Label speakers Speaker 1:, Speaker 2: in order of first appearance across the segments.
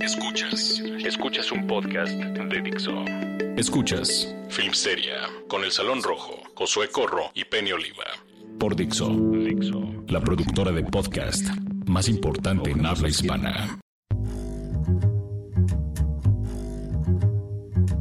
Speaker 1: Escuchas, escuchas un podcast de Dixo. Escuchas Filmsteria con El Salón Rojo, Josué Corro y Penny Oliva. Por Dixo, la productora de podcast más importante en habla hispana.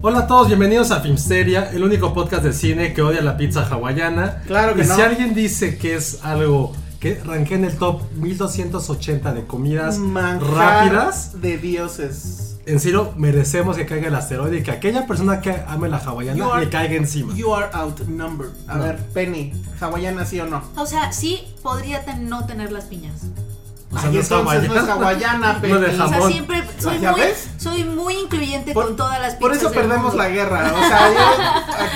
Speaker 2: Hola a todos, bienvenidos a Filmsteria, el único podcast de cine que odia la pizza hawaiana.
Speaker 3: Claro que
Speaker 2: y
Speaker 3: no.
Speaker 2: si alguien dice que es algo que ranqué en el top 1280 de comidas
Speaker 3: Manjar
Speaker 2: rápidas,
Speaker 3: de dioses.
Speaker 2: en serio merecemos que caiga el asteroide y que aquella persona que ame la hawaiana le caiga encima.
Speaker 3: You are outnumbered. A ver, Penny, hawaiana sí o no.
Speaker 4: O sea, sí podría ten- no tener las piñas.
Speaker 2: O sea,
Speaker 3: Ay,
Speaker 2: no es
Speaker 3: entonces no es hawaiana, Penny.
Speaker 2: No de
Speaker 4: O sea,
Speaker 2: Jamón.
Speaker 4: siempre soy
Speaker 3: ¿Ya
Speaker 4: muy,
Speaker 3: ves?
Speaker 4: soy muy incluyente
Speaker 3: Por-
Speaker 4: con todas las piñas.
Speaker 3: Por eso perdemos la guerra. O sea, yo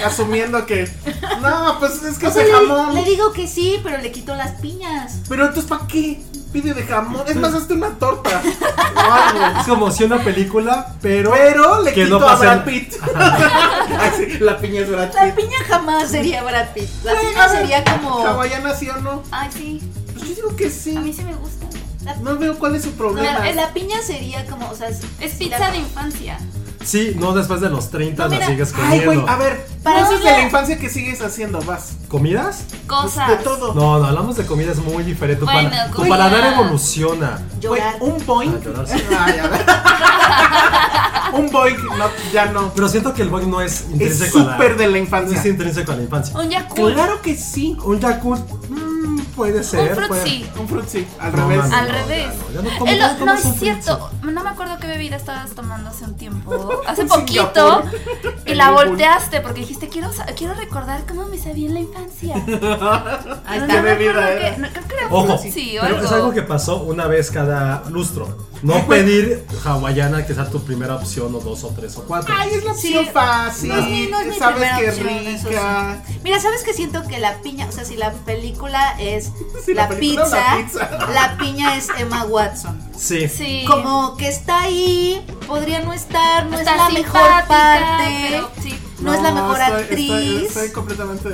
Speaker 3: a- asumiendo que. No, pues es que es de jamón.
Speaker 4: Le, digo que sí, pero le quito las piñas.
Speaker 3: Pero entonces, ¿para qué? Pide de jamón. Es más, hazte una torta. O algo.
Speaker 2: Es como si una película, pero,
Speaker 3: Pero le
Speaker 2: que
Speaker 3: quito
Speaker 2: no
Speaker 3: a
Speaker 2: pase-
Speaker 3: Brad Pitt. Ay, sí, la piña es Brad
Speaker 4: La
Speaker 3: Pitt.
Speaker 4: piña jamás sería Brad Pitt. La
Speaker 3: Bueno,
Speaker 4: piña
Speaker 3: a ver,
Speaker 4: sería como.
Speaker 3: ¿Hawaiana sí o no?
Speaker 4: Ay, sí.
Speaker 3: Pues yo digo que
Speaker 4: A mí
Speaker 3: sí.
Speaker 4: sí me gusta. La,
Speaker 3: No veo cuál es su problema.
Speaker 4: la- la piña sería como. O sea, es,
Speaker 5: Es pizza de infancia.
Speaker 2: sí, no después de los 30
Speaker 4: No,
Speaker 2: la
Speaker 4: mira,
Speaker 2: sigues
Speaker 3: Ay,
Speaker 2: comiendo.
Speaker 3: güey, a ver,
Speaker 4: Para
Speaker 3: cosas
Speaker 4: mí
Speaker 3: de
Speaker 4: la-
Speaker 3: la infancia que sigues haciendo, vas.
Speaker 2: ¿Comidas?
Speaker 5: Cosas.
Speaker 3: De todo.
Speaker 2: No, no, hablamos de comida, es muy diferente. Tu,
Speaker 5: Bueno,
Speaker 2: pala- tu
Speaker 5: comida.
Speaker 2: paladar evoluciona.
Speaker 3: Güey,
Speaker 4: llorar.
Speaker 3: un boink.
Speaker 2: Ah, llorar, sí.
Speaker 3: Ay, a ver. un boink, no, ya no.
Speaker 2: Pero siento que el boing no es
Speaker 3: Es
Speaker 2: intrínseco a la-
Speaker 3: súper de la
Speaker 2: No
Speaker 3: infancia.
Speaker 2: es intrínseco a la infancia.
Speaker 5: Un Yakult.
Speaker 3: Claro que sí.
Speaker 2: Un Yakult mm, puede ser. puede-
Speaker 5: frutzi.
Speaker 3: Un frutzi, al
Speaker 2: No,
Speaker 3: revés.
Speaker 2: mames,
Speaker 5: Al
Speaker 2: no,
Speaker 5: revés.
Speaker 2: ya no, ya no como-
Speaker 5: Eh,
Speaker 2: ya no
Speaker 5: lo-
Speaker 2: como
Speaker 5: no
Speaker 2: son
Speaker 5: es cierto.
Speaker 2: frutas.
Speaker 5: No me acuerdo qué bebida estabas tomando hace un tiempo. Hace
Speaker 3: Un
Speaker 5: poquito. Y
Speaker 3: El
Speaker 5: la
Speaker 3: Red Bull.
Speaker 5: volteaste porque dijiste, quiero, sa- quiero recordar cómo me sabía en la infancia.
Speaker 4: Ahí
Speaker 5: Pero
Speaker 4: está.
Speaker 5: no me
Speaker 3: bebida
Speaker 5: acuerdo
Speaker 3: era?
Speaker 5: qué- no, creo que era
Speaker 2: Ojo,
Speaker 5: frutzi o
Speaker 2: pero es algo que pasó una vez cada lustro. No pedir hawaiana que sea tu primera opción o dos o tres o cuatro.
Speaker 3: Ay, es la
Speaker 4: Sí.
Speaker 3: opción fácil.
Speaker 4: No es mi, no es mi
Speaker 3: Sabes
Speaker 4: primera
Speaker 3: que
Speaker 4: opción, eso
Speaker 3: rica.
Speaker 4: sí. Mira, ¿sabes que siento que la piña, o sea, si la película es
Speaker 3: Si la
Speaker 4: la,
Speaker 3: película es
Speaker 4: pizza,
Speaker 3: la
Speaker 4: la
Speaker 3: pizza.
Speaker 4: piña es Emma Watson.
Speaker 2: Sí.
Speaker 5: Sí.
Speaker 4: Como que está ahí, podría no estar, no
Speaker 5: Está
Speaker 4: es la
Speaker 5: simpática,
Speaker 4: mejor parte,
Speaker 5: pero sí.
Speaker 4: no, es la mejor
Speaker 3: estoy-
Speaker 4: actriz.
Speaker 3: Estoy, estoy completamente.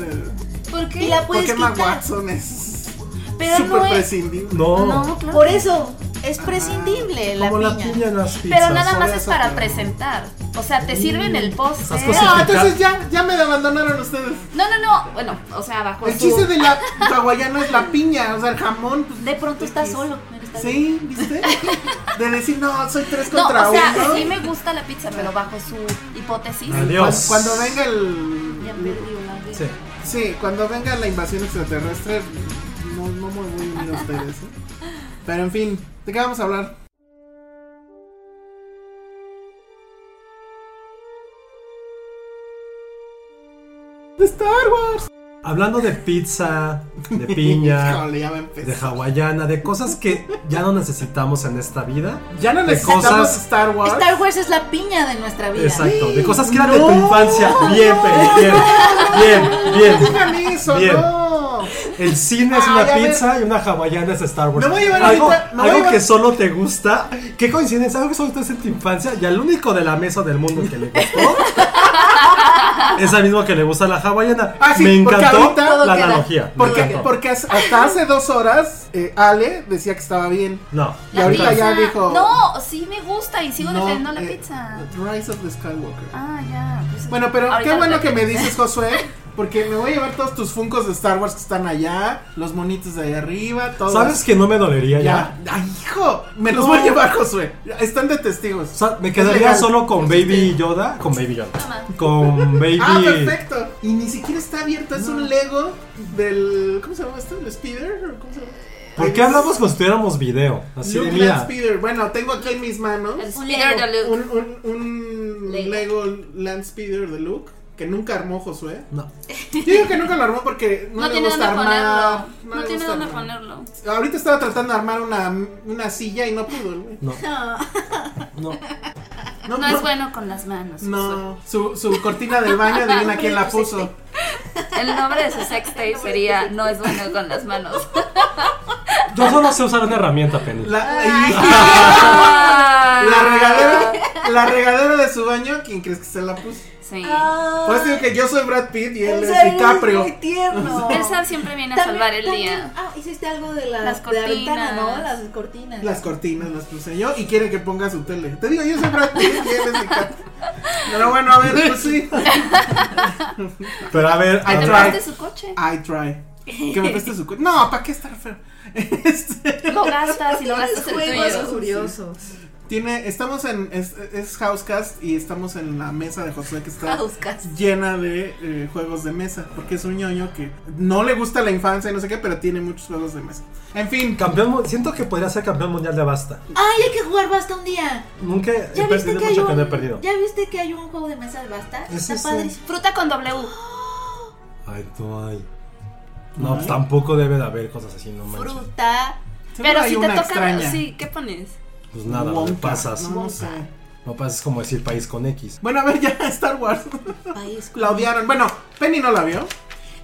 Speaker 5: ¿Por qué?
Speaker 4: Y la puedes
Speaker 3: Porque Emma
Speaker 4: quitar.
Speaker 3: Watson es.
Speaker 4: Pero
Speaker 3: súper
Speaker 4: no es-
Speaker 3: prescindible.
Speaker 2: No.
Speaker 5: No, claro.
Speaker 4: Por eso
Speaker 3: Ah,
Speaker 4: es prescindible la
Speaker 2: como
Speaker 4: piña.
Speaker 2: la piña en las pizzas.
Speaker 5: Pero nada más
Speaker 3: soy
Speaker 5: es para
Speaker 3: azúcar.
Speaker 5: presentar. O sea, te sirven el postre.
Speaker 2: Mm, Esas cosas
Speaker 3: No,
Speaker 2: que
Speaker 3: Ah, entonces ya, ya me abandonaron ustedes.
Speaker 5: No, no, no. Bueno, o sea, bajo
Speaker 3: El
Speaker 5: su-
Speaker 3: chiste de la hawaiana es la piña, o sea, el jamón. pues,
Speaker 4: De pronto está solo. pero está bien.
Speaker 3: Sí, ¿viste? De decir, no, soy tres
Speaker 5: No,
Speaker 3: contra
Speaker 5: o sea,
Speaker 3: uno.
Speaker 5: sí me gusta la pizza, pero bajo su hipótesis.
Speaker 2: Adiós.
Speaker 3: Cuando,
Speaker 2: Dios.
Speaker 3: cuando venga
Speaker 4: Ya
Speaker 3: el.
Speaker 4: perdí una vez.
Speaker 2: Sí.
Speaker 3: Sí, cuando venga la invasión extraterrestre, no, no me voy a unir a ustedes. ¿eh? Pero en fin, ¿de qué vamos a hablar? ¡De Star Wars!
Speaker 2: Hablando de pizza, de piña,
Speaker 3: Híjole, ya va a
Speaker 2: de
Speaker 3: empezar.
Speaker 2: hawaiana, de cosas que ya no necesitamos en esta vida.
Speaker 3: Ya no
Speaker 2: de
Speaker 3: necesitamos
Speaker 2: cosas-
Speaker 3: Star Wars.
Speaker 4: Star Wars es la piña de nuestra vida.
Speaker 2: Exacto, de cosas que eran de
Speaker 3: No,
Speaker 2: tu infancia. Bien, Penny, bien, bien,
Speaker 3: No
Speaker 2: bien.
Speaker 3: digan eso,
Speaker 2: Bien.
Speaker 3: no.
Speaker 2: El cine es
Speaker 3: Ay,
Speaker 2: una
Speaker 3: a ver.
Speaker 2: pizza y una hawaiana es Star Wars.
Speaker 3: Me voy a llevar
Speaker 2: algo
Speaker 3: ahorita- me voy a
Speaker 2: algo
Speaker 3: llevar-
Speaker 2: que solo te gusta. Qué coincidencia, algo que solo te gusta en tu infancia y al único de la mesa del mundo que le gustó. es al mismo que le gusta la hawaiana.
Speaker 3: Ah, sí,
Speaker 2: Me
Speaker 3: porque
Speaker 2: encantó
Speaker 3: ahorita-
Speaker 4: Todo
Speaker 2: la
Speaker 4: queda.
Speaker 2: analogía. me
Speaker 3: Porque,
Speaker 2: encantó.
Speaker 3: porque as- hasta hace dos horas eh, Ale decía que estaba bien.
Speaker 2: No.
Speaker 3: Y ahorita
Speaker 5: pizza.
Speaker 3: ya dijo.
Speaker 5: No, sí me gusta y sigo
Speaker 3: no,
Speaker 5: defendiendo la
Speaker 3: eh,
Speaker 5: pizza.
Speaker 3: Rise of the Skywalker.
Speaker 5: Ah, ya. pues-
Speaker 3: Bueno, pero
Speaker 5: Ahorita
Speaker 3: qué bueno
Speaker 5: lo-
Speaker 3: que me dices, Josué, Porque me voy a llevar todos tus funcos de Star Wars que están allá, los monitos de ahí arriba, todos.
Speaker 2: ¿Sabes que no me dolería ya?
Speaker 3: Ya. Ay, hijo, me los voy a llevar, Josué. Están de testigos.
Speaker 2: O sea, me
Speaker 3: Es
Speaker 2: quedaría
Speaker 3: legal.
Speaker 2: solo con Baby Yoda. Con Baby Yoda.
Speaker 5: Toma.
Speaker 2: Con Baby.
Speaker 3: Ah, perfecto. Y ni siquiera está abierto, es un Lego del. ¿Cómo se llama esto? ¿El Speeder? ¿O ¿Cómo se llama?
Speaker 2: ¿Por qué hablamos como si tuviéramos video? Así de
Speaker 3: Luke
Speaker 2: mira.
Speaker 3: Land Speeder. Bueno, tengo aquí en mis manos
Speaker 6: El
Speaker 5: Un
Speaker 6: Peter
Speaker 5: Lego.
Speaker 6: de Luke.
Speaker 3: un, un, un Lego.
Speaker 6: Lego.
Speaker 3: Land Speeder de Luke que nunca armó Josué.
Speaker 2: No.
Speaker 3: Yo digo que nunca lo armó porque no,
Speaker 6: No,
Speaker 3: le
Speaker 6: tiene
Speaker 3: gusta
Speaker 6: dónde
Speaker 3: armar.
Speaker 6: ponerlo.
Speaker 3: le
Speaker 6: No, tiene
Speaker 3: gusta
Speaker 6: dónde
Speaker 3: armar.
Speaker 6: ponerlo.
Speaker 3: Ahorita estaba tratando de armar una, una silla y no pudo, el güey.
Speaker 2: No. No.
Speaker 3: No,
Speaker 6: No es bueno con las manos. Josué.
Speaker 3: No, su, su cortina del baño, adivina quién la puso.
Speaker 6: El nombre de su sextape sería No es bueno con las manos.
Speaker 2: Yo solo sé usar una herramienta, Penny.
Speaker 3: La, y- la
Speaker 6: La
Speaker 3: regadera, la regadera de su baño, ¿quién crees que se la puso?
Speaker 6: Sí.
Speaker 5: Ah.
Speaker 3: Por eso digo que yo soy Brad Pitt y él
Speaker 4: El
Speaker 3: es
Speaker 4: Sam
Speaker 3: DiCaprio.
Speaker 4: Es muy tierno.
Speaker 6: El Sam siempre viene a
Speaker 4: También-
Speaker 6: salvar el
Speaker 4: también-
Speaker 6: día.
Speaker 4: Ah, hiciste algo de la,
Speaker 6: Las
Speaker 4: de la ventana, ¿no?
Speaker 6: cortinas.
Speaker 4: Las cortinas.
Speaker 3: Las cortinas las puse yo y quiere que ponga su tele. Te digo, yo soy Brad Pitt y él es DiCaprio. Pero bueno, a ver, pues sí.
Speaker 2: Pero a ver,
Speaker 3: I
Speaker 2: a
Speaker 6: ¿Te
Speaker 2: ver.
Speaker 6: prestaste su coche?
Speaker 3: I try. Que me preste su cu- No, ¿para qué estar feo? Este,
Speaker 6: Lo gastas y lo gastas el
Speaker 4: Juegos
Speaker 6: tuyo.
Speaker 4: curiosos.
Speaker 3: tiene, estamos en, es, es Housecast y estamos en la mesa de Josué que está
Speaker 4: Housecast.
Speaker 3: llena de eh, juegos de mesa, porque es un ñoño que no le gusta la infancia y no sé qué, pero tiene muchos juegos de mesa. En fin,
Speaker 2: Campeón, mu- siento que podría ser campeón mundial de basta.
Speaker 4: Ay, hay que jugar basta un día.
Speaker 2: Nunca he
Speaker 4: ¿Ya viste
Speaker 2: perdido
Speaker 4: que hay
Speaker 2: mucho que no he
Speaker 4: un,
Speaker 2: perdido.
Speaker 4: ¿Ya viste que hay un juego de mesa de basta?
Speaker 2: Es
Speaker 4: Está
Speaker 2: ese.
Speaker 4: padrísimo.
Speaker 6: Fruta con W.
Speaker 2: Ay, no hay. No, pues tampoco debe de haber cosas así, no manches.
Speaker 4: Fruta.
Speaker 3: seguro
Speaker 6: Pero
Speaker 3: hay
Speaker 6: si te
Speaker 3: una
Speaker 6: toca.
Speaker 3: extraña.
Speaker 6: Sí, ¿qué pones?
Speaker 2: Pues nada, no
Speaker 3: Wonka,
Speaker 2: pasas.
Speaker 3: No, sé.
Speaker 2: No pasas como decir país con X.
Speaker 3: Bueno, a ver, ya Star Wars.
Speaker 4: País.
Speaker 3: la odiaron. Bueno, Penny no la vio.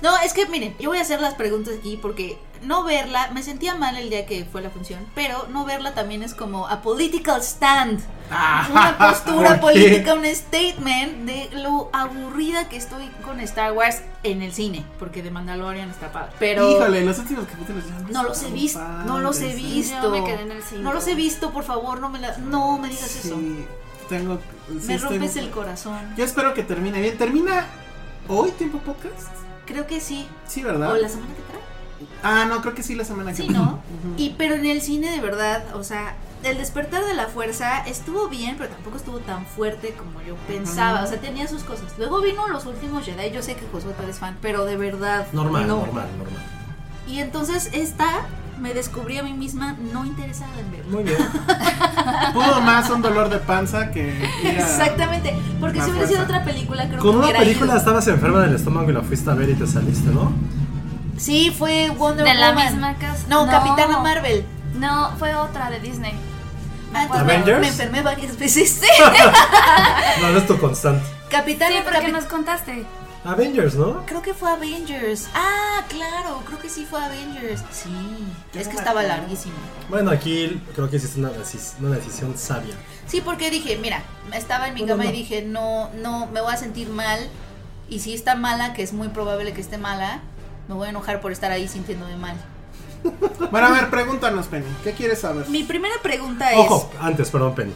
Speaker 4: No, es que miren, yo voy a hacer las preguntas aquí porque no verla, me sentía mal el día que fue la función, pero no verla también es como a political stand.
Speaker 3: Ah.
Speaker 4: Una postura
Speaker 3: ¿por qué?
Speaker 4: política, un statement de lo aburrida que estoy con Star Wars en el cine, porque de Mandalorian está padre. Pero
Speaker 3: Híjole, los "Ah, últimos capítulos ya
Speaker 4: no los he
Speaker 3: están
Speaker 4: visto, no los he
Speaker 3: padres, ¿eh?
Speaker 4: visto.
Speaker 6: Yo me quedé en el cinco.
Speaker 4: No los he visto, por favor, no me la- no me digas eso.
Speaker 3: Sí, tengo. sí,
Speaker 4: me
Speaker 3: estoy
Speaker 4: rompes
Speaker 3: muy-
Speaker 4: el corazón.
Speaker 3: Yo espero que termine bien. ¿Termina hoy tiempo podcast?
Speaker 4: Creo que sí.
Speaker 3: Sí, ¿verdad?
Speaker 4: O la semana que trae.
Speaker 3: Ah, no, creo que sí la semana que
Speaker 4: Sí,
Speaker 3: viene.
Speaker 4: ¿no? Y pero en el cine de verdad, o sea, el despertar de la fuerza estuvo bien, pero tampoco estuvo tan fuerte como yo pensaba. O sea, tenía sus cosas. Luego vino los últimos Jedi. Yo sé que Josué tú eres fan, pero de verdad.
Speaker 2: Normal,
Speaker 4: no.
Speaker 2: normal, normal.
Speaker 4: Y entonces esta me descubrí a mí misma no interesada en verlo.
Speaker 2: Muy bien.
Speaker 3: Pudo más un dolor de panza que. ir a-
Speaker 4: Exactamente, porque
Speaker 3: La
Speaker 4: si hubiera sido
Speaker 3: fuerza.
Speaker 4: otra película, creo
Speaker 2: Con
Speaker 4: que
Speaker 2: una
Speaker 4: hubiera
Speaker 2: película
Speaker 4: ido.
Speaker 2: estabas enferma del estómago y la fuiste a ver y te saliste, ¿no?
Speaker 4: Sí, fue Wonder
Speaker 6: De la
Speaker 4: Woman.
Speaker 6: misma casa.
Speaker 4: No, Capitana Marvel.
Speaker 6: No, fue otra de Disney.
Speaker 4: Ah, entonces me-
Speaker 2: ¿Avengers?
Speaker 4: Me enfermé varias veces. Sí.
Speaker 2: No, no es tu constante.
Speaker 4: Capitana
Speaker 6: Sí, pero ¿qué
Speaker 4: Capi-
Speaker 6: nos contaste?
Speaker 2: Avengers, ¿no?
Speaker 4: Creo que fue Avengers. Ah, claro, creo que sí fue Avengers. Sí, es que estaba larguísimo.
Speaker 2: Bueno, aquí creo que hiciste una, decis- una decisión sabia.
Speaker 4: Sí, porque dije, mira, estaba en mi
Speaker 2: Bueno,
Speaker 4: cama y
Speaker 2: no.
Speaker 4: dije, no, no, me voy a sentir mal. Y si está mala, que es muy probable que esté mala, me voy a enojar por estar ahí sintiéndome mal.
Speaker 3: Bueno, a ver, pregúntanos, Penny. ¿Qué quieres saber?
Speaker 4: Mi primera pregunta es,
Speaker 2: Ojo, antes, perdón, Penny.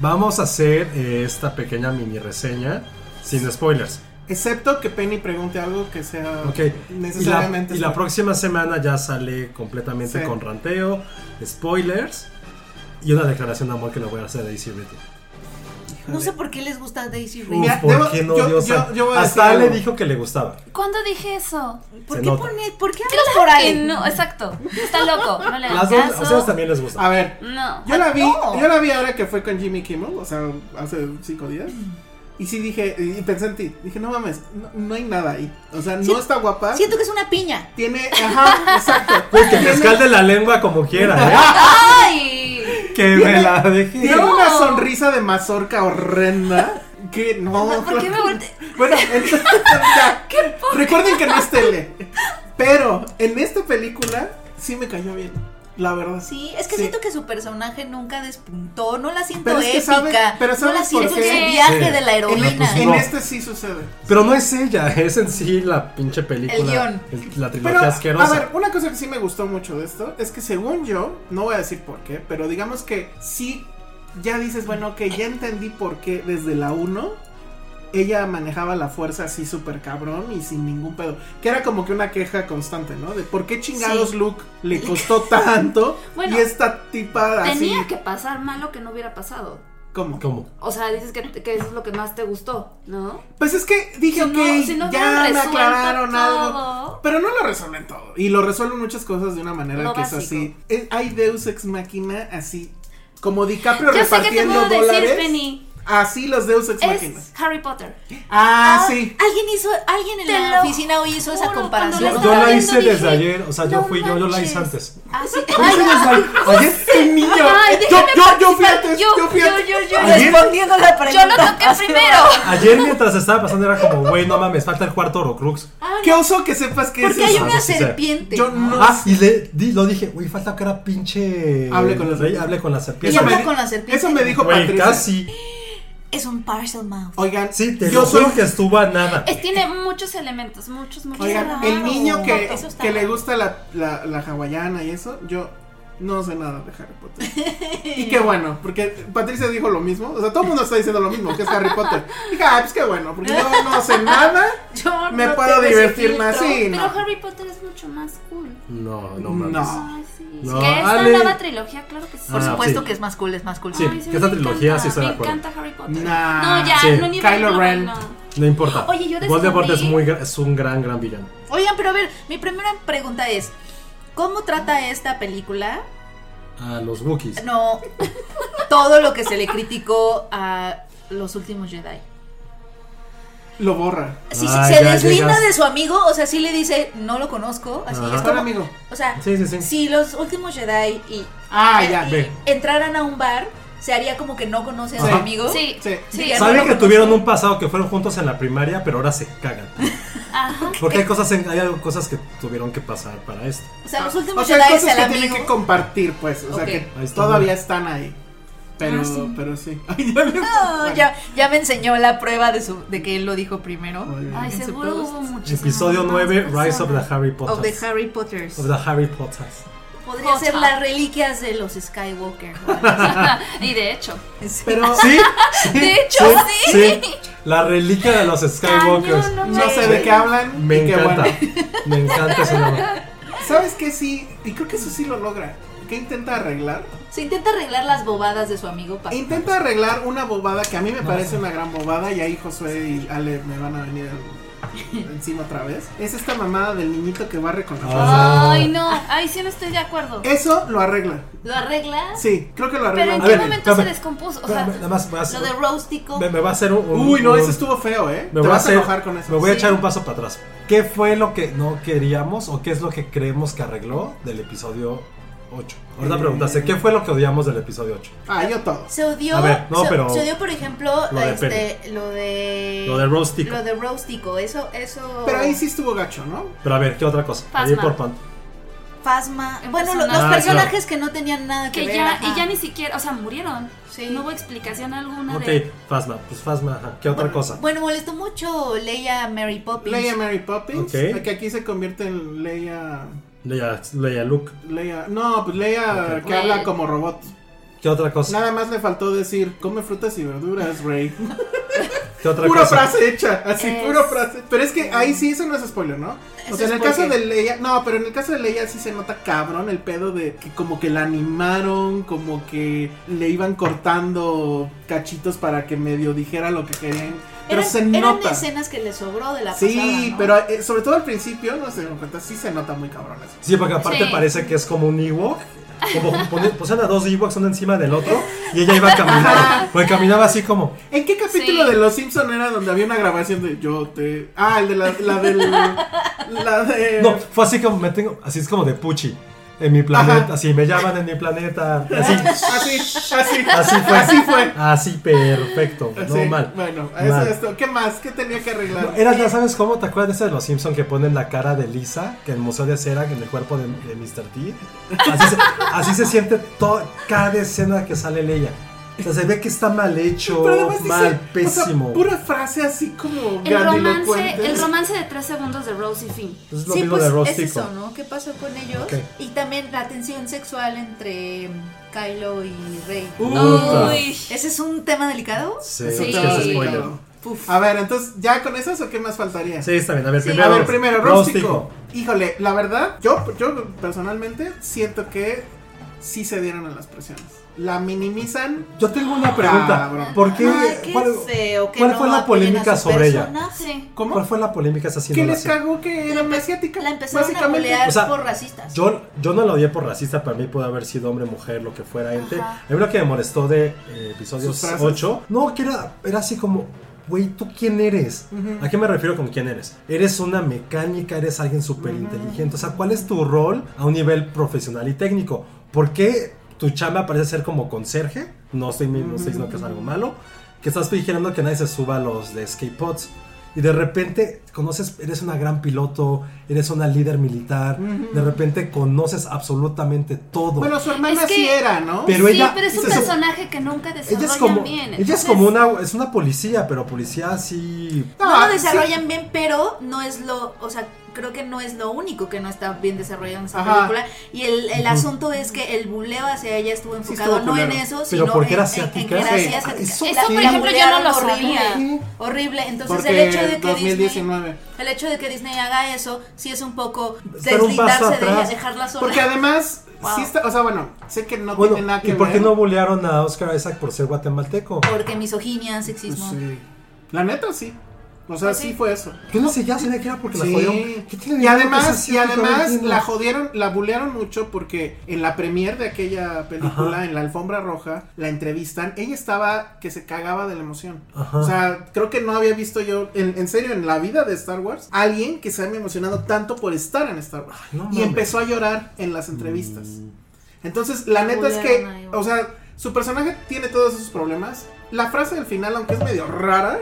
Speaker 2: Vamos a hacer eh, esta pequeña mini reseña sin spoilers.
Speaker 3: Excepto que Penny pregunte algo que sea
Speaker 2: Ok, y la,
Speaker 3: necesariamente.
Speaker 2: y la próxima semana ya sale completamente
Speaker 3: Sí.
Speaker 2: con ranteo, spoilers y una declaración de amor que le voy a hacer a Daisy Ridley.
Speaker 4: no sé por qué les gusta Daisy Ridley.
Speaker 2: Uf,
Speaker 3: Mira,
Speaker 2: ¿por
Speaker 3: debo-
Speaker 2: qué no
Speaker 3: yo-
Speaker 2: dio
Speaker 3: yo-
Speaker 2: sal-
Speaker 3: yo voy a
Speaker 2: Hasta
Speaker 3: decir
Speaker 2: le
Speaker 3: algo.
Speaker 2: dijo que le gustaba.
Speaker 6: ¿Cuándo dije eso?
Speaker 4: ¿Por
Speaker 2: se
Speaker 4: qué,
Speaker 2: nota.
Speaker 4: pone, ¿Por qué hablas
Speaker 6: Claro
Speaker 4: por
Speaker 6: que
Speaker 4: ahí?
Speaker 6: No, exacto. Está loco. No le
Speaker 2: Las
Speaker 6: hagas
Speaker 2: dos, a
Speaker 6: caso.
Speaker 2: ustedes también les gusta.
Speaker 3: A ver,
Speaker 6: No.
Speaker 3: yo la vi,
Speaker 4: Ah, no.
Speaker 3: yo la vi ahora que fue con Jimmy Kimmel, o sea, hace cinco días.
Speaker 4: Mm.
Speaker 3: Y sí dije, y pensé en ti, dije, no mames, no, no hay nada ahí. O sea, no
Speaker 4: Siento-
Speaker 3: está guapa.
Speaker 4: Siento Pues, que es una piña.
Speaker 3: Tiene, ajá, exacto.
Speaker 2: Que me escalde la lengua como quiera,
Speaker 6: ¡Ay!
Speaker 2: ¿eh? Que me la deje.
Speaker 3: Tiene una sonrisa de mazorca horrenda. Que no.
Speaker 6: ¿Por qué me volteé?
Speaker 3: Bueno, entonces. ya. Recuerden que no es tele. Pero en esta película sí me cayó bien. La verdad.
Speaker 4: Sí, es que
Speaker 3: Sí.
Speaker 4: siento que su personaje nunca despuntó, no la siento
Speaker 3: Pero es que
Speaker 4: épica,
Speaker 3: sabe- pero
Speaker 4: no la
Speaker 3: ¿sabes por
Speaker 4: siento en
Speaker 6: qué?
Speaker 4: el viaje
Speaker 2: Sí.
Speaker 4: de la
Speaker 3: En,
Speaker 4: heroína.
Speaker 2: pues
Speaker 3: en
Speaker 2: no.
Speaker 3: este sí sucede.
Speaker 2: Pero no es ella, es en sí la pinche película.
Speaker 4: El guión.
Speaker 2: el- La trilogía
Speaker 3: Pero, a
Speaker 2: asquerosa.
Speaker 3: ver, una cosa que sí me gustó mucho de esto es que según yo, no voy a decir por qué, pero digamos que sí ya dices, bueno, que ya entendí por qué desde la 1 ella manejaba la fuerza así súper cabrón y sin ningún pedo. Que era como que una queja constante, ¿no? De por qué chingados
Speaker 4: Sí.
Speaker 3: Luke le costó tanto
Speaker 6: Bueno,
Speaker 3: y esta tipa así.
Speaker 6: Tenía que pasar malo que no hubiera pasado.
Speaker 3: ¿Cómo?
Speaker 2: ¿Cómo?
Speaker 6: O sea, dices que, que eso es lo que más te gustó, ¿no?
Speaker 3: Pues es que dije,
Speaker 6: Si no-
Speaker 3: que
Speaker 6: si no
Speaker 3: ya
Speaker 6: hubieran
Speaker 3: me
Speaker 6: resuelto
Speaker 3: aclararon algo.
Speaker 6: todo.
Speaker 3: Pero no lo resuelven todo. Y lo resuelven muchas cosas de una manera
Speaker 6: Lo
Speaker 3: que es
Speaker 6: básico.
Speaker 3: así. Es- hay Deus Ex Máquina así. Como DiCaprio
Speaker 6: Yo sé qué te
Speaker 3: repartiendo
Speaker 6: puedo decir,
Speaker 3: dólares.
Speaker 6: Penny.
Speaker 3: Así los Deus Ex Máquina.
Speaker 2: pues.
Speaker 6: Es Harry Potter.
Speaker 3: Ah, sí.
Speaker 4: Alguien hizo, alguien en
Speaker 6: Te
Speaker 4: la
Speaker 6: lo
Speaker 4: oficina hoy hizo esa
Speaker 6: juro,
Speaker 4: comparación.
Speaker 2: Yo,
Speaker 6: cuando lo
Speaker 2: yo
Speaker 6: estaba
Speaker 2: la
Speaker 6: viendo,
Speaker 2: hice desde
Speaker 6: dije,
Speaker 2: ayer, o sea, yo
Speaker 6: "No
Speaker 2: fui yo, yo la hice
Speaker 6: manches".
Speaker 2: antes.
Speaker 6: Ah, sí.
Speaker 2: Ay, ayer qué niño.
Speaker 6: Ay,
Speaker 3: Yo,
Speaker 6: déjame
Speaker 3: yo, yo fui
Speaker 6: participar.
Speaker 3: antes.
Speaker 6: Yo,
Speaker 3: Yo fui
Speaker 6: yo,
Speaker 3: antes.
Speaker 6: yo, yo.
Speaker 2: Ayer,
Speaker 7: Respondiendo la pregunta.
Speaker 6: Yo lo toqué
Speaker 7: Así
Speaker 6: primero.
Speaker 2: ayer mientras estaba pasando era como, güey, no mames, falta el cuarto Horrocrux.
Speaker 6: ah,
Speaker 3: Qué oso que sepas que es
Speaker 4: Porque hay
Speaker 3: eso.
Speaker 4: una
Speaker 2: Ah, sí, sí, sí.
Speaker 4: serpiente.
Speaker 3: Yo no.
Speaker 2: Ah, y le di- lo dije, güey, falta que era pinche.
Speaker 3: Hable con la serpiente.
Speaker 2: Hable con la
Speaker 4: Y
Speaker 2: serpiente.
Speaker 3: Eso me,
Speaker 4: habla
Speaker 3: di-
Speaker 4: con la serpiente.
Speaker 3: eso me dijo
Speaker 2: Güey,
Speaker 3: Patricia.
Speaker 2: casi.
Speaker 4: Es un parcel mouth.
Speaker 3: Oigan,
Speaker 2: Sí, te
Speaker 3: yo
Speaker 2: lo
Speaker 3: soy
Speaker 2: juro que estuvo a nada.
Speaker 6: Es- tiene muchos elementos, muchos, muchos.
Speaker 3: Oigan,
Speaker 6: elementos.
Speaker 3: el niño que,
Speaker 4: Eso está
Speaker 3: que le
Speaker 4: mal.
Speaker 3: gusta la, la- la hawaiana y eso, yo no sé nada de Harry Potter. Y qué bueno, porque Patricia dijo lo mismo. O sea, todo el mundo está diciendo lo mismo, que es Harry Potter. Dije, ah, pues qué bueno, porque yo no sé nada.
Speaker 4: Yo
Speaker 3: Me
Speaker 4: no
Speaker 3: puedo
Speaker 4: tengo ese
Speaker 3: divertir
Speaker 4: filtro.
Speaker 3: más. Sí,
Speaker 6: Pero
Speaker 3: no.
Speaker 6: Harry Potter es mucho más cool.
Speaker 2: No, no mames.
Speaker 3: No.
Speaker 6: Ay, sí.
Speaker 2: No,
Speaker 6: que esta
Speaker 2: Ale.
Speaker 6: nueva trilogía, claro que sí.
Speaker 4: Por
Speaker 2: Ah,
Speaker 4: supuesto
Speaker 2: sí.
Speaker 4: que es más cool, es más cool.
Speaker 2: Sí.
Speaker 6: Ay, sí,
Speaker 2: que esta
Speaker 6: me
Speaker 2: trilogía
Speaker 6: encanta,
Speaker 2: sí estoy de
Speaker 6: Me
Speaker 2: acuerdo.
Speaker 6: encanta Harry Potter.
Speaker 3: Nah.
Speaker 6: No, ya,
Speaker 2: Sí.
Speaker 6: no ni
Speaker 3: Kylo
Speaker 6: Blue,
Speaker 3: Ren.
Speaker 6: no.
Speaker 2: No importa.
Speaker 6: Eh, Oye, yo descubrí-
Speaker 2: Voldemort es, muy, gra- es un gran, gran villano.
Speaker 4: Oigan, pero a ver, mi primera pregunta es: ¿Cómo trata esta película?
Speaker 2: A los Wookiees.
Speaker 4: No, todo lo que se le criticó a los últimos Jedi.
Speaker 3: Lo borra.
Speaker 4: Si
Speaker 2: Ah,
Speaker 4: se
Speaker 2: ya
Speaker 4: deslinda
Speaker 2: llegas.
Speaker 4: de su amigo, o sea, sí le dice, no lo conozco, así
Speaker 2: Ajá.
Speaker 4: es
Speaker 3: Mejor
Speaker 4: como,
Speaker 3: amigo.
Speaker 4: o sea,
Speaker 2: Sí, sí, sí.
Speaker 4: si los últimos Jedi y,
Speaker 3: Ah,
Speaker 4: y-
Speaker 3: ya.
Speaker 4: y entraran a un bar, se haría como que no conoce a su
Speaker 3: Ajá.
Speaker 4: amigo.
Speaker 6: Sí.
Speaker 3: Sí.
Speaker 4: Diría, "No
Speaker 2: Saben
Speaker 4: lo
Speaker 2: que
Speaker 4: conozco".
Speaker 2: tuvieron un pasado que fueron juntos en la primaria, pero ahora se cagan. Porque hay cosas, en- hay algo- cosas que tuvieron que pasar para esto.
Speaker 4: O sea, los
Speaker 3: O
Speaker 4: últimos
Speaker 3: sea,
Speaker 4: Jedi
Speaker 3: hay
Speaker 4: es
Speaker 3: cosas
Speaker 4: el
Speaker 3: que tienen
Speaker 4: amigo.
Speaker 3: que compartir, pues. O sea,
Speaker 4: Ok.
Speaker 2: Ahí
Speaker 3: que
Speaker 2: está,
Speaker 3: todavía
Speaker 2: mira.
Speaker 3: están ahí. Pero, pero sí. Ay,
Speaker 4: No, Oh, ya, ya me enseñó la prueba de, su, de que él lo dijo primero.
Speaker 6: Ay, seguro hubo muchísimas
Speaker 2: Episodio
Speaker 6: más
Speaker 2: 9, Rise of
Speaker 6: personas.
Speaker 2: the Harry
Speaker 4: Of
Speaker 2: Potter.
Speaker 4: the Harry Potters.
Speaker 2: Of the Harry Potter.
Speaker 4: Podría ser las reliquias de los Skywalker. o algo así.
Speaker 6: y de hecho,
Speaker 3: Pero
Speaker 2: ¿Sí? sí,
Speaker 6: De hecho, sí.
Speaker 2: La reliquia de los Skywalkers.
Speaker 6: Cañón, no
Speaker 3: no sé de qué hablan.
Speaker 2: Me
Speaker 3: y qué
Speaker 2: encanta.
Speaker 3: bueno.
Speaker 2: Me encanta ese nombre.
Speaker 3: ¿Sabes qué? Sí, y creo que eso sí lo logra. ¿Qué intenta arreglar?
Speaker 4: Se intenta arreglar las bobadas de su amigo para.
Speaker 3: Intenta arreglar una bobada que a mí me parece una gran bobada y ahí Josué y Ale me van a venir encima otra vez. Es esta mamada del niñito que barre
Speaker 2: Ah.
Speaker 3: con la fuerza.
Speaker 6: Ay, no. Ay, sí, no estoy de acuerdo.
Speaker 3: Eso lo arregla.
Speaker 4: ¿Lo arregla?
Speaker 3: Sí, creo que lo
Speaker 6: Pero
Speaker 3: arregla.
Speaker 6: ¿en
Speaker 2: A
Speaker 6: qué
Speaker 2: ver,
Speaker 6: momento
Speaker 2: espérame.
Speaker 6: se descompuso? O sea,
Speaker 2: Espérame, Nada más voy a hacer-
Speaker 4: Lo de Róstico.
Speaker 2: me, me va a hacer un. un-
Speaker 3: Uy, no,
Speaker 2: un-
Speaker 3: eso estuvo feo, ¿eh?
Speaker 2: Me
Speaker 3: Te
Speaker 2: voy a
Speaker 3: vas
Speaker 2: hacer-
Speaker 3: a enojar con eso.
Speaker 2: Me voy a
Speaker 3: Sí.
Speaker 2: echar un paso para atrás. ¿Qué fue lo que no queríamos o qué es lo que creemos que arregló del episodio 8? Ahorita
Speaker 3: Eh.
Speaker 2: preguntaste, ¿qué fue lo que odiamos del episodio 8?
Speaker 3: Ah, yo todo.
Speaker 4: Se odió.
Speaker 2: A ver, no,
Speaker 4: se,
Speaker 2: pero-
Speaker 4: se odió, por ejemplo,
Speaker 2: Lo de
Speaker 4: este, lo de.
Speaker 2: Lo de Róstico.
Speaker 4: Lo de Róstico. Eso. eso
Speaker 3: Pero ahí sí estuvo gacho, ¿no?
Speaker 2: Pero a ver, ¿qué otra cosa?
Speaker 6: Fasma.
Speaker 2: Ahí por pan.
Speaker 4: Fasma.
Speaker 6: El
Speaker 4: Bueno, lo- los
Speaker 6: personaje.
Speaker 4: personajes que no tenían nada que,
Speaker 6: que
Speaker 4: ver.
Speaker 6: ya,
Speaker 4: ajá.
Speaker 6: y ya ni siquiera, o sea, murieron.
Speaker 4: Sí.
Speaker 6: No hubo explicación alguna
Speaker 2: Ok,
Speaker 6: de.
Speaker 2: Fasma. Pues Fasma, ajá. ¿Qué otra cosa?
Speaker 4: Bueno, molestó mucho Leia Mary Poppins.
Speaker 3: Leia Mary Poppins,
Speaker 2: Ok.
Speaker 3: que aquí se convierte en Leia...
Speaker 2: Leia, Leia Luke.
Speaker 3: Leia... No, pues Leia que habla como robot.
Speaker 2: ¿Qué otra cosa?
Speaker 3: Nada más le faltó decir, come frutas y verduras, Rey.
Speaker 2: ¿Qué otra
Speaker 3: Pura
Speaker 2: cosa?
Speaker 3: frase hecha, así,
Speaker 6: Es-
Speaker 3: pura frase. Pero es que ahí sí, eso no es spoiler, ¿no? O
Speaker 4: Eso
Speaker 3: sea, en
Speaker 4: es
Speaker 3: el caso
Speaker 4: porque-
Speaker 3: de Leia, no, pero en el caso de Leia sí se nota cabrón el pedo de que como que la animaron, como que le iban cortando cachitos para que medio dijera lo que querían. Pero
Speaker 4: eran,
Speaker 3: se
Speaker 4: eran
Speaker 3: nota.
Speaker 4: escenas que le sobró de la
Speaker 3: Sí,
Speaker 4: pasada, ¿no?
Speaker 3: pero eh, sobre todo al principio, no se dieron cuenta, sí se nota muy cabrón eso.
Speaker 2: Sí, porque aparte
Speaker 6: Sí.
Speaker 2: parece que es como un Ewok. Como pone- posean a dos Ewoks uno encima del otro y ella iba caminando. Porque caminaba así como.
Speaker 3: ¿En qué capítulo
Speaker 6: Sí.
Speaker 3: de Los Simpson era donde había una grabación de yo te... Ah, el de la, la del... la de...
Speaker 2: No, fue así como me tengo. Así es como de Puchi. En mi planeta.
Speaker 3: Ajá.
Speaker 2: Así me llaman en mi planeta. Así.
Speaker 3: Así, así,
Speaker 2: Así fue.
Speaker 3: Así fue.
Speaker 2: Así perfecto. No
Speaker 3: Sí,
Speaker 2: mal.
Speaker 3: Bueno, eso
Speaker 2: Mal.
Speaker 3: es todo. ¿Qué más? ¿Qué tenía que arreglar?
Speaker 2: Era, ya sabes cómo, ¿te acuerdas de esa de los Simpson que ponen la cara de Lisa, que en el Museo de Cera, que en el cuerpo de, de Mr. T? Así se, así se siente todo, cada escena que sale Leia. O sea, se ve que está mal hecho,
Speaker 3: Pero además dice,
Speaker 2: mal,
Speaker 3: o sea,
Speaker 2: pésimo.
Speaker 3: pura frase así como
Speaker 6: El romance,
Speaker 3: grandilocuente.
Speaker 6: el romance de tres segundos de Rose y Finn.
Speaker 2: es lo
Speaker 4: Sí,
Speaker 2: mismo
Speaker 4: pues
Speaker 2: de
Speaker 4: es
Speaker 2: Rostico.
Speaker 4: eso, ¿no? ¿Qué pasó con ellos?
Speaker 2: Ok.
Speaker 4: Y también la tensión sexual entre mm, Kylo y Rey.
Speaker 2: Puta.
Speaker 6: Uy.
Speaker 4: ¿Ese es un tema delicado?
Speaker 2: Sí,
Speaker 6: Sí.
Speaker 2: es que es spoiler.
Speaker 4: Puf.
Speaker 3: A ver, entonces, ¿ya con esas o qué más faltaría?
Speaker 2: Sí, está bien. A ver,
Speaker 4: Sí.
Speaker 2: primero.
Speaker 3: A ver, primero,
Speaker 2: Rústico.
Speaker 3: rústico. Híjole, la verdad, yo, yo personalmente siento que sí se dieron a las presiones. La minimizan.
Speaker 2: Yo tengo una pregunta.
Speaker 3: Cabrón.
Speaker 2: ¿Por qué?
Speaker 4: Ay, qué
Speaker 2: ¿Cuál,
Speaker 4: feo que
Speaker 2: cuál
Speaker 4: no
Speaker 2: fue la
Speaker 4: apoyen a
Speaker 2: polémica
Speaker 4: su
Speaker 2: sobre ella?
Speaker 4: personaje.
Speaker 3: ¿Cómo?
Speaker 2: ¿Cuál fue la polémica esa
Speaker 3: ¿Qué
Speaker 2: haciendo
Speaker 3: les cagó que era asiática?
Speaker 4: La empezaron a bolear
Speaker 2: O sea,
Speaker 4: por racistas.
Speaker 2: Yo, yo no la odié por racista, para mí puede haber sido hombre, mujer, lo que fuera, ente. A mí lo que me molestó de eh, episodios
Speaker 3: Sus frases.
Speaker 2: 8, no, que era, era así como, güey, ¿tú quién eres? ¿A qué me refiero con quién eres? Eres una mecánica, eres alguien súper inteligente. O sea, ¿cuál es tu rol a un nivel profesional y técnico? ¿Por qué tu chamba parece ser como conserje? No estoy, no estoy diciendo que es algo malo. Que estás vigilando que nadie se suba a los de skatepods. Y de repente conoces, eres una gran piloto, eres una líder militar, de repente conoces absolutamente todo.
Speaker 3: Bueno, su hermana
Speaker 6: Es que-
Speaker 3: sí era, ¿no?
Speaker 2: Pero
Speaker 6: sí,
Speaker 2: ella-
Speaker 6: pero es un
Speaker 2: ella es-
Speaker 6: personaje que nunca
Speaker 2: ella
Speaker 6: desarrollan
Speaker 2: es como, ella
Speaker 6: bien.
Speaker 2: es
Speaker 6: entonces-
Speaker 2: como una, es una policía, pero policía así...
Speaker 4: no
Speaker 3: Ah,
Speaker 4: lo
Speaker 3: sí.
Speaker 4: desarrollan bien, pero no es lo, o sea, creo que no es lo único que no está bien desarrollado en esa
Speaker 3: Ajá.
Speaker 4: película. Y el, el asunto es que el buleo hacia ella estuvo enfocado
Speaker 3: estuvo
Speaker 4: no en
Speaker 3: culero.
Speaker 4: eso,
Speaker 2: Pero
Speaker 4: sino
Speaker 2: porque era
Speaker 4: en- en- en que
Speaker 2: asiática.
Speaker 4: era
Speaker 3: Sí.
Speaker 4: asiática.
Speaker 2: Ah, eso
Speaker 4: La
Speaker 6: sí. por ejemplo, yo
Speaker 4: bulearon
Speaker 6: no lo
Speaker 4: horrible,
Speaker 6: sabía.
Speaker 4: Horrible. Entonces
Speaker 3: Porque
Speaker 4: el hecho de que
Speaker 3: 2019.
Speaker 4: Disney, el hecho de que Disney haga eso, sí es un poco
Speaker 2: Estar un paso
Speaker 4: deslindarse de ella,
Speaker 2: atrás.
Speaker 4: dejarla sola.
Speaker 3: Porque además,
Speaker 4: Wow.
Speaker 3: sí está. O sea, bueno, sé que no
Speaker 2: Bueno,
Speaker 3: tiene nada que
Speaker 2: ¿y
Speaker 3: ver.
Speaker 2: por qué no bolearon a Oscar Isaac por ser guatemalteco?
Speaker 4: Porque misoginia, sexismo.
Speaker 3: Sí. La neta sí. O sea,
Speaker 4: Pues sí.
Speaker 3: sí fue eso.
Speaker 2: Yo no sé, ya sabía que era porque la
Speaker 3: Sí.
Speaker 2: jodieron. ¿Qué tiene de malo que
Speaker 3: Y
Speaker 2: sea
Speaker 3: además, y
Speaker 2: asiática? No
Speaker 3: además
Speaker 2: entiendo.
Speaker 3: la jodieron, la bulearon mucho porque en la premier de aquella película,
Speaker 2: Ajá.
Speaker 3: en la alfombra roja, la entrevistan, ella estaba que se cagaba de la emoción.
Speaker 2: Ajá.
Speaker 3: O sea, creo que no había visto yo, en, en serio, en la vida de Star Wars, alguien que se haya emocionado tanto por estar en Star Wars.
Speaker 2: Ay, no
Speaker 3: y
Speaker 2: mames. Mm.
Speaker 3: empezó a llorar en las entrevistas. Entonces, la neta es que,
Speaker 4: bulearon ahí, güey.
Speaker 3: o sea, su personaje tiene todos esos problemas. La frase del final, aunque es medio rara,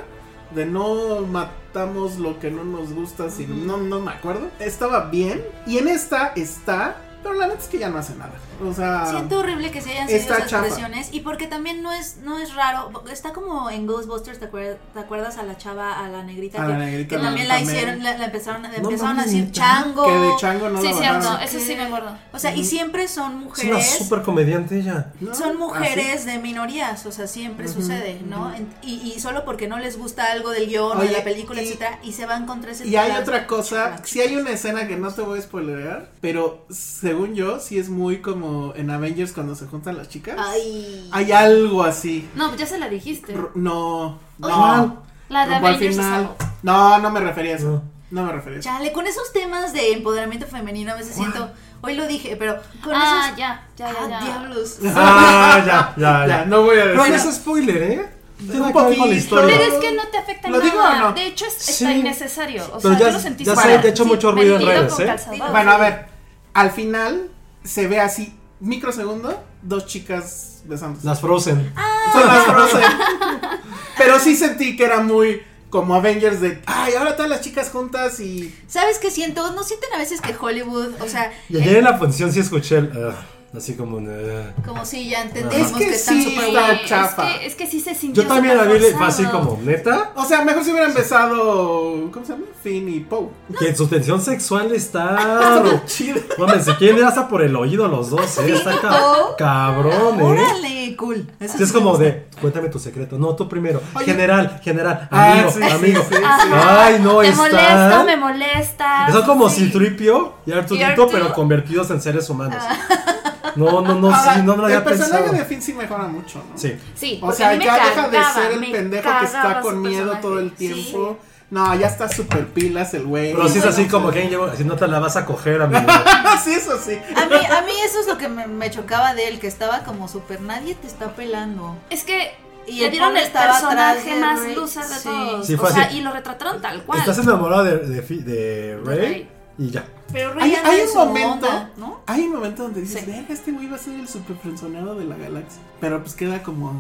Speaker 3: de no matamos lo que no nos gusta, si no, no me acuerdo, estaba bien. Y en esta está, pero la neta es que ya no hace nada. O sea,
Speaker 4: Siento horrible que se hayan sido
Speaker 3: Está
Speaker 4: esas
Speaker 3: chafa.
Speaker 4: presiones y porque también no es no es raro, está como en Ghostbusters, ¿te acuer- te acuerdas, a la chava, a la negrita
Speaker 3: A
Speaker 4: que,
Speaker 3: la negrita,
Speaker 4: que
Speaker 3: la
Speaker 4: también la
Speaker 3: también.
Speaker 4: hicieron, la, la empezaron, la
Speaker 2: No
Speaker 4: empezaron a
Speaker 2: mames,
Speaker 4: decir
Speaker 2: neta.
Speaker 4: chango.
Speaker 3: que de chango no
Speaker 6: Sí,
Speaker 3: la
Speaker 6: cierto,
Speaker 3: bajaron.
Speaker 6: eso sí me acuerdo.
Speaker 4: O sea, y siempre son
Speaker 2: Es una
Speaker 4: mujeres.
Speaker 2: super comediante ella.
Speaker 3: ¿No?
Speaker 4: Son
Speaker 3: Así.
Speaker 4: mujeres de minorías, o sea, siempre sucede, ¿no? En- Y, y solo porque no les gusta algo del guión o de
Speaker 3: Oye,
Speaker 4: la película,
Speaker 3: y-
Speaker 4: etcétera, y se van contra ese
Speaker 3: Y hay
Speaker 4: plan.
Speaker 3: otra cosa, si hay una escena que no te voy a spoilear, pero según yo, sí es muy como en Avengers cuando se juntan las chicas.
Speaker 4: Ay.
Speaker 3: Hay algo así.
Speaker 6: No, pues ya se la dijiste.
Speaker 3: R- No,
Speaker 2: ¿cuál?
Speaker 3: no.
Speaker 6: La de
Speaker 3: Rumbo al
Speaker 6: Avengers es
Speaker 3: final.
Speaker 6: algo.
Speaker 3: No, no me refería a eso. No me refería a eso.
Speaker 4: Chale, con esos temas de empoderamiento femenino a veces siento, hoy lo dije, pero con
Speaker 6: Ah,
Speaker 4: esos
Speaker 6: ya, ya, ya,
Speaker 4: Ah,
Speaker 6: ya.
Speaker 4: diablos.
Speaker 2: Ah, ya, ya,
Speaker 3: Ya,
Speaker 2: ya.
Speaker 3: no voy a
Speaker 2: Pero ahí
Speaker 3: decir.
Speaker 2: es spoiler, ¿eh? Tiene
Speaker 3: Un
Speaker 2: que ver con la
Speaker 3: poquito.
Speaker 2: historia.
Speaker 6: Pero es que no te afecta
Speaker 3: ¿Lo
Speaker 6: nada.
Speaker 3: digo o no?
Speaker 6: De hecho, es,
Speaker 2: Sí.
Speaker 6: está innecesario. O
Speaker 2: Pero
Speaker 6: sea,
Speaker 2: ya-
Speaker 6: yo lo sentí
Speaker 2: ya
Speaker 6: súper-
Speaker 2: sé, de hecho, mucho ruido en
Speaker 6: vendido
Speaker 2: redes,
Speaker 6: con
Speaker 2: ¿eh?
Speaker 6: calzador.
Speaker 3: Bueno, a ver. Al final se ve así, microsegundo, dos chicas besándose.
Speaker 2: Las Frozen.
Speaker 3: Son las Frozen. Pero sí sentí que era muy como Avengers de, ay, ahora todas las chicas juntas y...
Speaker 4: ¿Sabes qué siento? ¿No sienten a veces que Hollywood, o sea,
Speaker 2: Y ayer en la función sí escuché el. "Ugh", así como. eh. un, "Ugh".
Speaker 4: como si ya entendemos
Speaker 3: Es
Speaker 4: que,
Speaker 3: que
Speaker 4: están
Speaker 3: sí,
Speaker 4: súper
Speaker 3: está-
Speaker 4: guay.
Speaker 6: Es
Speaker 3: chafa.
Speaker 6: que, es que sí se sintió
Speaker 2: Yo también la
Speaker 6: súper
Speaker 2: vi y fue
Speaker 6: forzado.
Speaker 2: así como, ¿neta?
Speaker 3: O sea, mejor si hubieran besado, ¿cómo se llama? Finn y Poe.
Speaker 2: Que su tensión sexual está.
Speaker 3: Chido.
Speaker 2: Mames, se quieren ir hasta por el oído los dos, ¿eh? Está ca- cabrón, ¿eh?
Speaker 4: Órale, cool. Eso
Speaker 2: Sí, es como de, cuéntame tu secreto. No, tú primero.
Speaker 3: Oye.
Speaker 2: General, general,
Speaker 3: Ah,
Speaker 2: amigo,
Speaker 3: sí, sí,
Speaker 2: amigo.
Speaker 3: sí, sí.
Speaker 2: Ay, no,
Speaker 6: me
Speaker 2: está.
Speaker 6: molesta, me molesta.
Speaker 2: Son como
Speaker 6: sí.
Speaker 2: si Tripio y Arturito,
Speaker 6: R2D2.
Speaker 2: pero convertidos en seres humanos. No, no, no,
Speaker 3: Ahora,
Speaker 2: Ah, sí, no me lo había
Speaker 3: el personaje
Speaker 2: pensado.
Speaker 3: de Finn sí mejora mucho, ¿no?
Speaker 2: Sí.
Speaker 6: Sí,
Speaker 3: O
Speaker 6: porque
Speaker 3: sea,
Speaker 6: a mí me
Speaker 3: ya deja de
Speaker 6: cagaba,
Speaker 3: ser el
Speaker 6: me
Speaker 3: pendejo que está
Speaker 6: cagaba
Speaker 3: con
Speaker 6: su
Speaker 3: miedo
Speaker 6: personaje.
Speaker 3: todo el tiempo. No, ya está super pilas el güey.
Speaker 2: Pero sí es
Speaker 3: Bueno,
Speaker 2: así como que llevo, así no te la vas a coger, amigo.
Speaker 3: sí, eso sí.
Speaker 4: A mí, a mí eso es lo que me, me chocaba de él, que estaba como súper, nadie te está pelando.
Speaker 6: Es que.
Speaker 4: Y
Speaker 6: le
Speaker 4: el
Speaker 6: dieron
Speaker 4: pobre
Speaker 6: el
Speaker 4: estaba atrás
Speaker 6: personaje
Speaker 4: de
Speaker 6: más
Speaker 4: Rey.
Speaker 6: loser de
Speaker 4: Sí.
Speaker 6: todos.
Speaker 2: Sí,
Speaker 6: o
Speaker 2: fue
Speaker 6: sea,
Speaker 2: así.
Speaker 6: y lo retrataron tal cual.
Speaker 2: Estás enamorado de, de, Fi- de Rey
Speaker 6: Rey.
Speaker 2: y ya.
Speaker 4: Pero Rey
Speaker 3: Hay,
Speaker 4: anda
Speaker 3: hay
Speaker 4: en
Speaker 3: un
Speaker 4: su
Speaker 3: momento,
Speaker 4: onda, ¿no?
Speaker 3: hay un momento donde dices,
Speaker 4: Sí.
Speaker 3: verga, este güey va a ser el super de la galaxia. Pero pues queda como,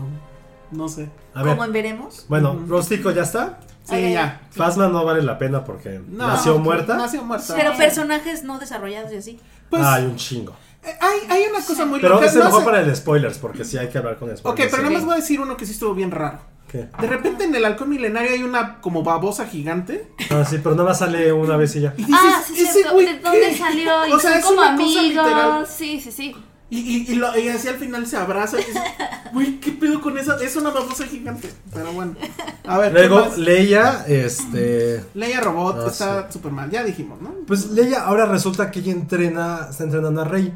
Speaker 3: no sé.
Speaker 2: A ver.
Speaker 4: Como en veremos.
Speaker 2: Bueno, Rostico ya está.
Speaker 3: Sí,
Speaker 4: Ok.
Speaker 3: ya.
Speaker 2: Fasma no vale la pena porque
Speaker 3: No,
Speaker 2: nació
Speaker 3: ok,
Speaker 2: muerta.
Speaker 3: Nació muerta.
Speaker 4: Pero personajes no desarrollados y así.
Speaker 3: pues,
Speaker 2: Ay, un chingo.
Speaker 3: eh, hay, hay una cosa muy
Speaker 2: Pero
Speaker 3: loca.
Speaker 2: es
Speaker 3: no
Speaker 2: mejor
Speaker 3: sé-
Speaker 2: para el spoilers porque sí hay que hablar con
Speaker 3: Ok,
Speaker 2: spoilers.
Speaker 3: pero nada
Speaker 2: Sí.
Speaker 3: más voy a decir uno que sí estuvo bien raro.
Speaker 2: ¿Qué?
Speaker 3: De repente en el halcón milenario hay una como babosa gigante.
Speaker 2: Ah, sí, pero nada más sale una vez y ya.
Speaker 3: Y
Speaker 6: Ah,
Speaker 3: dices,
Speaker 6: sí, es
Speaker 3: ¿ese
Speaker 6: cierto.
Speaker 3: güey
Speaker 6: ¿De dónde
Speaker 3: qué?
Speaker 6: salió? Y
Speaker 3: o sea,
Speaker 6: son
Speaker 3: es
Speaker 6: como
Speaker 3: una cosa literal.
Speaker 6: amigos. Sí, sí, sí.
Speaker 3: Y, y, y, lo- y así al final se abraza. y dice, Güey, ¿qué pedo con esa? Es una babosa gigante. Pero bueno. A ver, ¿qué
Speaker 2: Luego
Speaker 3: más?
Speaker 2: Leia, este.
Speaker 3: Leia Robot
Speaker 2: Ah,
Speaker 3: está súper mal. Ya dijimos, ¿no?
Speaker 2: Pues Leia ahora resulta que ella entrena, está entrenando a Rey.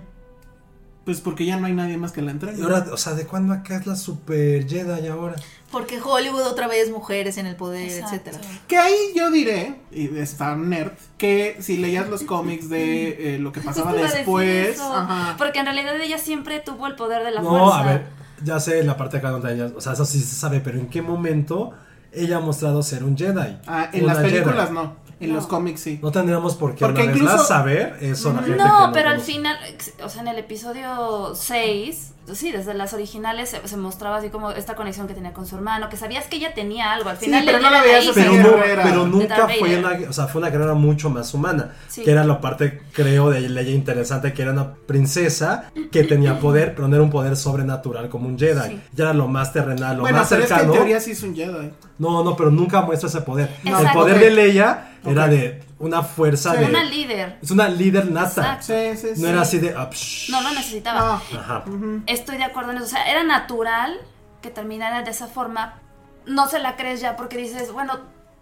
Speaker 3: Pues porque ya no hay nadie más que la entregue.
Speaker 2: Y ahora, o sea, ¿de cuándo acá es la super Jedi ahora?
Speaker 4: Porque Hollywood otra vez mujeres en el poder,
Speaker 6: Exacto.
Speaker 4: etcétera.
Speaker 3: Que ahí yo diré, y de Star Nerd, que si leías los cómics de eh, lo que pasaba
Speaker 6: Justo iba a decir
Speaker 3: después.
Speaker 6: eso,
Speaker 3: Ajá.
Speaker 6: Porque en realidad ella siempre tuvo el poder de la
Speaker 2: No,
Speaker 6: fuerza.
Speaker 2: a ver, ya sé la parte acá donde ella, o sea, eso sí se sabe, pero ¿en qué momento ella ha mostrado ser un Jedi?
Speaker 3: Ah, en
Speaker 2: Una
Speaker 3: las películas
Speaker 2: Jedi.
Speaker 3: no. En los cómics sí.
Speaker 2: No tendríamos por qué
Speaker 3: Porque
Speaker 2: una vez
Speaker 3: incluso-
Speaker 2: más saber eso la gente que
Speaker 6: No, pero al
Speaker 2: conoce.
Speaker 6: final, ex- o sea, en el episodio 6, sí, desde las originales se, se mostraba así como esta conexión que tenía con su hermano, que sabías que ella tenía algo, al
Speaker 3: Sí,
Speaker 6: final
Speaker 3: pero
Speaker 6: le
Speaker 3: no la
Speaker 6: dieron
Speaker 3: veías
Speaker 6: ahí,
Speaker 3: así
Speaker 2: pero,
Speaker 6: pero-
Speaker 2: no-
Speaker 3: guerrera.
Speaker 2: pero nunca
Speaker 6: Darth
Speaker 2: fue
Speaker 6: Vader.
Speaker 2: una, o sea, fue una guerrera mucho más humana,
Speaker 6: Sí.
Speaker 2: que era la parte, creo, de Leia interesante, que era una princesa que tenía poder, pero no era un poder sobrenatural como un Jedi, ya era lo más terrenal, lo
Speaker 3: Bueno,
Speaker 2: más
Speaker 3: pero es que en
Speaker 2: cercano.
Speaker 3: teoría sí es un Jedi.
Speaker 2: No, no, pero nunca muestra ese poder.
Speaker 6: No,
Speaker 2: El
Speaker 6: Exacto.
Speaker 2: poder
Speaker 3: ok.
Speaker 2: de Leia era
Speaker 3: Ok.
Speaker 2: de una fuerza
Speaker 3: Sí.
Speaker 2: de...
Speaker 6: Una líder.
Speaker 2: es una líder nata.
Speaker 6: Exacto.
Speaker 3: Sí, sí, sí.
Speaker 2: No era así de... ah, psh.
Speaker 6: No lo necesitaba.
Speaker 2: Ah,
Speaker 3: No.
Speaker 2: Ajá.
Speaker 6: Estoy de acuerdo en eso. O sea, era natural que terminara de esa forma. No se la crees ya porque dices, bueno,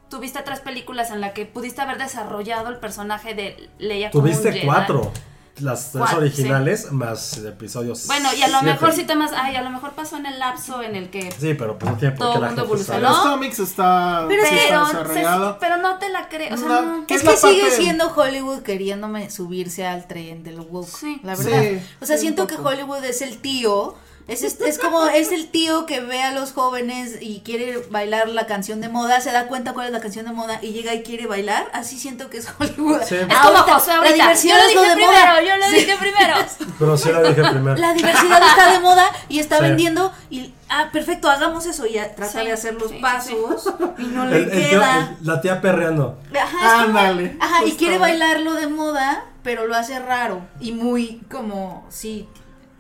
Speaker 6: tuviste tres películas en la que pudiste haber desarrollado el personaje de Leia como un
Speaker 2: Tuviste
Speaker 6: Jedi.
Speaker 2: cuatro. Las tres
Speaker 6: Cuatro,
Speaker 2: originales más episodios.
Speaker 6: Bueno, y a lo mejor si
Speaker 2: sí.
Speaker 6: tomas, ay, a lo mejor pasó en el lapso en el que...
Speaker 2: Sí, pero pues no tiene por
Speaker 6: Todo
Speaker 2: qué la gente
Speaker 6: mundo
Speaker 3: En
Speaker 6: evolucionó.
Speaker 2: saber.
Speaker 3: los
Speaker 6: ¿No?
Speaker 3: cómics está,
Speaker 6: Pero,
Speaker 3: sí está
Speaker 6: se-
Speaker 3: desarrollado.
Speaker 6: pero no te la crees, o sea,
Speaker 3: No,
Speaker 6: no.
Speaker 3: ¿qué
Speaker 4: Es
Speaker 3: Es la
Speaker 4: que sigue
Speaker 3: parte-
Speaker 4: siendo Hollywood queriéndome subirse al tren del woke,
Speaker 6: Sí.
Speaker 4: la
Speaker 3: Sí,
Speaker 4: verdad. o sea,
Speaker 3: sí,
Speaker 4: siento
Speaker 3: un
Speaker 4: que
Speaker 3: poco.
Speaker 4: Hollywood es el tío, es, es, es como es el tío que ve a los jóvenes y quiere bailar la canción de moda, se da cuenta cuál es la canción de moda y llega y quiere bailar, así siento que es Hollywood.
Speaker 2: Sí.
Speaker 6: Es como José ahorita.
Speaker 4: la diversión
Speaker 6: yo lo
Speaker 4: es lo
Speaker 6: dije
Speaker 4: de
Speaker 6: primero,
Speaker 4: moda.
Speaker 6: yo lo
Speaker 4: Sí.
Speaker 6: dije primero.
Speaker 2: Pero sí la dije primero.
Speaker 4: La diversidad está de moda y está
Speaker 2: Sí.
Speaker 4: vendiendo y ah, perfecto, hagamos eso y ya trata
Speaker 6: Sí,
Speaker 4: de hacer los
Speaker 6: sí, sí,
Speaker 4: pasos y no le
Speaker 2: El- el tío-
Speaker 4: queda.
Speaker 2: el- la tía perreando.
Speaker 4: Ajá, es como-
Speaker 3: Ándale,
Speaker 4: ajá, y
Speaker 3: justo.
Speaker 4: quiere bailarlo de moda, pero lo hace raro y muy como, sí,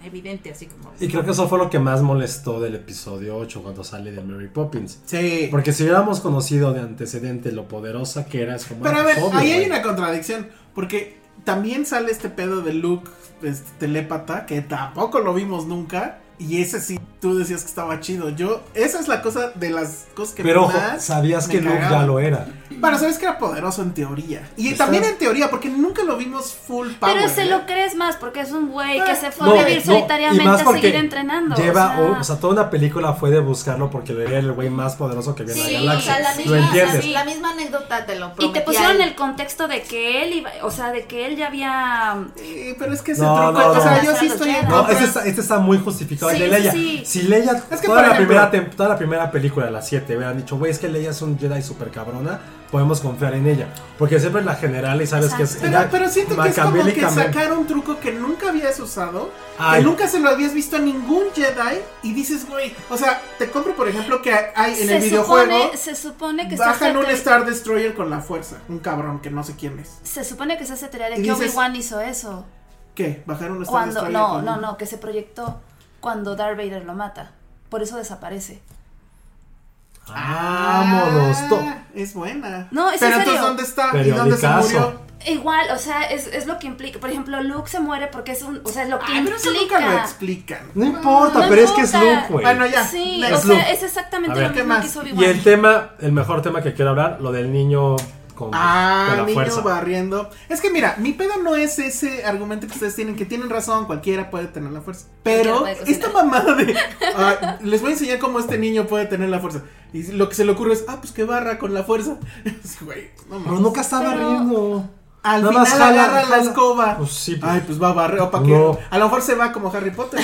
Speaker 4: evidente, así como.
Speaker 2: Y creo que eso fue lo que más molestó del episodio 8 cuando sale de Mary Poppins.
Speaker 3: Sí.
Speaker 2: Porque si hubiéramos conocido de antecedente lo poderosa que era, es como.
Speaker 3: Pero a
Speaker 2: ah,
Speaker 3: ver,
Speaker 2: pues, obvio,
Speaker 3: ahí hay
Speaker 2: güey.
Speaker 3: una contradicción. Porque también sale este pedo de Luke este, telépata, que tampoco lo vimos nunca. Y ese sí, tú decías que estaba chido. Yo, esa es la cosa de las cosas que
Speaker 2: Pero ojo,
Speaker 3: más
Speaker 2: sabías
Speaker 3: me
Speaker 2: que Luke
Speaker 3: cagaban.
Speaker 2: ya lo era.
Speaker 3: Bueno, sabes que era poderoso en teoría. Y
Speaker 2: Está-
Speaker 3: también en teoría, porque nunca lo vimos full power.
Speaker 6: Pero se
Speaker 3: ¿eh?
Speaker 6: lo crees más porque es un güey que se fue
Speaker 2: No,
Speaker 6: a vivir
Speaker 2: no, y
Speaker 6: solitariamente
Speaker 2: más
Speaker 6: a
Speaker 2: porque
Speaker 6: seguir entrenando.
Speaker 2: Lleva,
Speaker 6: o sea,
Speaker 2: un- o sea, toda una película fue de buscarlo porque era el güey más poderoso que había en la
Speaker 4: Sí, o
Speaker 2: galaxia.
Speaker 4: sea, la
Speaker 2: Lo
Speaker 4: misma,
Speaker 2: entiendes.
Speaker 4: la misma anécdota te lo
Speaker 6: y te
Speaker 4: prometía
Speaker 6: pusieron
Speaker 4: él.
Speaker 6: el contexto de que él iba, o sea, de que él ya había
Speaker 3: Sí, pero es que ese
Speaker 2: No,
Speaker 3: truco.
Speaker 2: no,
Speaker 3: o sea,
Speaker 2: no.
Speaker 3: yo sí estoy en
Speaker 6: No,
Speaker 2: No,
Speaker 3: contra.
Speaker 2: este está, este está muy justificado. el
Speaker 6: Sí,
Speaker 2: de Leia.
Speaker 6: sí, sí.
Speaker 2: Si Leia,
Speaker 3: Es que,
Speaker 2: toda,
Speaker 3: por
Speaker 2: la
Speaker 3: ejemplo-
Speaker 2: primera, tem- toda la primera película, las 7, hubieran dicho, güey, es que Leia es un Jedi super cabrona, podemos confiar en ella. Porque siempre es la general y sabes que es.
Speaker 3: Pero,
Speaker 2: ella
Speaker 3: pero siento que es como que
Speaker 2: maquiavélicamente-
Speaker 3: sacar un truco que nunca habías usado,
Speaker 2: Ay.
Speaker 3: que nunca se lo habías visto a ningún Jedi, y dices, güey, o sea, te compro, por ejemplo, que hay en
Speaker 6: se
Speaker 3: el videojuego,
Speaker 6: supone, se supone que está
Speaker 3: bajan
Speaker 6: esta
Speaker 3: un
Speaker 6: teoría-
Speaker 3: Star Destroyer con la fuerza, un cabrón que no sé quién es.
Speaker 6: se supone que se hace teoría de
Speaker 3: Y
Speaker 6: que
Speaker 3: dices-
Speaker 6: Obi-Wan hizo eso.
Speaker 3: ¿Qué? ¿Bajar un Star
Speaker 6: Cuando
Speaker 3: Destroyer?
Speaker 6: no,
Speaker 3: con-
Speaker 6: no, no, que se proyectó cuando Darth Vader lo mata. Por eso desaparece.
Speaker 2: Vámonos, to-
Speaker 3: Ah, es buena.
Speaker 6: No, es en
Speaker 3: Pero entonces,
Speaker 6: serio.
Speaker 3: ¿dónde está? ¿Y dónde se
Speaker 2: Periodicazo.
Speaker 3: murió?
Speaker 6: Igual, o sea, es, es lo que implica. Por ejemplo, Luke se muere porque es un. O sea, es lo que
Speaker 3: Ay, pero eso nunca lo
Speaker 6: implica.
Speaker 3: explican.
Speaker 2: No importa,
Speaker 6: No
Speaker 2: pero es que es
Speaker 6: importa.
Speaker 2: Luke, güey.
Speaker 3: Bueno, ya.
Speaker 6: Sí,
Speaker 3: next.
Speaker 6: o
Speaker 2: Es
Speaker 6: sea,
Speaker 2: Luke.
Speaker 6: es
Speaker 2: A
Speaker 6: exactamente
Speaker 2: ver,
Speaker 6: lo
Speaker 3: ¿qué
Speaker 6: mismo
Speaker 3: más?
Speaker 6: que hizo
Speaker 2: Y el
Speaker 6: Obi-Wan.
Speaker 2: tema, el mejor tema que quiero hablar, lo del niño con,
Speaker 3: Ah,
Speaker 2: con la
Speaker 3: niño
Speaker 2: fuerza.
Speaker 3: barriendo. Es que mira, mi pedo no es ese argumento que ustedes tienen, que tienen razón, cualquiera puede tener la fuerza.
Speaker 6: Cualquiera
Speaker 3: Pero
Speaker 6: puede cocinar.
Speaker 3: esta mamada de. ah, les voy a enseñar cómo este niño puede tener la fuerza. Y lo que se le ocurre es, ah, pues que barra con la fuerza. Es, Güey, no mames.
Speaker 2: Pero nunca estaba riendo.
Speaker 3: Al
Speaker 2: Nada
Speaker 3: final
Speaker 2: más jala,
Speaker 3: agarra la
Speaker 2: jala.
Speaker 3: escoba.
Speaker 2: Pues sí, pues.
Speaker 3: Ay, pues va a barrer. o pa'
Speaker 2: No.
Speaker 3: que- A lo mejor se va como Harry Potter.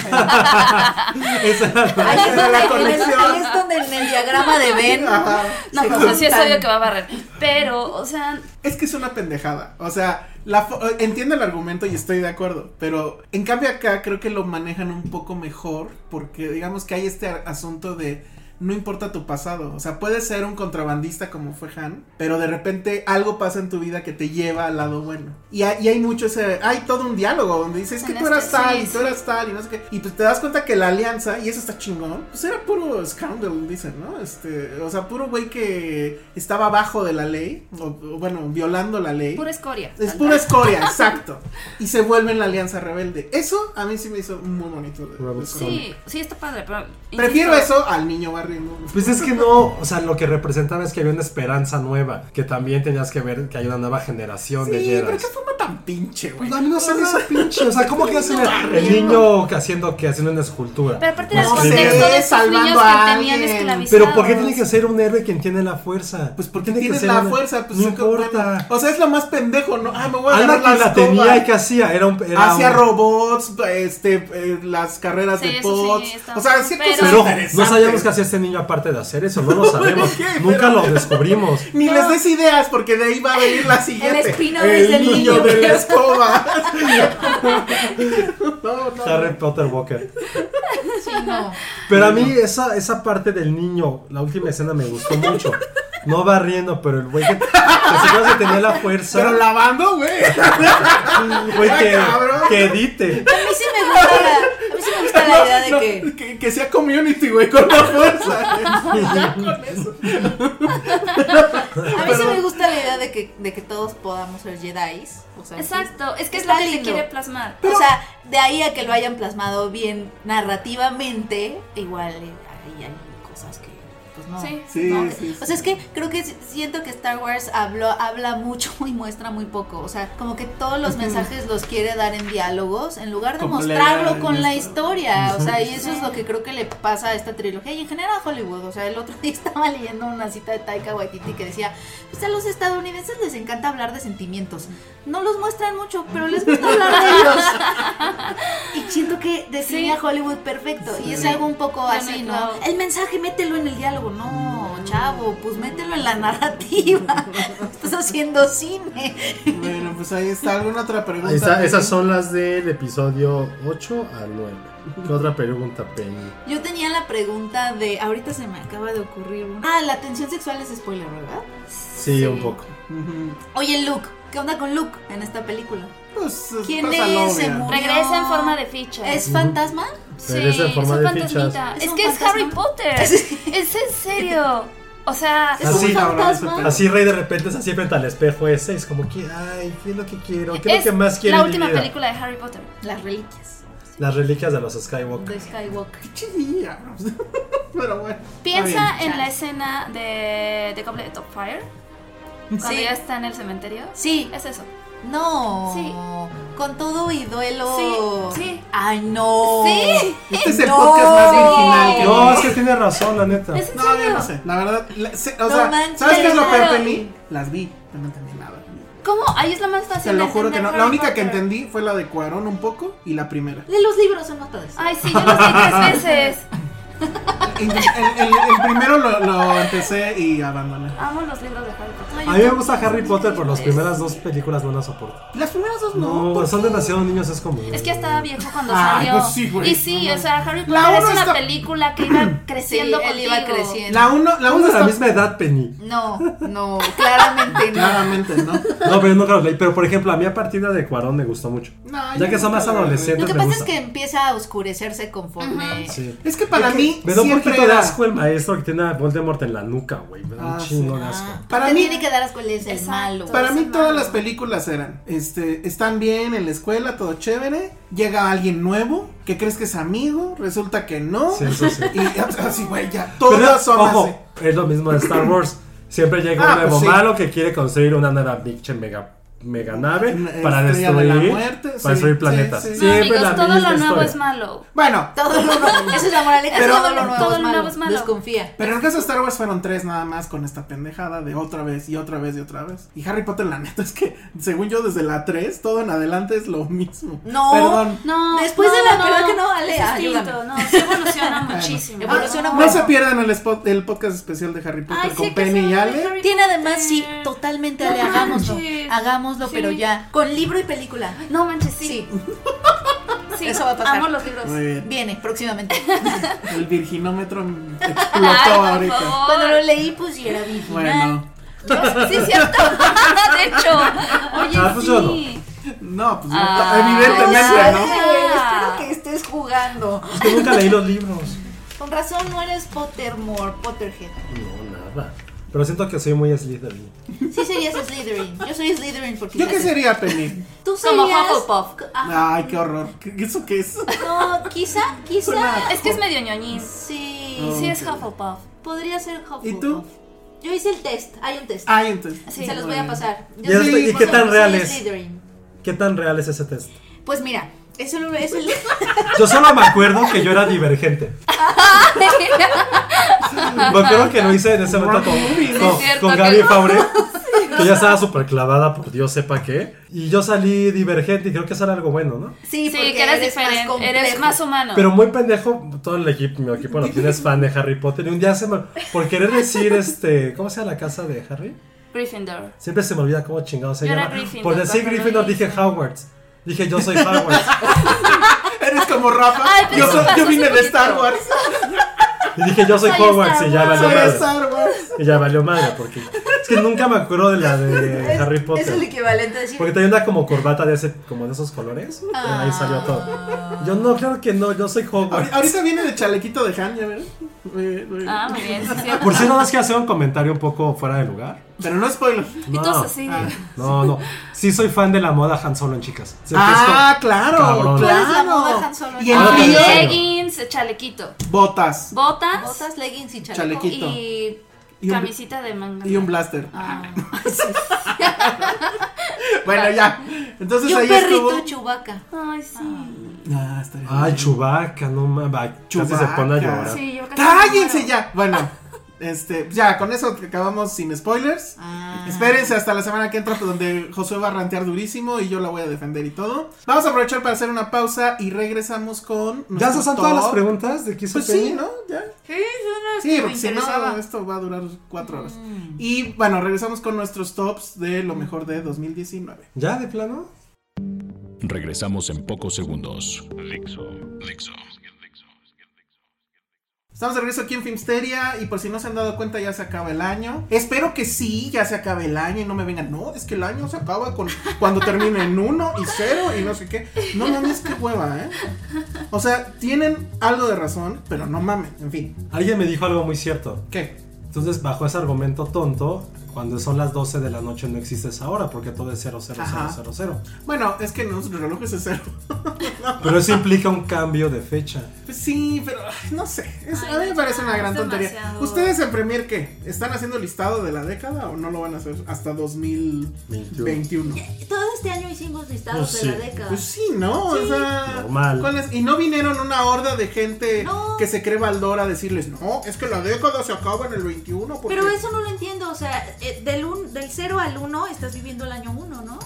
Speaker 2: Esa era la-
Speaker 4: Ahí es,
Speaker 3: Era la
Speaker 4: donde,
Speaker 3: conexión.
Speaker 4: ahí es donde en el diagrama de Ben.
Speaker 3: Ajá.
Speaker 6: No,
Speaker 4: se
Speaker 6: pues así es
Speaker 4: juntan.
Speaker 6: obvio que va a barrer. Pero, o sea,
Speaker 3: Es que es una pendejada. O sea, la fo- eh, entiendo el argumento y estoy de acuerdo. Pero en cambio acá creo que lo manejan un poco mejor. Porque digamos que hay este a- asunto de. no importa tu pasado. O sea, puedes ser un contrabandista como fue Han, pero de repente algo pasa en tu vida que te lleva al lado bueno. Y, hay- y hay mucho ese. Hay todo un diálogo donde dices, es que
Speaker 6: En
Speaker 3: tú
Speaker 6: este-
Speaker 3: eras tal
Speaker 6: sí,
Speaker 3: y tú
Speaker 6: sí.
Speaker 3: eras tal y no sé qué. Y pues te das cuenta que la alianza, y eso está chingón, pues era puro scoundrel, dicen, ¿no? Este, o sea, puro güey que estaba abajo de la ley, o, o bueno, violando la ley.
Speaker 6: Pura escoria.
Speaker 3: Es pura escoria, exacto. Y se vuelve en la alianza rebelde. Eso a mí sí me hizo muy bonito. de- de
Speaker 2: Robert
Speaker 3: Scott.
Speaker 6: Sí, sí, está padre, pero.
Speaker 3: Prefiero
Speaker 6: insisto,
Speaker 3: eso al niño barriendo.
Speaker 2: Pues es que no, o sea, lo que representaba es que había una esperanza nueva, que también tenías que ver que hay una nueva generación de
Speaker 3: Sí,
Speaker 2: Jedi.
Speaker 3: pero qué forma tan pinche, güey.
Speaker 2: Pues a mí no se me hizo pinche, o sea, ¿cómo que hace el niño que haciendo, que haciendo una escultura?
Speaker 6: Pero aparte del
Speaker 2: No sé.
Speaker 6: contexto de estos
Speaker 3: Salvando
Speaker 6: niños
Speaker 3: a
Speaker 6: que tenían
Speaker 3: alguien.
Speaker 6: esclavizados.
Speaker 2: Pero ¿por qué tiene que ser un héroe quien tiene la fuerza?
Speaker 3: Pues
Speaker 2: ¿Por
Speaker 3: porque
Speaker 2: qué tiene
Speaker 3: tienes
Speaker 2: ser
Speaker 3: la
Speaker 2: un-
Speaker 3: fuerza, pues
Speaker 2: no
Speaker 3: es como-
Speaker 2: importa.
Speaker 3: O sea, es lo más pendejo, ¿no? Ah, me voy a
Speaker 2: Alma
Speaker 3: agarrar
Speaker 2: que la
Speaker 3: escoba.
Speaker 2: tenía y que hacía, era un... Era
Speaker 3: Hacía
Speaker 2: un-
Speaker 3: robots, este, eh, las carreras
Speaker 6: Sí,
Speaker 3: de
Speaker 6: eso sí,
Speaker 3: pods.
Speaker 6: está-
Speaker 3: o sea, sí,
Speaker 6: pero-
Speaker 3: cosas
Speaker 2: Pero ojo, no
Speaker 3: interesantes.
Speaker 2: sabíamos qué hacía este niño aparte de hacer eso, no lo sabemos,
Speaker 3: ¿Qué? Pero-
Speaker 2: nunca lo descubrimos.
Speaker 3: Ni les des ideas porque de ahí va a venir la siguiente.
Speaker 4: spin-off es del niño.
Speaker 3: de la escoba. no, no.
Speaker 2: Harry Potter Walker.
Speaker 4: Sí, no.
Speaker 2: Pero a mí esa, esa parte del niño, la última escena me gustó mucho. No va riendo, pero el güey que, que se supone que tenía la fuerza.
Speaker 3: Pero lavando, güey.
Speaker 2: güey que,
Speaker 3: Ah, cabrón.
Speaker 2: que edite.
Speaker 4: A mí sí me gusta la, a mí sí me gusta la idea de
Speaker 3: No,
Speaker 4: que.
Speaker 3: que, que sea community, güey, con la fuerza.
Speaker 4: A mí sí me gusta la idea de que, de que todos podamos ser Jedi. O sea,
Speaker 6: Exacto, es que es
Speaker 4: Está
Speaker 6: lo que se
Speaker 4: lindo.
Speaker 6: quiere plasmar.
Speaker 4: O sea, de ahí a que lo hayan plasmado bien narrativamente, igual eh, ahí hay cosas que pues no.
Speaker 6: Sí.
Speaker 3: Sí,
Speaker 4: ¿no?
Speaker 3: sí, sí.
Speaker 4: O sea, es que creo que si- siento que Star Wars habló, habla mucho y muestra muy poco. O sea, como que todos los mensajes los quiere dar en diálogos en lugar de
Speaker 3: Con
Speaker 4: mostrarlo
Speaker 3: plena-
Speaker 4: con la historia. O sea, y eso es lo que creo que le pasa a esta trilogía y en general a Hollywood. O sea, el otro día estaba leyendo una cita de Taika Waititi que decía, pues a los estadounidenses les encanta hablar de sentimientos. No los muestran mucho, pero les gusta hablar de ellos. Y siento que define a Hollywood perfecto. Y es algo un poco así, ¿no?
Speaker 6: no.
Speaker 4: El mensaje, mételo en el diálogo. No, chavo, pues mételo en la narrativa. Estás haciendo cine.
Speaker 3: bueno, pues ahí está. ¿Alguna otra pregunta?
Speaker 7: Esa- esas son las del episodio 8 al 9. ¿Qué otra pregunta, Penny?
Speaker 4: Yo tenía la pregunta de. Ahorita se me acaba de ocurrir una. Ah, la tensión sexual es spoiler, ¿verdad?
Speaker 7: Sí, un poco.
Speaker 3: Ujú.
Speaker 4: Oye, Luke. ¿Qué onda con Luke en esta película?
Speaker 3: Pues,
Speaker 4: ¿Quién
Speaker 3: cosa
Speaker 4: es?
Speaker 3: novia.
Speaker 4: Se murió.
Speaker 6: Regresa en forma de ficha.
Speaker 4: ¿Es fantasma?
Speaker 7: Regresa en forma
Speaker 6: es un
Speaker 7: de fichas.
Speaker 6: fantasmita.
Speaker 4: Es
Speaker 6: Es
Speaker 4: un
Speaker 6: que es
Speaker 4: fantasma.
Speaker 6: Harry Potter. Es
Speaker 4: Sí.
Speaker 6: en serio. O sea,
Speaker 4: Es un
Speaker 2: Así,
Speaker 4: fantasma.
Speaker 2: Así Rey de repente se así frente al espejo ese, y es como que, ay, ¿qué es lo que quiero? ¿Qué es,
Speaker 6: es
Speaker 2: lo que más quiero
Speaker 6: la
Speaker 2: en mi
Speaker 6: última
Speaker 2: vida?
Speaker 6: película de Harry Potter.
Speaker 4: Las reliquias
Speaker 2: Las reliquias de los Skywalker.
Speaker 4: de Skywalker.
Speaker 3: Chidilla. Pero bueno.
Speaker 6: Piensa
Speaker 3: está
Speaker 6: Ah, en la escena de The Goblet of Fire. Cuando
Speaker 4: Sí.
Speaker 6: ya está en el cementerio.
Speaker 4: Sí,
Speaker 6: Es eso.
Speaker 4: No.
Speaker 6: Sí.
Speaker 4: Con todo y duelo.
Speaker 6: Sí, sí.
Speaker 4: Ay, no.
Speaker 6: Sí.
Speaker 3: Este es el
Speaker 4: No.
Speaker 3: podcast más virginal que
Speaker 2: No, es que tiene razón, la neta.
Speaker 6: Es en
Speaker 3: No,
Speaker 6: serio.
Speaker 3: yo no sé. La verdad, la- se- o
Speaker 4: No
Speaker 3: sea,
Speaker 4: manches.
Speaker 3: ¿sabes qué es lo peor
Speaker 6: Claro.
Speaker 3: de mí? Las vi, pero no entendí nada.
Speaker 6: ¿Cómo? Ahí es la más fácil.
Speaker 3: Te
Speaker 6: de
Speaker 3: lo juro que
Speaker 6: entender
Speaker 3: no. La
Speaker 6: Harry
Speaker 3: única que
Speaker 6: Potter.
Speaker 3: entendí fue la de Cuarón un poco y la primera.
Speaker 4: De los libros son más padres.
Speaker 6: Ay, sí, yo lo sé tres veces.
Speaker 3: El, el- el- el primero lo, lo empecé y abandoné.
Speaker 6: Amo los libros de Harry Potter.
Speaker 2: A mí me gusta Harry Potter, pero las primeras dos películas no las soporto.
Speaker 3: Las primeras dos no. pues,
Speaker 2: No,
Speaker 3: ¿por
Speaker 2: son
Speaker 3: qué?
Speaker 2: demasiado niños, es como...
Speaker 6: Es que ya estaba viejo cuando
Speaker 3: Ay,
Speaker 6: salió.
Speaker 3: pues sí, güey.
Speaker 6: y sí, o sea, Harry
Speaker 3: La
Speaker 6: Potter es
Speaker 3: uno
Speaker 6: una
Speaker 3: está-
Speaker 6: película que iba
Speaker 4: Sí,
Speaker 6: creciendo
Speaker 4: él iba
Speaker 6: contigo.
Speaker 4: creciendo.
Speaker 3: La uno, la
Speaker 2: Estamos
Speaker 3: uno
Speaker 2: de la
Speaker 3: está-
Speaker 2: misma edad, Penny.
Speaker 4: No, no, claramente no.
Speaker 3: Claramente, ¿no?
Speaker 2: No, pero yo nunca los leí. Pero por ejemplo, a mí a partir de Cuarón me gustó mucho.
Speaker 3: No, yo
Speaker 2: ya que son más
Speaker 3: nunca lo leí.
Speaker 4: Lo
Speaker 2: adolescentes,
Speaker 4: que
Speaker 2: me
Speaker 4: pasa es
Speaker 2: gusta.
Speaker 4: que empieza a oscurecerse conforme.
Speaker 2: Sí.
Speaker 3: Es que para mí
Speaker 2: Me da un
Speaker 3: siempre
Speaker 2: poquito de
Speaker 3: era...
Speaker 2: asco el maestro que tiene a Voldemort en la nuca, güey. Me da
Speaker 3: Ah,
Speaker 2: un
Speaker 3: sí.
Speaker 2: chingo de asco.
Speaker 3: Para
Speaker 4: Te
Speaker 3: mí,
Speaker 4: tiene que dar asco, él es el
Speaker 6: Exacto.
Speaker 4: malo.
Speaker 3: para
Speaker 6: Todas
Speaker 3: mí
Speaker 6: son
Speaker 3: todas
Speaker 6: malas.
Speaker 3: las películas eran, este, están bien en la escuela, todo chévere, llega alguien nuevo, que crees que es amigo, resulta que no,
Speaker 2: Sí, eso sí.
Speaker 3: y así, güey, ya,
Speaker 2: Pero,
Speaker 3: todas son así.
Speaker 2: ojo, es lo mismo de Star Wars. Siempre llega un
Speaker 3: Ah,
Speaker 2: nuevo
Speaker 3: pues sí.
Speaker 2: malo que quiere construir una nueva pinche mega, mega nave
Speaker 3: Una estrella
Speaker 2: para
Speaker 3: de la
Speaker 2: destruir,
Speaker 3: muerte, sí,
Speaker 2: para destruir
Speaker 3: sí,
Speaker 2: planetas.
Speaker 3: sí. No,
Speaker 6: No,
Speaker 2: Siempre
Speaker 6: amigos,
Speaker 2: la
Speaker 6: todo lo
Speaker 2: misma
Speaker 6: nuevo
Speaker 2: historia.
Speaker 6: es malo.
Speaker 3: Bueno,
Speaker 4: Todo lo nuevo. Esa es la moraleja.
Speaker 3: Pero-
Speaker 4: todo lo nuevo
Speaker 6: todo
Speaker 4: es
Speaker 6: lo
Speaker 4: malo.
Speaker 6: nuevo es malo.
Speaker 4: Desconfía.
Speaker 3: pero en el caso de Star Wars fueron tres nada más con esta pendejada de otra vez y otra vez y otra vez. Y Harry Potter, la neta, es que según yo, desde la 3, todo en adelante es lo mismo.
Speaker 4: No.
Speaker 3: Perdón.
Speaker 6: No,
Speaker 4: Después
Speaker 6: no,
Speaker 4: de la-
Speaker 6: no,
Speaker 4: ¿verdad que no, Ale?
Speaker 6: Es
Speaker 4: Ayúdame.
Speaker 6: distinto, no, se evoluciona muchísimo.
Speaker 4: Evoluciona
Speaker 6: No.
Speaker 3: No se pierdan el, spot- el podcast especial de Harry Potter
Speaker 6: Ay,
Speaker 3: con
Speaker 6: sí, que
Speaker 3: Penny
Speaker 6: sí,
Speaker 3: y
Speaker 6: de
Speaker 3: Ale.
Speaker 6: Harry
Speaker 4: Tiene además, sí,
Speaker 6: Potter.
Speaker 4: totalmente,
Speaker 6: No
Speaker 4: Ale, hagámoslo.
Speaker 6: manches.
Speaker 4: Hagámoslo, pero
Speaker 6: Sí.
Speaker 4: ya. Con libro y película.
Speaker 6: No manches, sí. Sí, sí,
Speaker 4: Eso va a pasar.
Speaker 6: amo los libros.
Speaker 3: Muy bien.
Speaker 4: Viene próximamente.
Speaker 3: El virginómetro explotó
Speaker 6: Ay, por
Speaker 3: ahorita.
Speaker 6: favor.
Speaker 4: Cuando lo leí, pues yo era virginal.
Speaker 3: Bueno.
Speaker 6: Yo- sí, cierto. de hecho. Oye,
Speaker 2: Ah, pues yo no.
Speaker 6: sí.
Speaker 3: No, pues no,
Speaker 6: Ah.
Speaker 3: evidentemente, ¿no?
Speaker 4: Espero que estés jugando.
Speaker 2: Es que nunca leí los libros.
Speaker 4: Con razón no eres Pottermore, Potterhead.
Speaker 7: No, nada.
Speaker 2: Pero siento que soy muy Slytherin.
Speaker 4: Sí serías Slytherin. Yo soy Slytherin porque...
Speaker 3: ¿Yo qué sería, Penny?
Speaker 4: Tú
Speaker 6: Como
Speaker 4: serías...
Speaker 6: Hufflepuff.
Speaker 4: Ah,
Speaker 3: Ay, qué horror. ¿Qué- ¿Eso qué es?
Speaker 4: no, quizá, quizá...
Speaker 6: Es que es medio ñoñín.
Speaker 4: Sí,
Speaker 6: Sí, es Hufflepuff.
Speaker 4: podría ser Hufflepuff.
Speaker 3: Oh, ¿Y tú?
Speaker 4: Yo hice el test, hay un test.
Speaker 3: Ay, entonces.
Speaker 4: Sí, se los voy a pasar.
Speaker 2: ¿Y esto-
Speaker 4: soy-
Speaker 2: y qué tan
Speaker 4: soy
Speaker 2: real es?
Speaker 4: Slytherin.
Speaker 2: ¿Qué tan real es ese test?
Speaker 4: Pues mira, es el... Es el...
Speaker 2: Yo solo me acuerdo que yo era divergente. Me acuerdo que lo hice en ese momento con, con,
Speaker 6: es cierto
Speaker 2: con
Speaker 6: que
Speaker 2: Gaby
Speaker 6: no.
Speaker 2: Faure, que ya estaba súper
Speaker 7: Clavada por Dios sepa qué.
Speaker 2: Y yo salí divergente y creo que eso era algo bueno, ¿no?
Speaker 6: Sí,
Speaker 4: Sí, porque
Speaker 6: que eres,
Speaker 4: más
Speaker 6: diferente.
Speaker 4: complejo.
Speaker 6: eres más humano.
Speaker 2: Pero muy pendejo, todo el equipo, mi equipo no tiene es fan de Harry Potter. Y un día se me. Por querer decir este. ¿Cómo se llama la casa de Harry?
Speaker 6: Gryffindor.
Speaker 2: Siempre se me olvida cómo chingado se
Speaker 6: Yo era
Speaker 2: llama.
Speaker 6: Gryffindor,
Speaker 2: por decir
Speaker 6: cuando lo
Speaker 2: Gryffindor dije
Speaker 6: hice.
Speaker 2: Hogwarts. Dije yo soy Hogwarts.
Speaker 3: Eres como Rafa.
Speaker 6: Ay, pero
Speaker 3: yo,
Speaker 6: eso
Speaker 3: soy- yo
Speaker 6: pasó hace
Speaker 3: vine de
Speaker 6: poquito.
Speaker 3: Star Wars.
Speaker 2: y dije yo soy
Speaker 6: Soy
Speaker 2: Hogwarts y ya
Speaker 6: Star Wars.
Speaker 2: valió
Speaker 3: Soy
Speaker 2: madre.
Speaker 3: Star Wars.
Speaker 2: Y ya valió madre porque. Es que nunca me acuerdo de la de
Speaker 4: Es-
Speaker 2: Harry
Speaker 4: Es el
Speaker 2: Potter.
Speaker 4: equivalente a decir...
Speaker 2: Porque tenía una como corbata de ese, como de esos colores. Ahí salió todo. Yo no, claro que no, yo soy Hogwarts.
Speaker 3: Ahori- Ahorita viene de chalequito de Han, ya verás. Muy bien, muy bien.
Speaker 6: Ah, muy bien, sí, cierto.
Speaker 2: Por cierto, nada más que hacer un comentario un poco fuera de lugar.
Speaker 3: Pero no spoiler.
Speaker 6: Y todos así.
Speaker 3: Ah.
Speaker 2: No, no. Sí soy fan de la moda Han Solo en chicas. Siempre es
Speaker 3: Ah, claro,
Speaker 2: Cabrón. Ah,
Speaker 4: ¿Cuál es la
Speaker 3: claro.
Speaker 4: moda Han Solo?
Speaker 3: Y en
Speaker 2: Ahora
Speaker 3: frío,
Speaker 2: también.
Speaker 6: Leggings, chalequito.
Speaker 3: botas
Speaker 6: Botas.
Speaker 4: Botas, leggings y chaleco.
Speaker 3: Chalequito.
Speaker 6: Y
Speaker 3: Y un-
Speaker 6: camisita de manga.
Speaker 3: y un blaster.
Speaker 6: Ah.
Speaker 3: Bueno, ya. Entonces
Speaker 4: Y un
Speaker 3: ahí
Speaker 4: perrito
Speaker 3: estuvo.
Speaker 4: Chubaca.
Speaker 6: Ay, sí.
Speaker 3: Ah, está bien.
Speaker 2: como, Ay, Chubaca, no mames. Casi se
Speaker 3: Chewbacca.
Speaker 2: pone a llorar.
Speaker 6: Sí, yo casi
Speaker 3: ¡Cállense
Speaker 6: me
Speaker 3: ya! Bueno, este, ya, con eso acabamos sin spoilers.
Speaker 4: Ah.
Speaker 3: Espérense hasta la semana que entra pues, donde Josué va a rantear durísimo y yo la voy a defender y todo. Vamos a aprovechar para hacer una pausa y regresamos con...
Speaker 2: ¿Ya
Speaker 3: nuestro
Speaker 2: se son todas las
Speaker 3: top.
Speaker 2: preguntas de qué hizo
Speaker 3: Pues sí,
Speaker 2: Penny?
Speaker 3: ¿no? Ya.
Speaker 4: Sí, suena
Speaker 3: Sí, porque si no, esto va a durar cuatro horas. Y bueno, regresamos con nuestros tops de lo mejor de 2019.
Speaker 2: ¿Ya de plano?
Speaker 1: Regresamos en pocos segundos. Dixo. Dixo.
Speaker 3: Estamos de regreso aquí en Filmsteria y por si no se han dado cuenta ya se acaba el año. Espero que sí, ya se acabe el año y no me vengan, no, es que el año se acaba con cuando termine en uno y cero y no sé qué. No mames, qué hueva, ¿eh? O sea, tienen algo de razón, pero no mamen, en fin.
Speaker 2: Alguien me dijo algo muy cierto.
Speaker 3: ¿Qué?
Speaker 2: Entonces, bajo ese argumento tonto, cuando son las 12 de la noche no existe esa hora porque todo es 000000.
Speaker 3: Ajá. Bueno, es que nuestro reloj es de cero.
Speaker 2: Pero eso implica un cambio de fecha.
Speaker 3: Pues sí, pero ay, no sé. Es-
Speaker 6: Ay,
Speaker 3: a mí me
Speaker 6: no,
Speaker 3: parece una
Speaker 6: es
Speaker 3: gran tontería.
Speaker 6: demasiado.
Speaker 3: ¿Ustedes en Premier qué? ¿Están haciendo listado de la década o no lo van a hacer hasta 2021?
Speaker 4: Todo este año hicimos listados
Speaker 2: Pues
Speaker 4: de la
Speaker 2: sí.
Speaker 4: década.
Speaker 3: Pues sí, ¿no? O sea,
Speaker 2: Normal.
Speaker 3: ¿cuál es? Y no vinieron una horda de gente
Speaker 4: No.
Speaker 3: que se cree Valdora a decirles, no, es que la década se acaba en el 21. Porque...
Speaker 4: Pero eso no lo entiendo, o sea, eh, del, un, del 0 al 1 estás viviendo el año 1, ¿no?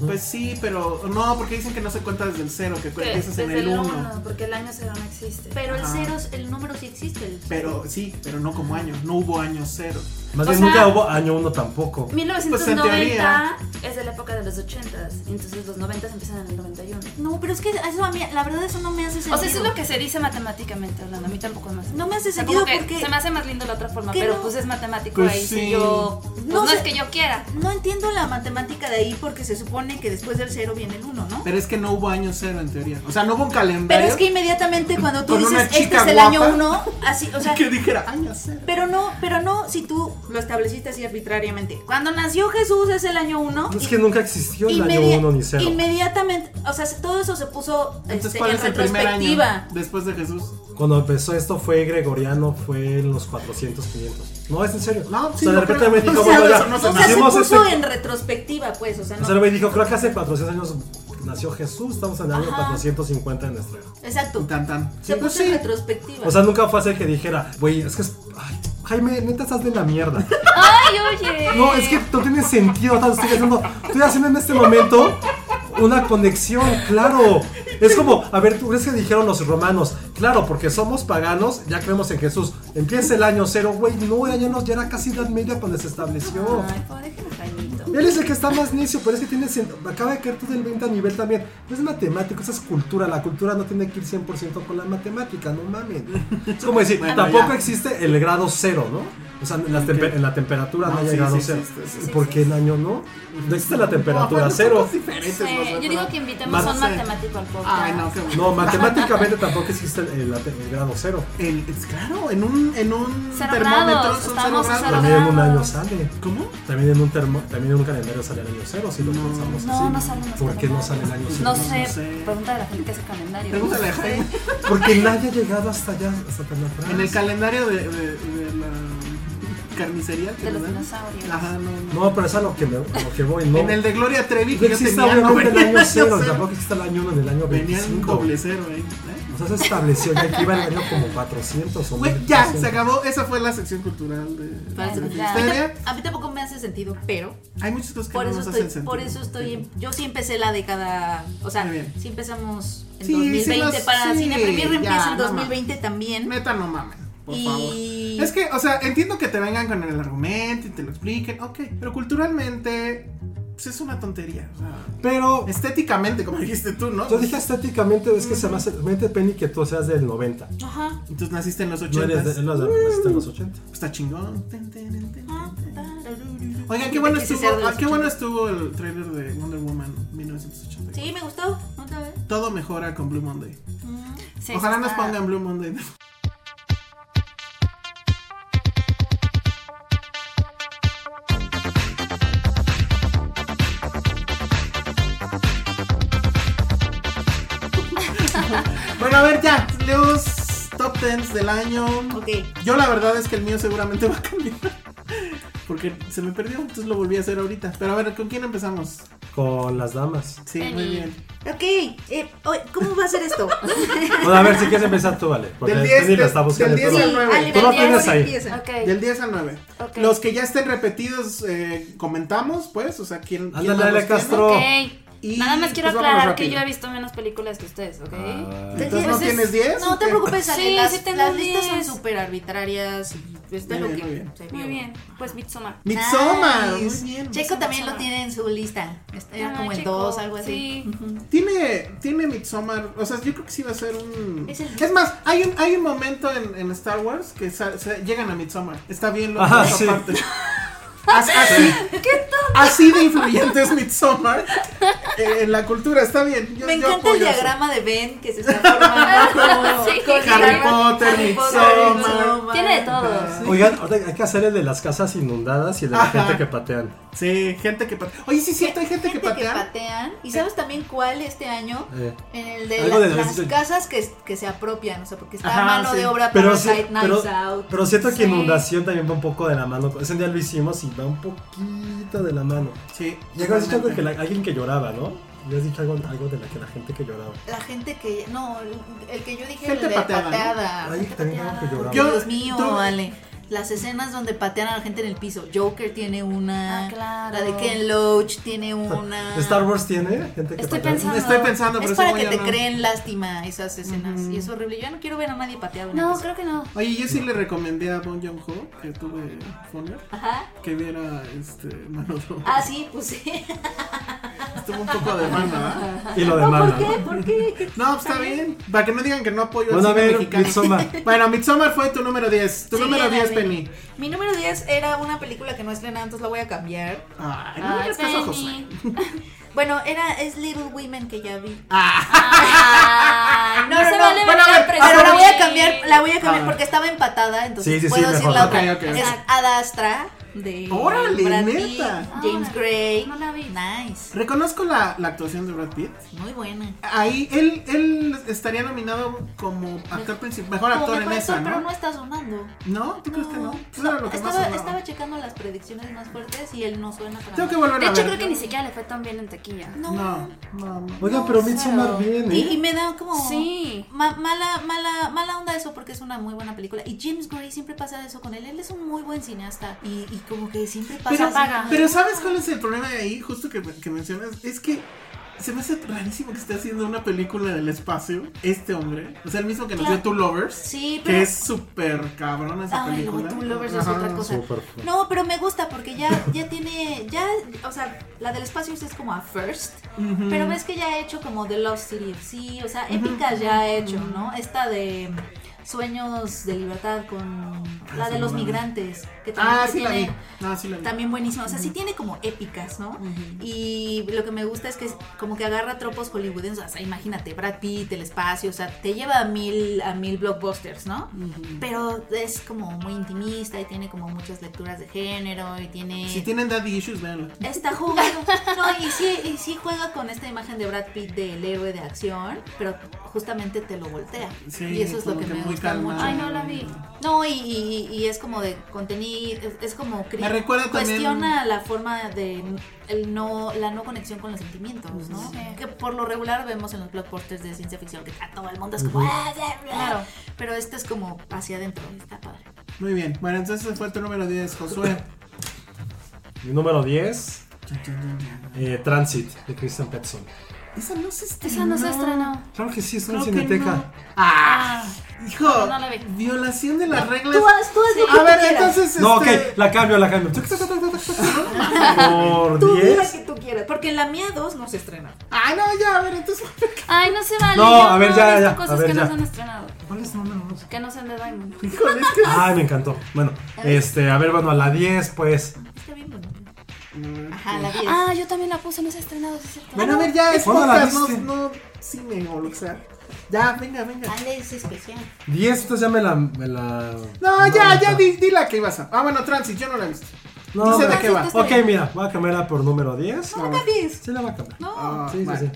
Speaker 3: Pues sí, pero no, porque dicen que no se cuenta desde el cero, que
Speaker 6: Que
Speaker 3: empiezas en
Speaker 6: Pues, desde
Speaker 3: el 1.
Speaker 6: uno, porque el año cero no existe.
Speaker 4: Pero el
Speaker 3: Ajá. Pues,
Speaker 4: 0, el número sí existe. el-
Speaker 3: Pero sí, pero no como año, no hubo año cero.
Speaker 2: Más
Speaker 6: O
Speaker 2: bien,
Speaker 6: sea-
Speaker 2: nunca hubo año uno tampoco.
Speaker 6: 1990 es de la época de los 80s, entonces los 90s empiezan en el 91.
Speaker 4: No, pero es que eso a mí, la verdad, eso no me hace sentido.
Speaker 6: O sea, eso es lo que se dice matemáticamente hablando, a mí tampoco me hace.
Speaker 4: No me hace
Speaker 6: O sea,
Speaker 4: sentido
Speaker 6: como que
Speaker 4: porque-
Speaker 6: se me hace más lindo la otra forma,
Speaker 4: ¿Qué
Speaker 6: pero
Speaker 4: no?
Speaker 6: pues es matemático
Speaker 3: Pues
Speaker 6: ahí,
Speaker 3: sí.
Speaker 6: si yo pues,
Speaker 4: No
Speaker 6: no,
Speaker 4: sé.
Speaker 6: es que yo quiera.
Speaker 4: No entiendo la matemática de ahí porque se supone que después del 0 viene el 1, ¿no?
Speaker 3: Pero es que no hubo año cero en teoría. O sea, no hubo un calendario
Speaker 4: Pero es que inmediatamente cuando tú
Speaker 3: Con una
Speaker 4: dices, este
Speaker 3: chica
Speaker 4: es el
Speaker 3: guapa".
Speaker 4: año 1, así, o sea,
Speaker 3: que dijera año cero.
Speaker 4: Pero no, pero no si tú lo estableciste así arbitrariamente. Cuando nació Jesús es el año 1.
Speaker 2: Es que nunca existió el año uno ni cero.
Speaker 4: Inmediatamente, o sea, todo eso se puso
Speaker 3: Entonces,
Speaker 4: este,
Speaker 3: ¿cuál
Speaker 4: en
Speaker 3: es el primer año
Speaker 4: retrospectiva.
Speaker 3: después de Jesús?
Speaker 2: Cuando empezó esto fue gregoriano, fue en los 400, 500. No, es en serio.
Speaker 3: No, sí,
Speaker 2: o sea, de
Speaker 3: no
Speaker 2: repente
Speaker 3: creo.
Speaker 2: me
Speaker 3: No,
Speaker 2: dijo,
Speaker 3: o
Speaker 2: bueno,
Speaker 3: sea,
Speaker 2: ya,
Speaker 3: no
Speaker 4: O sea, se
Speaker 2: hicimos
Speaker 4: puso
Speaker 2: este-
Speaker 4: en retrospectiva, pues, o sea,
Speaker 2: O sea,
Speaker 4: no.
Speaker 2: me dijo, creo que hace 400 años nació Jesús, estamos en el año 450 de nuestra era.
Speaker 4: Exacto.
Speaker 3: Tan, tan.
Speaker 4: Se
Speaker 3: Sí, pues
Speaker 4: puso en
Speaker 3: sí.
Speaker 4: retrospectiva.
Speaker 2: O sea, nunca fue así que dijera, güey, es que es... ay, Jaime, neta estás de la mierda.
Speaker 6: Ay, oye.
Speaker 2: No, es que no tiene sentido. o sea, Estoy haciendo, estoy haciendo en este momento una conexión, claro. Es como, a ver, ¿tú crees que dijeron los romanos? Claro, porque somos paganos, ya creemos en Jesús. Empieza el año cero, güey. No, ya, no, ya era casi edad media cuando se estableció.
Speaker 4: Ay, pobre Jaimito.
Speaker 2: Él es el que está más necio, pero es que tiene. cien- Acaba de caer todo el 20 a nivel también. No es matemático, esa es cultura. La cultura no tiene que ir 100% con la matemática, no mamen. Es como decir,
Speaker 3: Bueno,
Speaker 2: tampoco
Speaker 3: ya.
Speaker 2: existe el grado cero, ¿no? O sea, en, las tempe-
Speaker 3: Ok.
Speaker 2: en la temperatura no,
Speaker 3: No,
Speaker 2: hay
Speaker 3: sí,
Speaker 2: grado
Speaker 3: sí
Speaker 2: cero.
Speaker 3: existe, sí
Speaker 2: ¿Y ¿Por qué en año no? No existe la temperatura cero.
Speaker 6: Sí, yo digo que invitemos a un
Speaker 3: Marce.
Speaker 6: matemático al podcast.
Speaker 3: Ay, no, qué bueno.
Speaker 2: No, matemáticamente tampoco existe el, el- el grado cero.
Speaker 3: El- es claro, en un, en un
Speaker 6: Cero
Speaker 3: termómetro
Speaker 6: grados,
Speaker 3: son
Speaker 6: estamos
Speaker 3: cero
Speaker 6: a
Speaker 3: grados.
Speaker 2: También en un
Speaker 6: grados.
Speaker 2: año sale.
Speaker 3: ¿Cómo?
Speaker 2: También en un, termo, también en un calendario sale el año cero, si lo pensamos
Speaker 6: No,
Speaker 2: así.
Speaker 6: no salen los
Speaker 2: ¿Por qué no
Speaker 6: calendarios.
Speaker 2: sale el año cero?
Speaker 6: No sé,
Speaker 3: sé.
Speaker 6: pregúntale a la gente que hace calendario.
Speaker 3: Pregúntale a Jaime.
Speaker 2: Porque nadie ha llegado hasta allá, hasta tan atrás.
Speaker 3: En el calendario de, de- de la carnicería que
Speaker 6: De
Speaker 3: le
Speaker 6: los
Speaker 3: dan.
Speaker 6: dinosaurios.
Speaker 3: Ajá, no, no.
Speaker 2: No, pero es a lo que, me, a lo que voy, no.
Speaker 3: En el de Gloria Trevi
Speaker 2: no
Speaker 3: que yo
Speaker 2: existe
Speaker 3: tenía, no
Speaker 2: obviamente
Speaker 3: venía
Speaker 2: el año cero,
Speaker 3: cero.
Speaker 2: tampoco existe el año uno en el año
Speaker 3: Venía un
Speaker 2: 25.
Speaker 3: doble cero, eh. ¿Eh?
Speaker 2: O sea, se estableció ya que iba el año como 400 o
Speaker 3: Güey, ya,
Speaker 2: 1500.
Speaker 3: se acabó. Esa fue la sección cultural de,
Speaker 4: Parece
Speaker 3: de
Speaker 4: que-
Speaker 6: ya.
Speaker 4: a, mí,
Speaker 3: Filmsteria.
Speaker 4: tam- a mí tampoco me hace sentido, pero
Speaker 3: Hay muchas cosas que
Speaker 4: por
Speaker 3: no
Speaker 4: eso
Speaker 3: nos
Speaker 4: estoy,
Speaker 3: hacen sentido.
Speaker 4: por eso estoy, en- yo sí empecé la década, o sea,
Speaker 3: Muy bien.
Speaker 4: sí empezamos en
Speaker 3: Sí,
Speaker 4: 2020
Speaker 3: sí los-
Speaker 4: para
Speaker 3: sí,
Speaker 4: cine premier
Speaker 3: ya,
Speaker 4: empieza en
Speaker 3: no
Speaker 4: 2020 también.
Speaker 3: Neta, no mames, por
Speaker 4: Y-
Speaker 3: favor. Es que, o sea, entiendo que te vengan con el argumento y te lo expliquen, ok, pero culturalmente, pues es una tontería. o sea,
Speaker 2: Pero
Speaker 3: estéticamente, como dijiste tú, ¿no?
Speaker 2: yo dije estéticamente, es que se me hace, mente Penny que tú seas del 90.
Speaker 4: Ajá.
Speaker 3: Entonces naciste en los
Speaker 2: No eres
Speaker 3: 80
Speaker 2: de, los de, naciste
Speaker 3: Mm.
Speaker 2: en los 80.
Speaker 3: Está chingón. Ten, ten, ten, ten,
Speaker 4: Ah,
Speaker 3: ten.
Speaker 4: ta, tarururu.
Speaker 3: Oigan, qué bueno,
Speaker 4: Quise ser de
Speaker 3: estuvo,
Speaker 4: los
Speaker 3: ah, qué bueno
Speaker 4: 80.
Speaker 3: estuvo el trailer de Wonder Woman 1980.
Speaker 4: Sí, me gustó. Otra vez.
Speaker 3: Todo mejora con Blue Monday.
Speaker 6: Mm, Sí,
Speaker 3: Ojalá
Speaker 6: está-
Speaker 3: nos pongan Blue Monday. bueno, a ver ya, los top 10 del año.
Speaker 4: Ok.
Speaker 3: Yo la verdad es que el mío seguramente va a cambiar. Porque se me perdió, entonces lo volví a hacer ahorita. Pero a ver, ¿con quién empezamos?
Speaker 2: Con las damas.
Speaker 3: Sí, muy bien.
Speaker 4: Ok. eh, oye, ¿Cómo va a ser esto?
Speaker 2: Bueno, a ver, si quieres empezar tú, vale. Porque
Speaker 3: Del 10
Speaker 2: Penny la
Speaker 3: del-
Speaker 2: está buscando.
Speaker 3: del 10
Speaker 2: todo.
Speaker 3: al 9.
Speaker 4: Ale,
Speaker 2: Tú no
Speaker 4: del diez
Speaker 2: tienes ahí.
Speaker 4: empieza.
Speaker 6: Ok.
Speaker 3: Del 10 al 9.
Speaker 6: Ok.
Speaker 3: Los que ya estén repetidos, eh, comentamos, pues. O sea, ¿quién. quién
Speaker 2: Ándale,
Speaker 3: más
Speaker 2: Ale
Speaker 3: los tiene?
Speaker 2: Castro.
Speaker 6: Ok.
Speaker 3: Y,
Speaker 6: Nada más quiero
Speaker 3: pues, vámonos
Speaker 6: aclarar que
Speaker 3: rápido.
Speaker 6: yo he visto menos películas que ustedes, ¿ok?
Speaker 2: Ah,
Speaker 3: Entonces, ¿no tienes 10?
Speaker 4: No te preocupes, Ale.
Speaker 6: Sí,
Speaker 4: las
Speaker 6: sí tengo
Speaker 4: las listas son
Speaker 6: 10.
Speaker 4: súper arbitrarias. y Esto es
Speaker 3: Muy
Speaker 4: lo
Speaker 3: bien,
Speaker 4: que
Speaker 3: muy bien.
Speaker 4: se
Speaker 6: Muy
Speaker 4: vio.
Speaker 6: bien, pues Midsommar.
Speaker 3: Midsommar.
Speaker 4: Nice.
Speaker 3: Muy bien.
Speaker 4: Checo también lo
Speaker 6: Midsommar.
Speaker 4: tiene en su lista. Este Era
Speaker 6: Ah,
Speaker 4: como el
Speaker 6: chico,
Speaker 4: 2, algo así.
Speaker 6: Sí.
Speaker 3: Tiene, tiene Midsommar. O sea, yo creo que sí va a ser un.
Speaker 4: Es
Speaker 3: Es,
Speaker 4: el-
Speaker 3: más, hay un, hay un momento en, en Star Wars que sa- se- llegan a Midsommar. Está bien lo
Speaker 2: Ajá,
Speaker 3: esa
Speaker 2: sí.
Speaker 3: parte. As- Así, así de influyente es Midsommar eh, en la cultura, está bien. Yo-
Speaker 4: Me
Speaker 3: yo
Speaker 4: encanta el
Speaker 3: apoyo eso.
Speaker 4: diagrama de Ben que se está formando.
Speaker 6: Sí.
Speaker 4: con- con-
Speaker 3: Harry Potter, Midsommar.
Speaker 6: Tiene de todo.
Speaker 2: Oigan, ahorita hay que hacer el de las casas inundadas y el de la
Speaker 3: Ajá.
Speaker 2: gente que patean.
Speaker 3: Sí, gente que patea. Oye, sí, es cierto, hay gente, que patea.
Speaker 4: patean. ¿Y sabes también cuál este año?
Speaker 2: Eh.
Speaker 4: En el de,
Speaker 2: Algo
Speaker 4: la-
Speaker 2: de-
Speaker 4: las casas que, que se apropian, o sea, porque está
Speaker 3: Ajá,
Speaker 4: mano
Speaker 3: sí.
Speaker 4: de obra
Speaker 2: Pero,
Speaker 4: para
Speaker 2: sí-
Speaker 4: Night
Speaker 2: pero-
Speaker 4: Nights Out.
Speaker 2: pero siento que
Speaker 6: Sí.
Speaker 2: inundación también va un poco de la mano. con- Ese día lo hicimos y va un poquito de la mano.
Speaker 3: Sí.
Speaker 2: Y habías dicho algo de
Speaker 3: totalmente.
Speaker 2: que la- alguien que lloraba, ¿no? Y has dicho algo, algo de la que la gente que lloraba.
Speaker 4: La gente que. No, el, el que yo dije
Speaker 3: Gente
Speaker 4: el de
Speaker 3: pateada, ¿no?
Speaker 4: patada.
Speaker 2: Hay también algo que lloraba.
Speaker 3: Yo-
Speaker 4: Dios mío,
Speaker 3: tú-
Speaker 4: Ale. Las escenas donde patean a la gente en el piso. Joker tiene una.
Speaker 6: Ah, claro.
Speaker 4: La de Ken Loach tiene una.
Speaker 2: Star Wars tiene gente que
Speaker 6: Estoy
Speaker 2: patea.
Speaker 6: pensando.
Speaker 3: Estoy pensando, pero
Speaker 4: es
Speaker 3: ese
Speaker 4: para
Speaker 3: güey
Speaker 4: que te
Speaker 3: ya no.
Speaker 4: creen lástima esas escenas. Y es horrible. Yo ya no quiero ver a nadie pateado. en el
Speaker 6: No,
Speaker 4: piso.
Speaker 6: creo que no.
Speaker 3: Oye, yo sí le recomendé a Bon Joon Ho, que tuve Foner,
Speaker 4: Ajá.
Speaker 3: que viera este Mano de Obra.
Speaker 4: Ah, sí, pues sí.
Speaker 3: Estuvo un poco de mano, ¿verdad?
Speaker 2: Y lo de
Speaker 4: No,
Speaker 2: mano.
Speaker 4: ¿Por qué? ¿Por qué? ¿Qué-
Speaker 3: No, pues, está bien. Para que no digan que no apoyo al
Speaker 2: Bueno, a
Speaker 3: cine
Speaker 2: ver,
Speaker 3: mexicano.
Speaker 2: Midsommar.
Speaker 3: Bueno, Midsommar fue tu número 10. Tu
Speaker 4: Sí,
Speaker 3: número
Speaker 4: dale.
Speaker 3: 10, Penny.
Speaker 4: Mi número 10 era una película que no estrenaba, entonces la voy a cambiar.
Speaker 3: Ay, no me
Speaker 6: Ay,
Speaker 3: hagas caso a José.
Speaker 6: Penny.
Speaker 4: Bueno, era es Little Women que ya vi.
Speaker 3: Ah.
Speaker 6: Ay, no, se vale venir
Speaker 4: bueno, a ver, pero
Speaker 6: presente.
Speaker 4: la voy a cambiar, la voy a
Speaker 3: A
Speaker 4: cambiar
Speaker 3: ver.
Speaker 4: porque estaba empatada, entonces
Speaker 2: Sí, sí, sí,
Speaker 4: puedo decir
Speaker 2: mejor.
Speaker 4: la otra.
Speaker 3: Ok, ok.
Speaker 4: Es
Speaker 6: Exacto.
Speaker 4: Adastra de
Speaker 3: Órale,
Speaker 4: Brad Pitt,
Speaker 3: neta.
Speaker 4: James
Speaker 6: Ah,
Speaker 4: Gray.
Speaker 6: no la vi.
Speaker 4: Nice.
Speaker 3: Reconozco la, la actuación de Brad Pitt.
Speaker 4: Muy buena.
Speaker 3: Ahí él, él estaría nominado como actor principal, mejor
Speaker 4: Como
Speaker 3: actor en
Speaker 4: mejor
Speaker 3: esa,
Speaker 4: actor, pero no
Speaker 3: ¿no?
Speaker 4: está sonando.
Speaker 3: ¿No? ¿Tú crees que no? Eso era lo que más
Speaker 4: estaba,
Speaker 3: sonaba.
Speaker 4: estaba checando las predicciones más fuertes y él no suena para
Speaker 3: Tengo que
Speaker 4: nada.
Speaker 3: volver a
Speaker 6: De hecho,
Speaker 3: ver.
Speaker 6: creo que ni siquiera le fue tan bien en taquilla.
Speaker 3: No, no, no.
Speaker 2: Oiga, pero Midsommar
Speaker 6: cero.
Speaker 2: bien, ¿eh?
Speaker 4: Y, y me da como
Speaker 6: Sí.
Speaker 4: ma- mala, mala, mala onda eso porque es una muy buena película. Y James Gray siempre pasa eso con él. Él es un muy buen cineasta. Y, y como que siempre pasa.
Speaker 3: Pero,
Speaker 4: así.
Speaker 6: paga.
Speaker 3: pero ¿sabes cuál es el problema de ahí? Justo que, que mencionas, es que Se me hace rarísimo que esté haciendo una película del espacio este hombre. O sea, el mismo que nos
Speaker 4: Claro.
Speaker 3: dio Two Lovers.
Speaker 4: Sí, pero-
Speaker 3: Que es súper cabrón esa
Speaker 4: Ay, no,
Speaker 3: película.
Speaker 4: Two Ah, Lovers es
Speaker 3: Ajá.
Speaker 4: otra cosa. No, pero me gusta porque ya, ya tiene, ya, o sea, la del espacio es como a first,
Speaker 3: Ujú.
Speaker 4: pero ves que ya ha hecho como The Lost City of Sea, o sea, épicas ya ha hecho, ¿no? Esta de Sueños de Libertad con la de los migrantes, que también
Speaker 3: Ah,
Speaker 4: que
Speaker 3: sí la vi.
Speaker 4: tiene-
Speaker 3: Ah, sí la vi.
Speaker 4: también buenísima. O sea, sí tiene como épicas, ¿no? Y lo que me gusta es que es como que agarra tropos hollywoodenses. O sea, imagínate, Brad Pitt, el espacio, o sea, te lleva a mil, a mil blockbusters, ¿no? Pero es como muy intimista y tiene como muchas lecturas de género y tiene.
Speaker 3: Si tienen daddy issues, véanla.
Speaker 4: Está jugando. No, y sí, y sí juega con esta imagen de Brad Pitt del héroe de acción, pero justamente te lo voltea.
Speaker 3: Sí,
Speaker 4: y eso es lo
Speaker 3: como
Speaker 4: que,
Speaker 3: que
Speaker 4: me
Speaker 3: muy
Speaker 4: gusta
Speaker 3: calmado.
Speaker 4: mucho.
Speaker 6: Ay, no la vi.
Speaker 4: No, y, y- y es como de contenido, es, es como cri-
Speaker 3: Me recuerda también-
Speaker 4: cuestiona la forma de el no, la no conexión con los sentimientos, ¿no? Que por lo regular vemos en los blockbusters de ciencia ficción que a todo el mundo es como "Ah, bla, bla".
Speaker 6: Claro.
Speaker 4: pero este es como hacia adentro, está padre.
Speaker 3: Muy bien. Bueno, entonces fue tu número 10, Josué.
Speaker 2: Mi número 10, eh, Transit, de Christian Petson.
Speaker 3: Esa no se estrenó.
Speaker 6: Esa no se estrenó.
Speaker 2: Claro que sí, es una
Speaker 3: Creo que
Speaker 2: cineteca.
Speaker 3: Ah, hijo.
Speaker 6: no la vi.
Speaker 3: Violación de las reglas.
Speaker 4: Tú haz, tú haz lo que
Speaker 3: A
Speaker 4: tú
Speaker 3: ver,
Speaker 4: quieras.
Speaker 3: entonces.
Speaker 2: No, ok,
Speaker 3: este,
Speaker 2: la cambio, la cambio.
Speaker 4: Tú
Speaker 2: Por
Speaker 4: di lo que
Speaker 2: 10.
Speaker 4: tú quieras, porque en la mía 2 no se estrena.
Speaker 3: Ay, Ah, no, ya, a ver, entonces.
Speaker 6: Ay, no se vale.
Speaker 2: No,
Speaker 6: yo
Speaker 2: a ver,
Speaker 6: he
Speaker 2: ya,
Speaker 6: visto
Speaker 2: ya,
Speaker 6: cosas
Speaker 2: a ver,
Speaker 6: que
Speaker 2: ya.
Speaker 6: no se han estrenado.
Speaker 3: ¿Cuál es número
Speaker 4: Ah,
Speaker 3: dos?
Speaker 6: Que no sean de Diamond.
Speaker 3: Híjole, es que.
Speaker 2: Ay, me encantó. Bueno, este, a ver, bueno, a la 10, pues.
Speaker 4: Está bien bonito.
Speaker 2: Mm,
Speaker 4: Ajá, la 10.
Speaker 6: Ah, yo también la puse, no se ha estrenado, sí es cierto.
Speaker 3: Bueno, a ver, ya es
Speaker 2: ¿Cuándo la
Speaker 3: podcast, no,
Speaker 2: viste?
Speaker 3: no cine o lo que sea. Ya, venga,
Speaker 6: Ah,
Speaker 3: venga.
Speaker 4: Ale es especial.
Speaker 2: 10, entonces ya me la. me la-
Speaker 3: No, ya, ya,
Speaker 2: no.
Speaker 3: di, di la que ibas a. Ah, bueno, Transit, yo no la he visto.
Speaker 2: No,
Speaker 3: Dice de
Speaker 2: no.
Speaker 3: qué va.
Speaker 2: Ok, mira, voy a cambiarla por número 10.
Speaker 4: No cambies.
Speaker 2: Sí, la voy a cambiar.
Speaker 3: Ah,
Speaker 2: Sí, sí,
Speaker 3: vale.
Speaker 2: sí.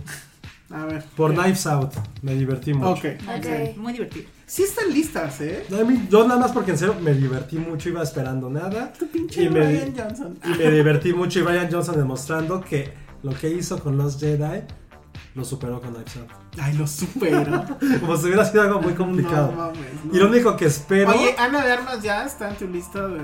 Speaker 3: A ver.
Speaker 2: Por Knives Out, me divertí mucho.
Speaker 3: Ok.
Speaker 6: Ok.
Speaker 4: Muy divertido.
Speaker 3: Sí están listas, ¿eh?
Speaker 2: A mí- yo nada más porque en serio me divertí mucho, iba esperando nada.
Speaker 3: Tu pinche
Speaker 2: y, me,
Speaker 3: Ryan Johnson.
Speaker 2: y me divertí mucho y Ryan Johnson demostrando que lo que hizo con los Jedi lo superó con Knives Out.
Speaker 3: Ay, lo supero.
Speaker 2: Como si hubiera sido algo muy complicado.
Speaker 3: No mames, no.
Speaker 2: Y lo único que espero...
Speaker 3: Oye, Ana de Armas ya está en tu lista de.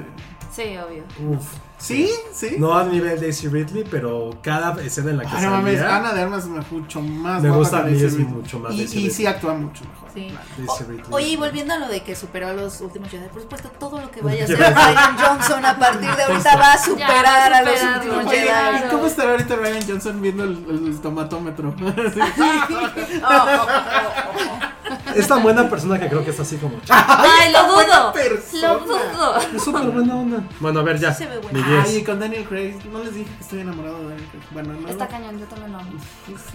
Speaker 6: Sí, obvio.
Speaker 2: Uf,
Speaker 3: ¿Sí? ¿Sí?
Speaker 2: no a nivel Daisy Ridley, pero cada escena en la que
Speaker 3: Ay,
Speaker 2: salía...
Speaker 3: no mames, Ana de Armas me mucho más
Speaker 2: Me
Speaker 3: guapa
Speaker 2: gusta
Speaker 3: que
Speaker 2: a mí,
Speaker 3: Daisy
Speaker 2: es
Speaker 3: Ridley.
Speaker 2: mucho más
Speaker 3: Y,
Speaker 2: Daisy
Speaker 3: y
Speaker 2: Ridley.
Speaker 3: sí actúa mucho mejor.
Speaker 4: Sí.
Speaker 2: Daisy Ridley.
Speaker 4: Oye, y volviendo a lo de que superó a los últimos Jedi, por supuesto, todo lo que vaya a hacer Ryan Johnson a partir de ahorita va a superar
Speaker 6: Ya,
Speaker 4: a los
Speaker 6: superarlo,
Speaker 4: últimos
Speaker 6: ya.
Speaker 3: Oye,
Speaker 4: Jedi.
Speaker 3: ¿y cómo estará ahorita Ryan Johnson viendo el, el tomatómetro?
Speaker 2: Es tan buena persona que creo que es así como...
Speaker 6: Ay, lo dudo.
Speaker 3: persona.
Speaker 6: Lo dudo.
Speaker 2: Es súper buena onda. Bueno, a ver, ya.
Speaker 4: Se ve buena.
Speaker 2: Mi 10.
Speaker 3: Ay, y con Daniel Craig, no les dije que estoy enamorado de Daniel Craig. Bueno, no.
Speaker 6: Está cañón, yo también lo amo.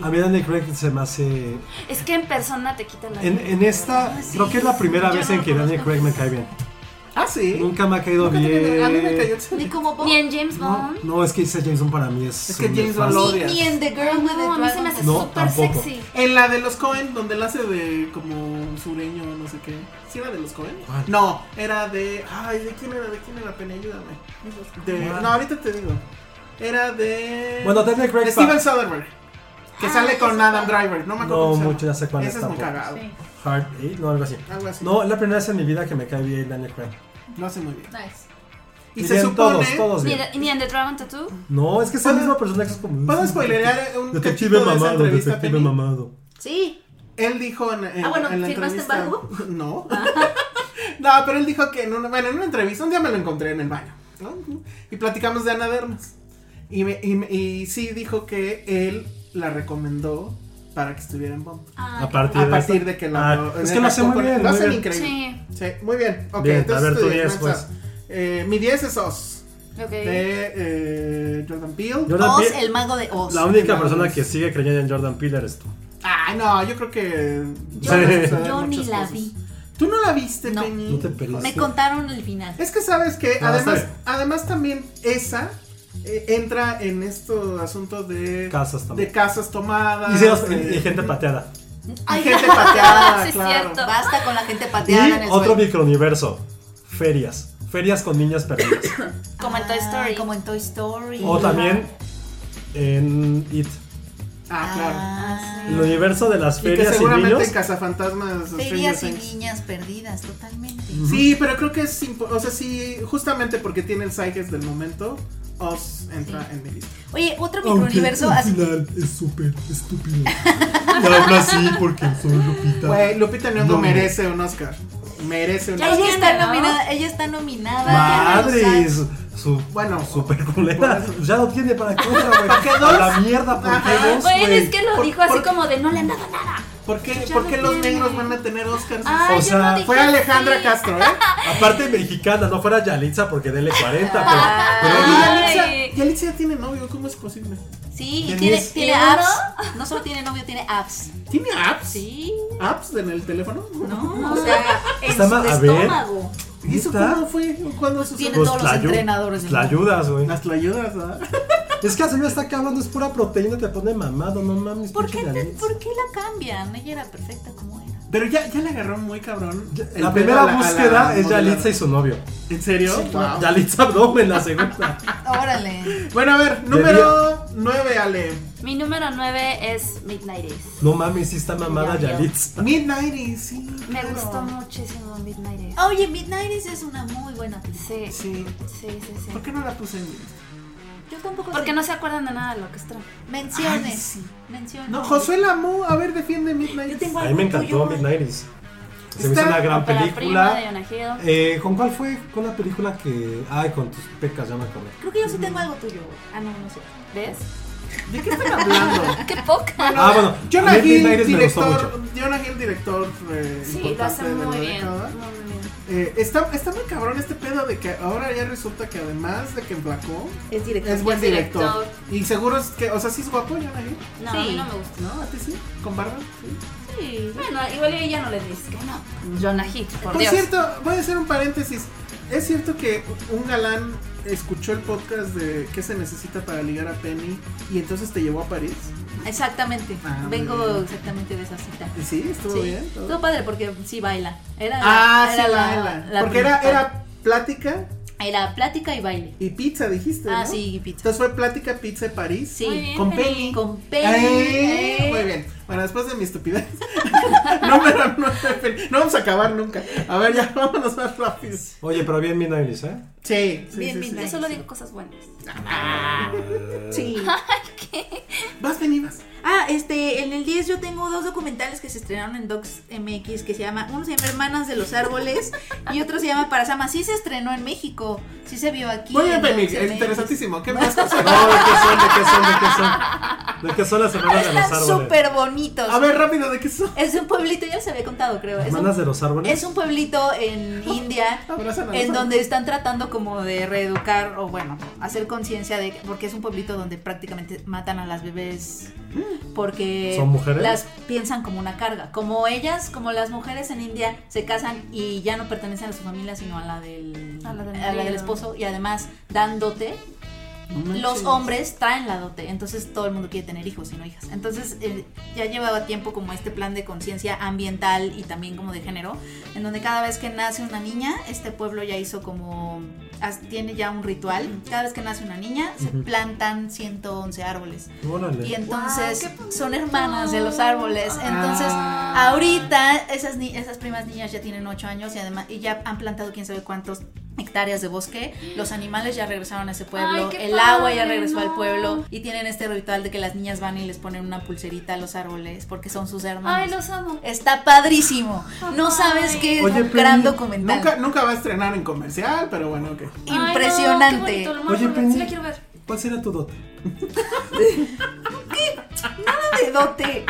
Speaker 2: A mí Daniel Craig se me hace
Speaker 6: Es que en persona te quitan la
Speaker 2: En, en esta, creo que es la primera
Speaker 6: Yo
Speaker 2: vez
Speaker 6: no
Speaker 2: en
Speaker 6: lo
Speaker 2: que Daniel
Speaker 6: conozco.
Speaker 2: Craig me cae bien.
Speaker 3: Ah, sí.
Speaker 2: Nunca me ha caído
Speaker 3: Nunca te
Speaker 2: bien.
Speaker 3: vi- A mí me cayó el celular.
Speaker 4: Ni como Bob,
Speaker 6: Ni en James
Speaker 2: No,
Speaker 6: Bond.
Speaker 2: no, es que ese James Bond para mí es.
Speaker 3: Es que James
Speaker 2: un
Speaker 3: Bond lo
Speaker 2: fan.
Speaker 3: odia.
Speaker 4: ni en The Girl with the
Speaker 6: No, a mí se me
Speaker 4: Dragon.
Speaker 6: hace
Speaker 2: No,
Speaker 6: súper
Speaker 2: tampoco.
Speaker 6: sexy.
Speaker 3: En la de los Cohen, donde la hace de como sureño, no sé qué. ¿Sí era de los Cohen?
Speaker 2: ¿Cuál?
Speaker 3: No, era de. Ay, ¿de quién era? ¿De quién era? Pene, ayúdame. De-
Speaker 2: ¿Cuál?
Speaker 3: no, ahorita te digo. Era de.
Speaker 2: Bueno, Daniel Craig
Speaker 3: de
Speaker 2: pa-
Speaker 3: Steven Soderbergh. Que sale con Adam Driver. No me acuerdo.
Speaker 2: No,
Speaker 3: cómo se llama.
Speaker 2: mucho, ya sé cuál es
Speaker 3: Ese es muy
Speaker 2: tampoco.
Speaker 3: cagado.
Speaker 2: Heart Eight, ¿eh? no, algo así.
Speaker 3: Algo así.
Speaker 2: No, es la primera vez en mi vida que me cae bien Daniel Craig.
Speaker 3: Lo hace muy bien.
Speaker 4: Nice.
Speaker 3: Y,
Speaker 2: Y
Speaker 3: se
Speaker 2: bien,
Speaker 3: supone.
Speaker 2: Todos, todos
Speaker 6: Ni,
Speaker 2: bien.
Speaker 6: de- ni en The Dragon Tattoo.
Speaker 2: No, es que es el
Speaker 3: ¿Puedo-
Speaker 2: mismo personaje. Es como.
Speaker 3: ¿Puedo spoilerear un
Speaker 2: Detective
Speaker 3: cachito de esa
Speaker 2: mamado,
Speaker 3: entrevista,
Speaker 2: detective
Speaker 3: Penny?
Speaker 2: mamado.
Speaker 4: Sí.
Speaker 3: Él dijo en, en-
Speaker 4: Ah, bueno,
Speaker 3: en la
Speaker 4: ¿firmaste Ah.
Speaker 3: entrevista.
Speaker 4: embargo?
Speaker 3: No. no, pero él dijo que en una, bueno, en una entrevista, un día me lo encontré en el baño, ¿no? Y platicamos de Ana Dermas. Y, me- y, me- y sí dijo que él la recomendó para que estuviera en Bomb.
Speaker 4: Ah.
Speaker 2: a partir,
Speaker 3: a partir
Speaker 2: esta-
Speaker 3: de que lo.
Speaker 2: Ah, es que lo hace muy bien.
Speaker 3: Lo
Speaker 2: muy
Speaker 3: hacen
Speaker 2: bien.
Speaker 3: increíble. Sí. muy bien. Ok,
Speaker 2: Bien, a
Speaker 3: entonces
Speaker 2: ver, pues.
Speaker 3: tu
Speaker 2: tu
Speaker 3: diez,
Speaker 2: 10,
Speaker 3: Maxa. Eh, mi 10 es Oz.
Speaker 6: Ok.
Speaker 3: De eh, Jordan Peele.
Speaker 2: Jordan
Speaker 4: Oz,
Speaker 2: Peele-
Speaker 4: el mago de Oz.
Speaker 2: la única persona que sigue creyendo en Jordan Peele eres tú.
Speaker 3: Ah, no, yo creo que.
Speaker 4: Yo,
Speaker 2: Sí.
Speaker 3: suceden
Speaker 4: yo ni
Speaker 3: muchas
Speaker 4: la
Speaker 3: cosas.
Speaker 4: vi.
Speaker 3: ¿Tú no la viste,
Speaker 4: No.
Speaker 3: Penny?
Speaker 2: No te pelees.
Speaker 4: Me contaron el final.
Speaker 3: Es que sabes que
Speaker 2: No, está
Speaker 3: además,
Speaker 2: bien.
Speaker 3: además también esa eh, entra en esto asunto de
Speaker 2: Casas también.
Speaker 3: de casas tomadas.
Speaker 2: Y, sí, los-
Speaker 3: eh,
Speaker 2: y gente pateada.
Speaker 3: y gente pateada,
Speaker 6: Sí, es
Speaker 3: claro.
Speaker 6: cierto.
Speaker 4: Basta con la gente
Speaker 2: Ah, Y
Speaker 4: pateada en el
Speaker 2: otro
Speaker 4: suelo.
Speaker 2: microuniverso. Ferias. Ferias con niñas perdidas.
Speaker 6: Como en Toy
Speaker 4: Ah,
Speaker 6: Story.
Speaker 4: Como en Toy Story.
Speaker 2: o también en It.
Speaker 3: Ah, claro.
Speaker 2: El universo de las
Speaker 3: Y que
Speaker 2: ferias y,
Speaker 3: seguramente
Speaker 2: niños.
Speaker 3: en Cazafantasmas Stranger
Speaker 4: Ferias y
Speaker 3: Things.
Speaker 4: niñas perdidas, totalmente.
Speaker 3: Sí, pero creo que es impo- O sea, sí, justamente porque tiene el Psyches del momento, Oz entra en mi lista.
Speaker 4: Oye, otro microuniverso así.
Speaker 2: es súper estúpido. Y aún así, porque soy Lupita.
Speaker 3: Güey, Lupita Nyong'o
Speaker 2: No.
Speaker 3: merece un Oscar. Merece un
Speaker 6: Ya
Speaker 3: Oscar.
Speaker 4: Ella está
Speaker 6: ¿no?
Speaker 4: nominada, ella está nominada.
Speaker 2: Madres. Su,
Speaker 3: Bueno,
Speaker 2: super culera. Pues
Speaker 3: por
Speaker 2: Ya no tiene para qué otra, güey.
Speaker 3: qué
Speaker 2: A
Speaker 3: dos?
Speaker 2: la mierda, ¿por qué
Speaker 3: Ajá.
Speaker 2: dos,
Speaker 6: Güey,
Speaker 2: güey?
Speaker 6: es que lo
Speaker 3: Por-
Speaker 6: dijo así
Speaker 3: por-
Speaker 6: como de no le han dado nada.
Speaker 3: ¿Por qué,
Speaker 6: Ya
Speaker 3: por
Speaker 6: lo
Speaker 3: qué los
Speaker 6: tiene.
Speaker 3: negros van a tener Oscars?
Speaker 2: O
Speaker 6: Ay, Ah, yo
Speaker 2: sea,
Speaker 6: no dije
Speaker 3: Fue Alejandra
Speaker 6: así.
Speaker 3: Castro, ¿eh?
Speaker 2: Aparte mexicana, no fuera Yalitza porque dele 40, pero,
Speaker 3: Ah,
Speaker 6: Ay.
Speaker 2: pero
Speaker 3: Yalitza, Yalitza ya tiene novio, ¿cómo es posible?
Speaker 4: Sí, y
Speaker 2: ¿Quién
Speaker 4: tiene,
Speaker 2: es?
Speaker 4: tiene
Speaker 6: ¿Y uno?
Speaker 4: apps. No solo tiene novio, tiene apps.
Speaker 3: ¿Tiene apps?
Speaker 4: Sí.
Speaker 3: ¿Apps en el teléfono?
Speaker 4: No, o sea, en
Speaker 2: Está
Speaker 4: su
Speaker 2: mal- a ver.
Speaker 4: estómago.
Speaker 3: ¿Y eso
Speaker 2: ¿Neta?
Speaker 3: cómo fue? ¿Cuándo sucedió?
Speaker 4: Tiene
Speaker 2: pues,
Speaker 4: todos
Speaker 2: la
Speaker 4: los
Speaker 2: ayu-
Speaker 4: entrenadores del
Speaker 2: la
Speaker 4: mundo.
Speaker 2: ayudas, güey.
Speaker 3: Las tlayudas, ¿verdad?
Speaker 2: Es que así me está acabando, es pura proteína, te pone mamado, no mames,
Speaker 4: ¿Por
Speaker 2: pinche
Speaker 4: qué, te-
Speaker 2: Yalitza.
Speaker 4: ¿Por qué la cambian? Ella era perfecta como era.
Speaker 3: Pero ya, ya le agarró muy cabrón. el
Speaker 2: La
Speaker 3: pedo a
Speaker 2: primera
Speaker 3: a la
Speaker 2: búsqueda es
Speaker 3: modelo.
Speaker 2: Yalitza y su novio.
Speaker 3: ¿En serio? Wow.
Speaker 2: Yalitza Bromen, la segunda.
Speaker 4: Órale.
Speaker 3: Bueno, a ver, número 9, Ale.
Speaker 6: Mi número 9 es Midnight Ace.
Speaker 2: No mames, sí está mamada
Speaker 6: Ya, ya.
Speaker 2: Yalitza.
Speaker 3: Midnight, sí.
Speaker 6: Me
Speaker 3: claro.
Speaker 6: gustó muchísimo Midnight Ace.
Speaker 4: Oye, Midnight Is es una muy buena película.
Speaker 6: Sí, sí,
Speaker 3: Sí.
Speaker 6: sí, sí.
Speaker 3: ¿Por qué no la puse en mi lista?
Speaker 4: Yo tampoco
Speaker 6: Porque
Speaker 4: sé.
Speaker 6: no se acuerdan de nada de lo que está.
Speaker 4: Menciones.
Speaker 3: Ay, sí.
Speaker 4: Menciones.
Speaker 3: No, Josué la amó. A ver, defiende Midnight.
Speaker 4: Yo tengo
Speaker 2: A mí me encantó
Speaker 4: tuyo.
Speaker 2: Midnighties. Se me
Speaker 3: Está
Speaker 2: hizo una gran
Speaker 6: Ópera prima de
Speaker 2: película.
Speaker 6: Jonah Hill.
Speaker 2: Eh, ¿Con cuál fue? Con la película que. Ay, con tus pecas, ya me acordé.
Speaker 4: Creo que yo sí tengo algo tuyo. güey. Ah, no, no sé.
Speaker 6: ¿Ves?
Speaker 3: ¿De qué están hablando?
Speaker 6: ¡Qué poca!
Speaker 2: Ah, bueno, a
Speaker 3: Jonah
Speaker 2: mí
Speaker 3: Hill,
Speaker 2: Midnight me gustó
Speaker 3: director.
Speaker 2: mucho.
Speaker 3: Jonah Hill, director. eh,
Speaker 6: Sí, lo
Speaker 3: importante
Speaker 6: hace
Speaker 3: de la
Speaker 6: muy bien.
Speaker 3: década.
Speaker 6: Muy, muy bien.
Speaker 3: Eh, está, está muy cabrón este pedo de que ahora ya resulta que además de que emplacó,
Speaker 4: Es director.
Speaker 3: es buen
Speaker 6: es
Speaker 3: director.
Speaker 6: director.
Speaker 3: Y seguro es que, o sea, sí es guapo Jonah Hill.
Speaker 6: No,
Speaker 4: Sí.
Speaker 6: a mí no me gusta.
Speaker 3: No, a ti sí, con barba. Sí.
Speaker 6: Sí. Bueno, igual ella no le dice que no. Jonah Hill, por,
Speaker 3: Por
Speaker 6: Dios.
Speaker 3: cierto, voy a hacer un paréntesis. Es cierto que un galán escuchó el podcast de qué se necesita para ligar a Penny y entonces te llevó a París.
Speaker 4: Exactamente.
Speaker 3: Ah, muy
Speaker 4: Vengo
Speaker 3: bien.
Speaker 4: exactamente de esa cita.
Speaker 3: Y sí, estuvo
Speaker 4: Sí.
Speaker 3: bien. todo.
Speaker 4: Estuvo padre porque sí baila. Era
Speaker 3: Ah,
Speaker 4: la-
Speaker 3: sí,
Speaker 4: era la-
Speaker 3: baila.
Speaker 4: la
Speaker 3: Porque era,
Speaker 4: principal.
Speaker 3: era plática
Speaker 4: Era plática y baile.
Speaker 3: y pizza, dijiste.
Speaker 4: Ah,
Speaker 3: ¿no?
Speaker 4: sí, y pizza.
Speaker 3: Entonces fue plática, pizza y París.
Speaker 4: Sí.
Speaker 6: Muy bien,
Speaker 3: Con
Speaker 6: Penny.
Speaker 3: Penny.
Speaker 4: Con Penny.
Speaker 3: Eh,
Speaker 4: eh.
Speaker 3: Muy bien. Bueno, después de mi estupidez. número 9. No vamos a acabar nunca. A ver, ya vámonos más rápido. Sí,
Speaker 2: Oye, pero bien Midnighties, ¿eh?
Speaker 3: sí, sí,
Speaker 4: Bien,
Speaker 3: sí.
Speaker 4: bien.
Speaker 6: Yo solo digo cosas buenas.
Speaker 4: Sí.
Speaker 3: Vas, Penny, vas.
Speaker 4: Ah, este, en el 10 yo tengo dos documentales que se estrenaron en Docs MX que se llama, uno se llama Hermanas de los Árboles y otro se llama Parasama. Sí se estrenó en México, sí se vio aquí.
Speaker 3: Muy bien,
Speaker 4: en
Speaker 3: Penny.
Speaker 4: Docs MX.
Speaker 3: Interesantísimo. ¿Qué más cosas?
Speaker 2: No, Oh, ¿de qué son? ¿De qué son? ¿De qué son? ¿De qué son las hermanas de los
Speaker 4: Están
Speaker 2: árboles?
Speaker 4: súper bonitos.
Speaker 3: A ver, rápido, ¿de qué son?
Speaker 4: Es de un pueblito, ya se había contado, creo. Es
Speaker 2: Hermanas
Speaker 4: un,
Speaker 2: de los árboles.
Speaker 4: es un pueblito en India
Speaker 3: Abrazan a los
Speaker 4: en
Speaker 3: árboles.
Speaker 4: donde están tratando como de reeducar o bueno, hacer conciencia de porque es un pueblito donde prácticamente matan a las bebés
Speaker 6: Mm.
Speaker 4: porque
Speaker 2: ¿Son mujeres?
Speaker 4: las piensan como una carga, como ellas, como las mujeres en India se casan y ya no pertenecen a su familia sino a la del
Speaker 6: A la del
Speaker 4: del
Speaker 6: marido.
Speaker 4: esposo y además dan dote. Los hombres traen la dote, entonces todo el mundo quiere tener hijos y no hijas. Entonces eh, ya llevaba tiempo como este plan de conciencia ambiental y también como de género, en donde cada vez que nace una niña, este pueblo ya hizo como, as- tiene ya un ritual, cada vez que nace una niña se plantan 111 árboles.
Speaker 2: Órale.
Speaker 4: Y entonces
Speaker 6: Guau, qué
Speaker 4: son hermanas de los árboles. Entonces,
Speaker 3: Ah.
Speaker 4: ahorita esas, ni- esas primas niñas ya tienen 8 años y además y ya han plantado quién sabe cuántos hectáreas de bosque. Los animales ya regresaron a ese pueblo.
Speaker 6: qué
Speaker 4: el agua ya
Speaker 6: padre,
Speaker 4: regresó al
Speaker 6: no.
Speaker 4: pueblo. Y tienen este ritual de que las niñas van y les ponen una pulserita a los árboles porque son sus hermanos.
Speaker 6: Ay, los amo.
Speaker 4: Está padrísimo. No sabes qué es
Speaker 2: Oye,
Speaker 4: un gran
Speaker 2: Penny,
Speaker 4: documental.
Speaker 3: Nunca, nunca va a estrenar en comercial, pero bueno, ok.
Speaker 6: Ay, no,
Speaker 4: Impresionante.
Speaker 6: qué bonito, lo voy a
Speaker 2: Oye,
Speaker 6: poner,
Speaker 2: Penny.
Speaker 6: Sí la quiero ver.
Speaker 2: ¿Cuál será tu dote?
Speaker 4: Ah, de dote.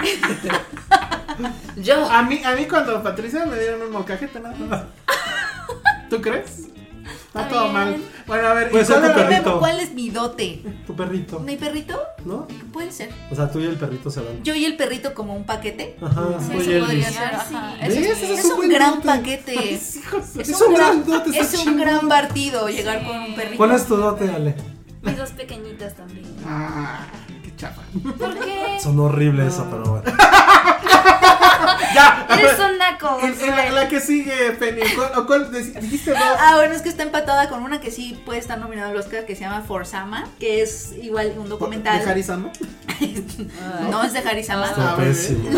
Speaker 4: Yo.
Speaker 3: A mí, a mí cuando Patricia me dieron un molcajete nada más. ¿Tú crees? Está
Speaker 6: Está
Speaker 3: todo
Speaker 6: bien.
Speaker 3: mal. Bueno, a ver,
Speaker 2: Pues
Speaker 3: ¿y cuál
Speaker 2: otro
Speaker 3: era-
Speaker 2: perrito.
Speaker 4: ¿Cuál es mi dote?
Speaker 2: Tu perrito.
Speaker 4: ¿Mi perrito?
Speaker 2: ¿No?
Speaker 4: Puede ser.
Speaker 2: O sea, tú y el perrito se van.
Speaker 4: Yo y el perrito como un paquete.
Speaker 2: Ajá,
Speaker 4: Sí,
Speaker 2: soy
Speaker 4: eso
Speaker 2: Elvis.
Speaker 4: podría ser. ajá.
Speaker 6: Sí.
Speaker 4: Eso es,
Speaker 3: ¿Ves? Ese
Speaker 4: es un
Speaker 3: buen
Speaker 4: gran
Speaker 3: dote.
Speaker 4: paquete.
Speaker 3: Mis hijos,
Speaker 4: Es,
Speaker 3: es
Speaker 4: un,
Speaker 3: un
Speaker 4: gran,
Speaker 3: gran dote,
Speaker 4: es
Speaker 3: está
Speaker 4: un gran
Speaker 3: chingón.
Speaker 4: partido llegar con un perrito.
Speaker 2: ¿Cuál es tu dote, Ale?
Speaker 6: Mis dos pequeñitas también.
Speaker 3: Ah, qué chafa.
Speaker 6: ¿Por qué?
Speaker 2: Son horribles eso, pero bueno.
Speaker 6: Eres un naco.
Speaker 4: Como
Speaker 3: Ah, En- en la,
Speaker 4: suena.
Speaker 3: la que sigue, Penny. ¿Cuál- o cuál dec- dijiste dos?
Speaker 4: Ah, bueno, es que está empatada con una que sí puede estar nominada al Oscar que se llama Forzama, que es igual un documental.
Speaker 3: ¿De Harry Sama?
Speaker 4: No es de Harisama.
Speaker 3: Ah, muy bien.
Speaker 7: Pésimo.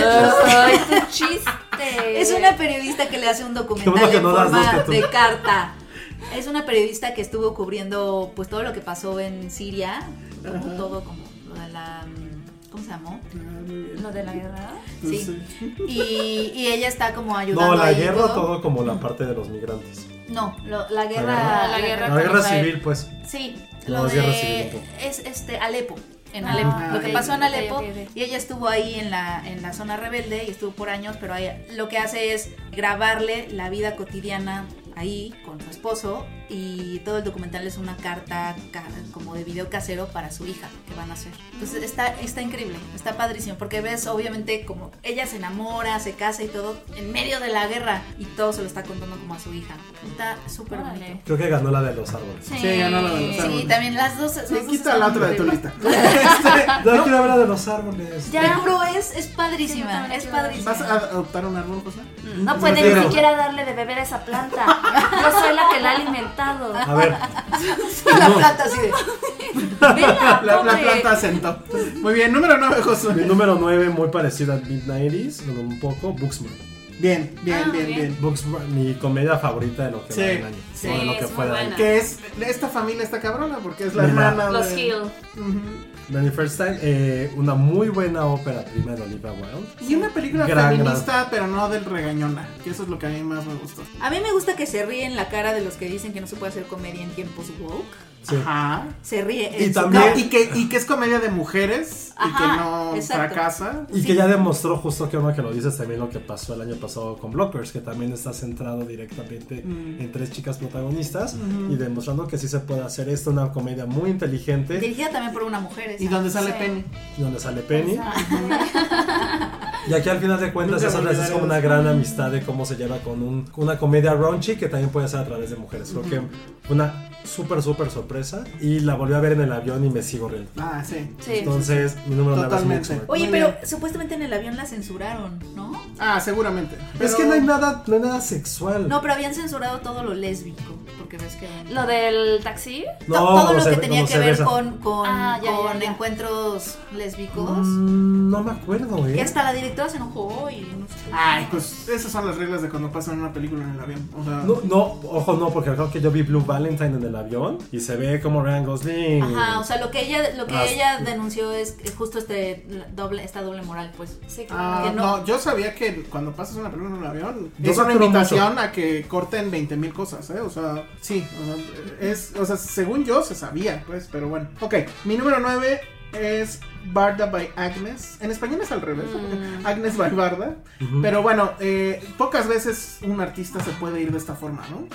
Speaker 6: Ay, tu chiste.
Speaker 4: Es una periodista que le hace un
Speaker 2: Qué
Speaker 4: documental
Speaker 2: bueno que
Speaker 4: en
Speaker 2: no das
Speaker 4: forma
Speaker 2: dos que tú.
Speaker 4: de carta. Es una periodista que estuvo cubriendo pues todo lo que pasó en Siria, como todo como lo de la mm, ¿cómo se llamó?
Speaker 6: Lo de la guerra.
Speaker 4: Sí. Y, y ella está como ayudando
Speaker 2: No, la
Speaker 4: ahí
Speaker 2: guerra todo como la parte de los migrantes.
Speaker 4: No, lo- la guerra
Speaker 2: guerra.
Speaker 6: La guerra
Speaker 2: La guerra
Speaker 6: Israel.
Speaker 2: civil, pues.
Speaker 4: Sí,
Speaker 2: No,
Speaker 4: lo
Speaker 2: es
Speaker 4: de
Speaker 2: guerra civil un poco.
Speaker 4: es este Alepo. En
Speaker 6: Ah,
Speaker 4: Alepo, lo
Speaker 6: ok,
Speaker 4: que pasó en
Speaker 6: ok,
Speaker 4: Alepo
Speaker 6: ok, ok.
Speaker 4: y ella estuvo ahí en la en la zona rebelde y estuvo por años, pero ahí- lo que hace es grabarle la vida cotidiana ahí con su esposo y todo el documental es una carta ca- como de video casero para su hija que van a hacer. Entonces está está increíble, está padrísimo porque ves obviamente como ella se enamora, se casa y todo en medio de la guerra y todo se lo está contando como a su hija. Está súper
Speaker 6: Órale.
Speaker 4: bonito.
Speaker 2: Creo que ganó la de los árboles.
Speaker 3: Sí, ganó la de los
Speaker 4: Sí,
Speaker 3: árboles.
Speaker 4: también las dos. las
Speaker 3: Sí,
Speaker 4: dos
Speaker 3: quita la
Speaker 4: están
Speaker 3: otra de tu
Speaker 4: increíbles.
Speaker 3: lista. Este,
Speaker 2: No, quiero hablar de los árboles.
Speaker 4: Te
Speaker 6: Ya.
Speaker 4: juro, es, es
Speaker 6: Sí, yo
Speaker 4: padrísima,
Speaker 6: también
Speaker 4: es
Speaker 6: quiero ver.
Speaker 4: padrísima.
Speaker 3: ¿Vas a adoptar un árbol, José?
Speaker 6: No puede
Speaker 2: Pero-
Speaker 6: ni siquiera darle de beber a esa planta. Yo soy la que la ha alimentado.
Speaker 3: Ah.
Speaker 2: A ver,
Speaker 4: Pues La planta así de...
Speaker 3: La,
Speaker 6: Vela,
Speaker 3: la
Speaker 6: come.
Speaker 3: planta sentó. Muy bien, número 9,
Speaker 2: mi
Speaker 3: Josué.
Speaker 2: número 9, muy parecido a Mid-90s, con un poco, Booksmart.
Speaker 3: Bien,
Speaker 4: Ah,
Speaker 3: bien, bien, bien.
Speaker 2: Booksmart, mi comedia favorita de lo que
Speaker 3: Sí.
Speaker 2: va del año.
Speaker 6: Sí,
Speaker 2: o de lo
Speaker 6: es
Speaker 2: que
Speaker 6: muy
Speaker 2: fue del
Speaker 6: buena.
Speaker 2: año.
Speaker 3: Que es. Esta familia está cabrona porque es la
Speaker 2: Ajá.
Speaker 3: hermana.
Speaker 6: Los
Speaker 3: de-
Speaker 6: Hill.
Speaker 2: Many First Time, eh, una muy buena ópera prima de Olivia Wilde.
Speaker 3: Y una película
Speaker 2: Gran,
Speaker 3: feminista, pero no del regañona. Que eso es lo que a mí más me gustó.
Speaker 4: A mí me gusta que se ríe en la cara de los que dicen que no se puede hacer comedia en tiempos woke.
Speaker 2: Sí.
Speaker 3: Ajá.
Speaker 4: Se ríe.
Speaker 2: Y
Speaker 4: en su
Speaker 2: también-
Speaker 4: cara.
Speaker 3: Y que, y que es comedia de mujeres y
Speaker 4: Ajá,
Speaker 3: que no
Speaker 4: exacto.
Speaker 3: fracasa.
Speaker 2: Y que ya demostró justo que uno que lo dices también lo que pasó el año pasado con Blockers, que también está centrado directamente en tres chicas protagonistas y demostrando que sí se puede hacer esto, una comedia muy inteligente
Speaker 4: Dirigida también por una mujer. esa.
Speaker 3: ¿Y dónde sale Penny?
Speaker 2: donde sale Penny. Y aquí al final de cuentas
Speaker 3: Nunca
Speaker 2: eso
Speaker 3: me
Speaker 2: es como una
Speaker 3: olvidaré.
Speaker 2: gran amistad de cómo se lleva con un- una comedia raunchy que también puede ser a través de mujeres. Creo que fue una súper, súper sorpresa y la volví a ver en el avión y me sigo riendo.
Speaker 3: Ah, sí.
Speaker 6: Sí.
Speaker 2: Entonces, mi número 9 es
Speaker 3: Totalmente.
Speaker 2: Midsommar.
Speaker 4: Oye,
Speaker 3: Muy
Speaker 4: pero
Speaker 3: bien.
Speaker 4: supuestamente en el avión la censuraron, ¿no?
Speaker 3: Ah, seguramente.
Speaker 2: Es
Speaker 3: Pero-
Speaker 2: que no hay nada, no hay nada sexual.
Speaker 4: No, pero habían censurado todo lo lésbico. Porque ves que...
Speaker 6: Lo del taxi.
Speaker 2: No,
Speaker 4: To- todo
Speaker 2: como
Speaker 4: lo
Speaker 2: se-
Speaker 4: que
Speaker 2: como
Speaker 4: tenía
Speaker 2: se
Speaker 4: que ver
Speaker 2: besa.
Speaker 4: con, con,
Speaker 6: Ah, ya, ya,
Speaker 4: con
Speaker 6: ya.
Speaker 4: encuentros lésbicos.
Speaker 2: Mm, No me acuerdo,
Speaker 4: Que
Speaker 2: eh.
Speaker 4: hasta la directora se enojó y no sé.
Speaker 3: Ay, pues esas son las reglas de cuando pasan una película en el avión. O sea,
Speaker 2: No, no, ojo, no, porque creo que yo vi Blue Valentine en el avión y se ve como Ryan Gosling.
Speaker 4: Ajá, o sea, lo que ella, lo que
Speaker 2: Ah,
Speaker 4: ella denunció es que justo este la- doble, esta doble moral, pues.
Speaker 6: Sí, claro.
Speaker 3: Ah,
Speaker 4: que no.
Speaker 3: no. yo sabía que cuando pasas una película en un avión
Speaker 2: Yo
Speaker 3: es una
Speaker 2: facturo
Speaker 3: invitación a que corten 20.000 mil cosas, ¿eh? O sea, sí, o sea, es, o sea, según yo se sabía, pues, pero bueno. Ok, mi número 9 es Barda by Agnes. En español es al revés, ¿eh?
Speaker 4: Mm.
Speaker 3: Agnes by Barda. Pero bueno, eh, pocas veces un artista se puede ir de esta forma, ¿no?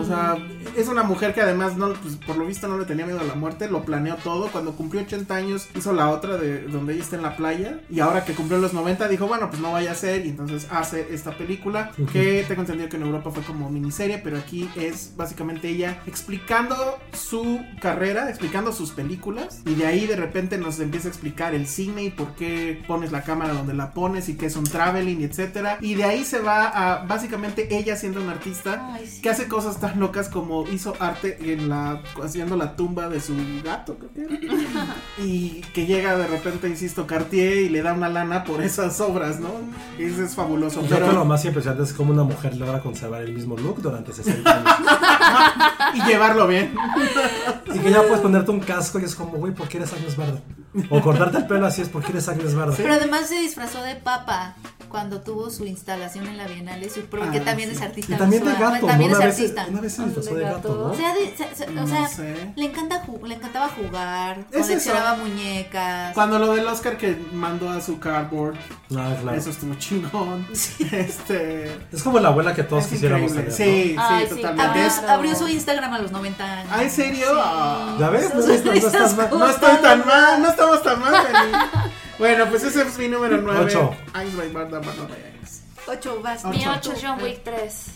Speaker 3: O sea, es una mujer que además, no, pues, por lo visto, no le tenía miedo a la muerte, lo planeó todo. Cuando cumplió 80 años, hizo la otra de donde ella está en la playa. Y ahora que cumplió los 90, dijo, bueno, pues no vaya a ser. Y entonces hace esta película, que tengo entendido que en Europa fue como miniserie, pero aquí es básicamente ella explicando su carrera, explicando sus películas. Y de ahí de repente nos empieza a explicar el cine y por qué pones la cámara donde la pones y qué es un traveling, etcétera. Y de ahí se va a básicamente ella siendo una artista
Speaker 4: Ay, sí.
Speaker 3: que hace cosas tan locas como hizo arte en la haciendo la tumba de su gato, creo que era. y que llega de repente, insisto, Cartier y le da una lana por esas obras, ¿no? Eso es fabuloso.
Speaker 2: Y Creo que lo
Speaker 3: Pero,
Speaker 2: más impresionante es cómo una mujer logra conservar el mismo look durante 60 años.
Speaker 3: y llevarlo bien.
Speaker 2: y que ya puedes ponerte un casco y es como, güey, ¿por qué eres Agnes Barda? O cortarte el pelo así es, ¿por qué eres Agnes Barda?
Speaker 4: Pero además se disfrazó de papa cuando tuvo su instalación en la Bienal, eso, porque
Speaker 3: Ah,
Speaker 4: también
Speaker 3: sí.
Speaker 4: es artista.
Speaker 2: Y también de
Speaker 4: visual,
Speaker 2: gato, ¿no?
Speaker 4: También
Speaker 2: Una
Speaker 4: es
Speaker 2: vez,
Speaker 4: artista.
Speaker 2: una vez se disfrazó de gato,
Speaker 4: O
Speaker 2: ¿no?
Speaker 4: sea, de- se- se- o
Speaker 3: No
Speaker 4: sea,
Speaker 3: sé.
Speaker 4: le, encanta ju- le encantaba jugar,
Speaker 3: Es
Speaker 4: coleccionaba
Speaker 3: eso.
Speaker 4: muñecas.
Speaker 3: Cuando lo del Oscar que mandó a su cardboard,
Speaker 2: Ah, claro.
Speaker 3: eso estuvo chingón. Este.
Speaker 2: Es como la abuela que todos
Speaker 3: es
Speaker 2: quisiéramos
Speaker 3: increíble.
Speaker 2: tener.
Speaker 3: Sí, sí,
Speaker 6: Ay, sí,
Speaker 3: totalmente.
Speaker 4: Abrió,
Speaker 3: Es-
Speaker 6: Claro.
Speaker 4: abrió su Instagram a los 90 años.
Speaker 3: Ah, ¿en serio? Ah.
Speaker 2: ¿no? ¿Ya ves? No, estás- no estás mal.
Speaker 3: No estoy tan mal, no estamos tan mal. Penny. bueno, pues ese es mi número 9.
Speaker 2: Ocho.
Speaker 3: Ice by Barda, Barda by Ice.
Speaker 4: Ocho, vas.
Speaker 6: Mi
Speaker 4: Mira,
Speaker 6: 8 John Wick 3.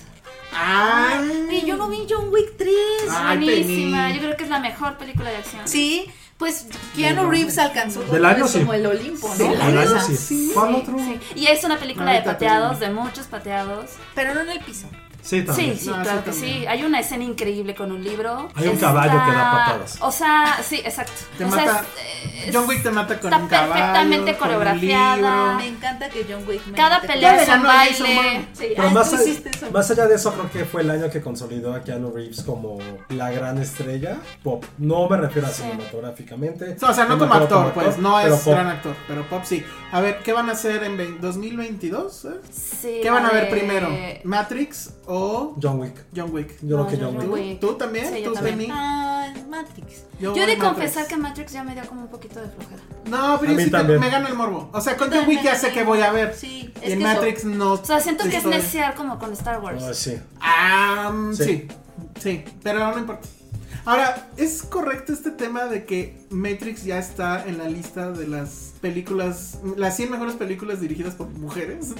Speaker 3: Ay.
Speaker 4: Y yo no vi John Wick 3.
Speaker 6: Es
Speaker 3: Ay,
Speaker 6: buenísima.
Speaker 3: Penny.
Speaker 6: Yo creo que es la mejor película de acción.
Speaker 4: Sí, pues Keanu Reeves alcanzó
Speaker 2: Del año sí.
Speaker 4: como el Olimpo, ¿no?
Speaker 2: Del año
Speaker 4: Esa.
Speaker 2: sí. ¿Cuál otro?
Speaker 6: Sí. Y es una película de
Speaker 3: Ahorita te
Speaker 6: pateados,
Speaker 3: digo.
Speaker 6: de muchos pateados.
Speaker 4: Pero no en el piso.
Speaker 2: Sí, también.
Speaker 6: Sí, sí,
Speaker 3: No, eso
Speaker 6: claro que
Speaker 3: también.
Speaker 6: sí. Hay una escena increíble con un libro.
Speaker 2: Hay un caballo que da patadas.
Speaker 6: O sea, sí, exacto.
Speaker 3: Te
Speaker 6: O sea,
Speaker 3: mata-
Speaker 6: es- es-
Speaker 3: John Wick te mata con
Speaker 6: está
Speaker 3: un caballo.
Speaker 6: perfectamente
Speaker 3: con un
Speaker 6: coreografiada.
Speaker 3: libro.
Speaker 4: Me encanta que John Wick me
Speaker 6: cada
Speaker 4: mate-
Speaker 6: pelea
Speaker 3: Ya
Speaker 6: es un
Speaker 3: ganó a Jason
Speaker 6: baile.
Speaker 3: Bourne.
Speaker 6: Sí,
Speaker 2: Pero
Speaker 6: ah,
Speaker 2: más,
Speaker 4: tú
Speaker 2: a-
Speaker 4: hiciste eso.
Speaker 2: más allá de eso, creo que fue el año que consolidó a Keanu Reeves como la gran estrella pop. No me refiero a cinematográficamente.
Speaker 3: O sea, no
Speaker 2: me
Speaker 3: como
Speaker 2: refiero
Speaker 3: actor, pues, no
Speaker 2: pero
Speaker 3: es
Speaker 2: pop.
Speaker 3: gran actor, pero Pop sí. A ver, ¿qué van a hacer en vein- 2022? eh?
Speaker 6: sí,
Speaker 3: ¿Qué van a
Speaker 6: la
Speaker 3: ver
Speaker 6: de-
Speaker 3: primero? ¿Matrix o
Speaker 2: John Wick.
Speaker 3: John Wick?
Speaker 2: Yo creo
Speaker 6: No,
Speaker 2: que
Speaker 6: yo
Speaker 2: John
Speaker 6: creo
Speaker 2: Wick.
Speaker 3: ¿Tú,
Speaker 6: Wick.
Speaker 3: tú también?
Speaker 6: Sí, yo
Speaker 3: ¿Tú,
Speaker 6: también.
Speaker 3: Penny?
Speaker 4: Ah, Matrix.
Speaker 3: Yo
Speaker 6: Yo he de
Speaker 3: voy Matrix.
Speaker 6: confesar que Matrix ya me dio como un poquito de flojera.
Speaker 3: No, pero
Speaker 2: A
Speaker 3: yo
Speaker 2: mí
Speaker 3: sí te-
Speaker 2: también.
Speaker 3: me gana el morbo. O sea, con John Wick ya sé que voy a ver.
Speaker 4: Sí, es
Speaker 3: y en
Speaker 4: que
Speaker 3: Matrix no.
Speaker 6: O sea, siento que es
Speaker 3: estoy-
Speaker 6: necear como con Star Wars.
Speaker 2: Ah, sí.
Speaker 3: Ah,
Speaker 2: Sí.
Speaker 3: sí. sí, pero no importa. Ahora, ¿es correcto este tema de que Matrix ya está en la lista de las películas, las 100 mejores películas dirigidas por mujeres?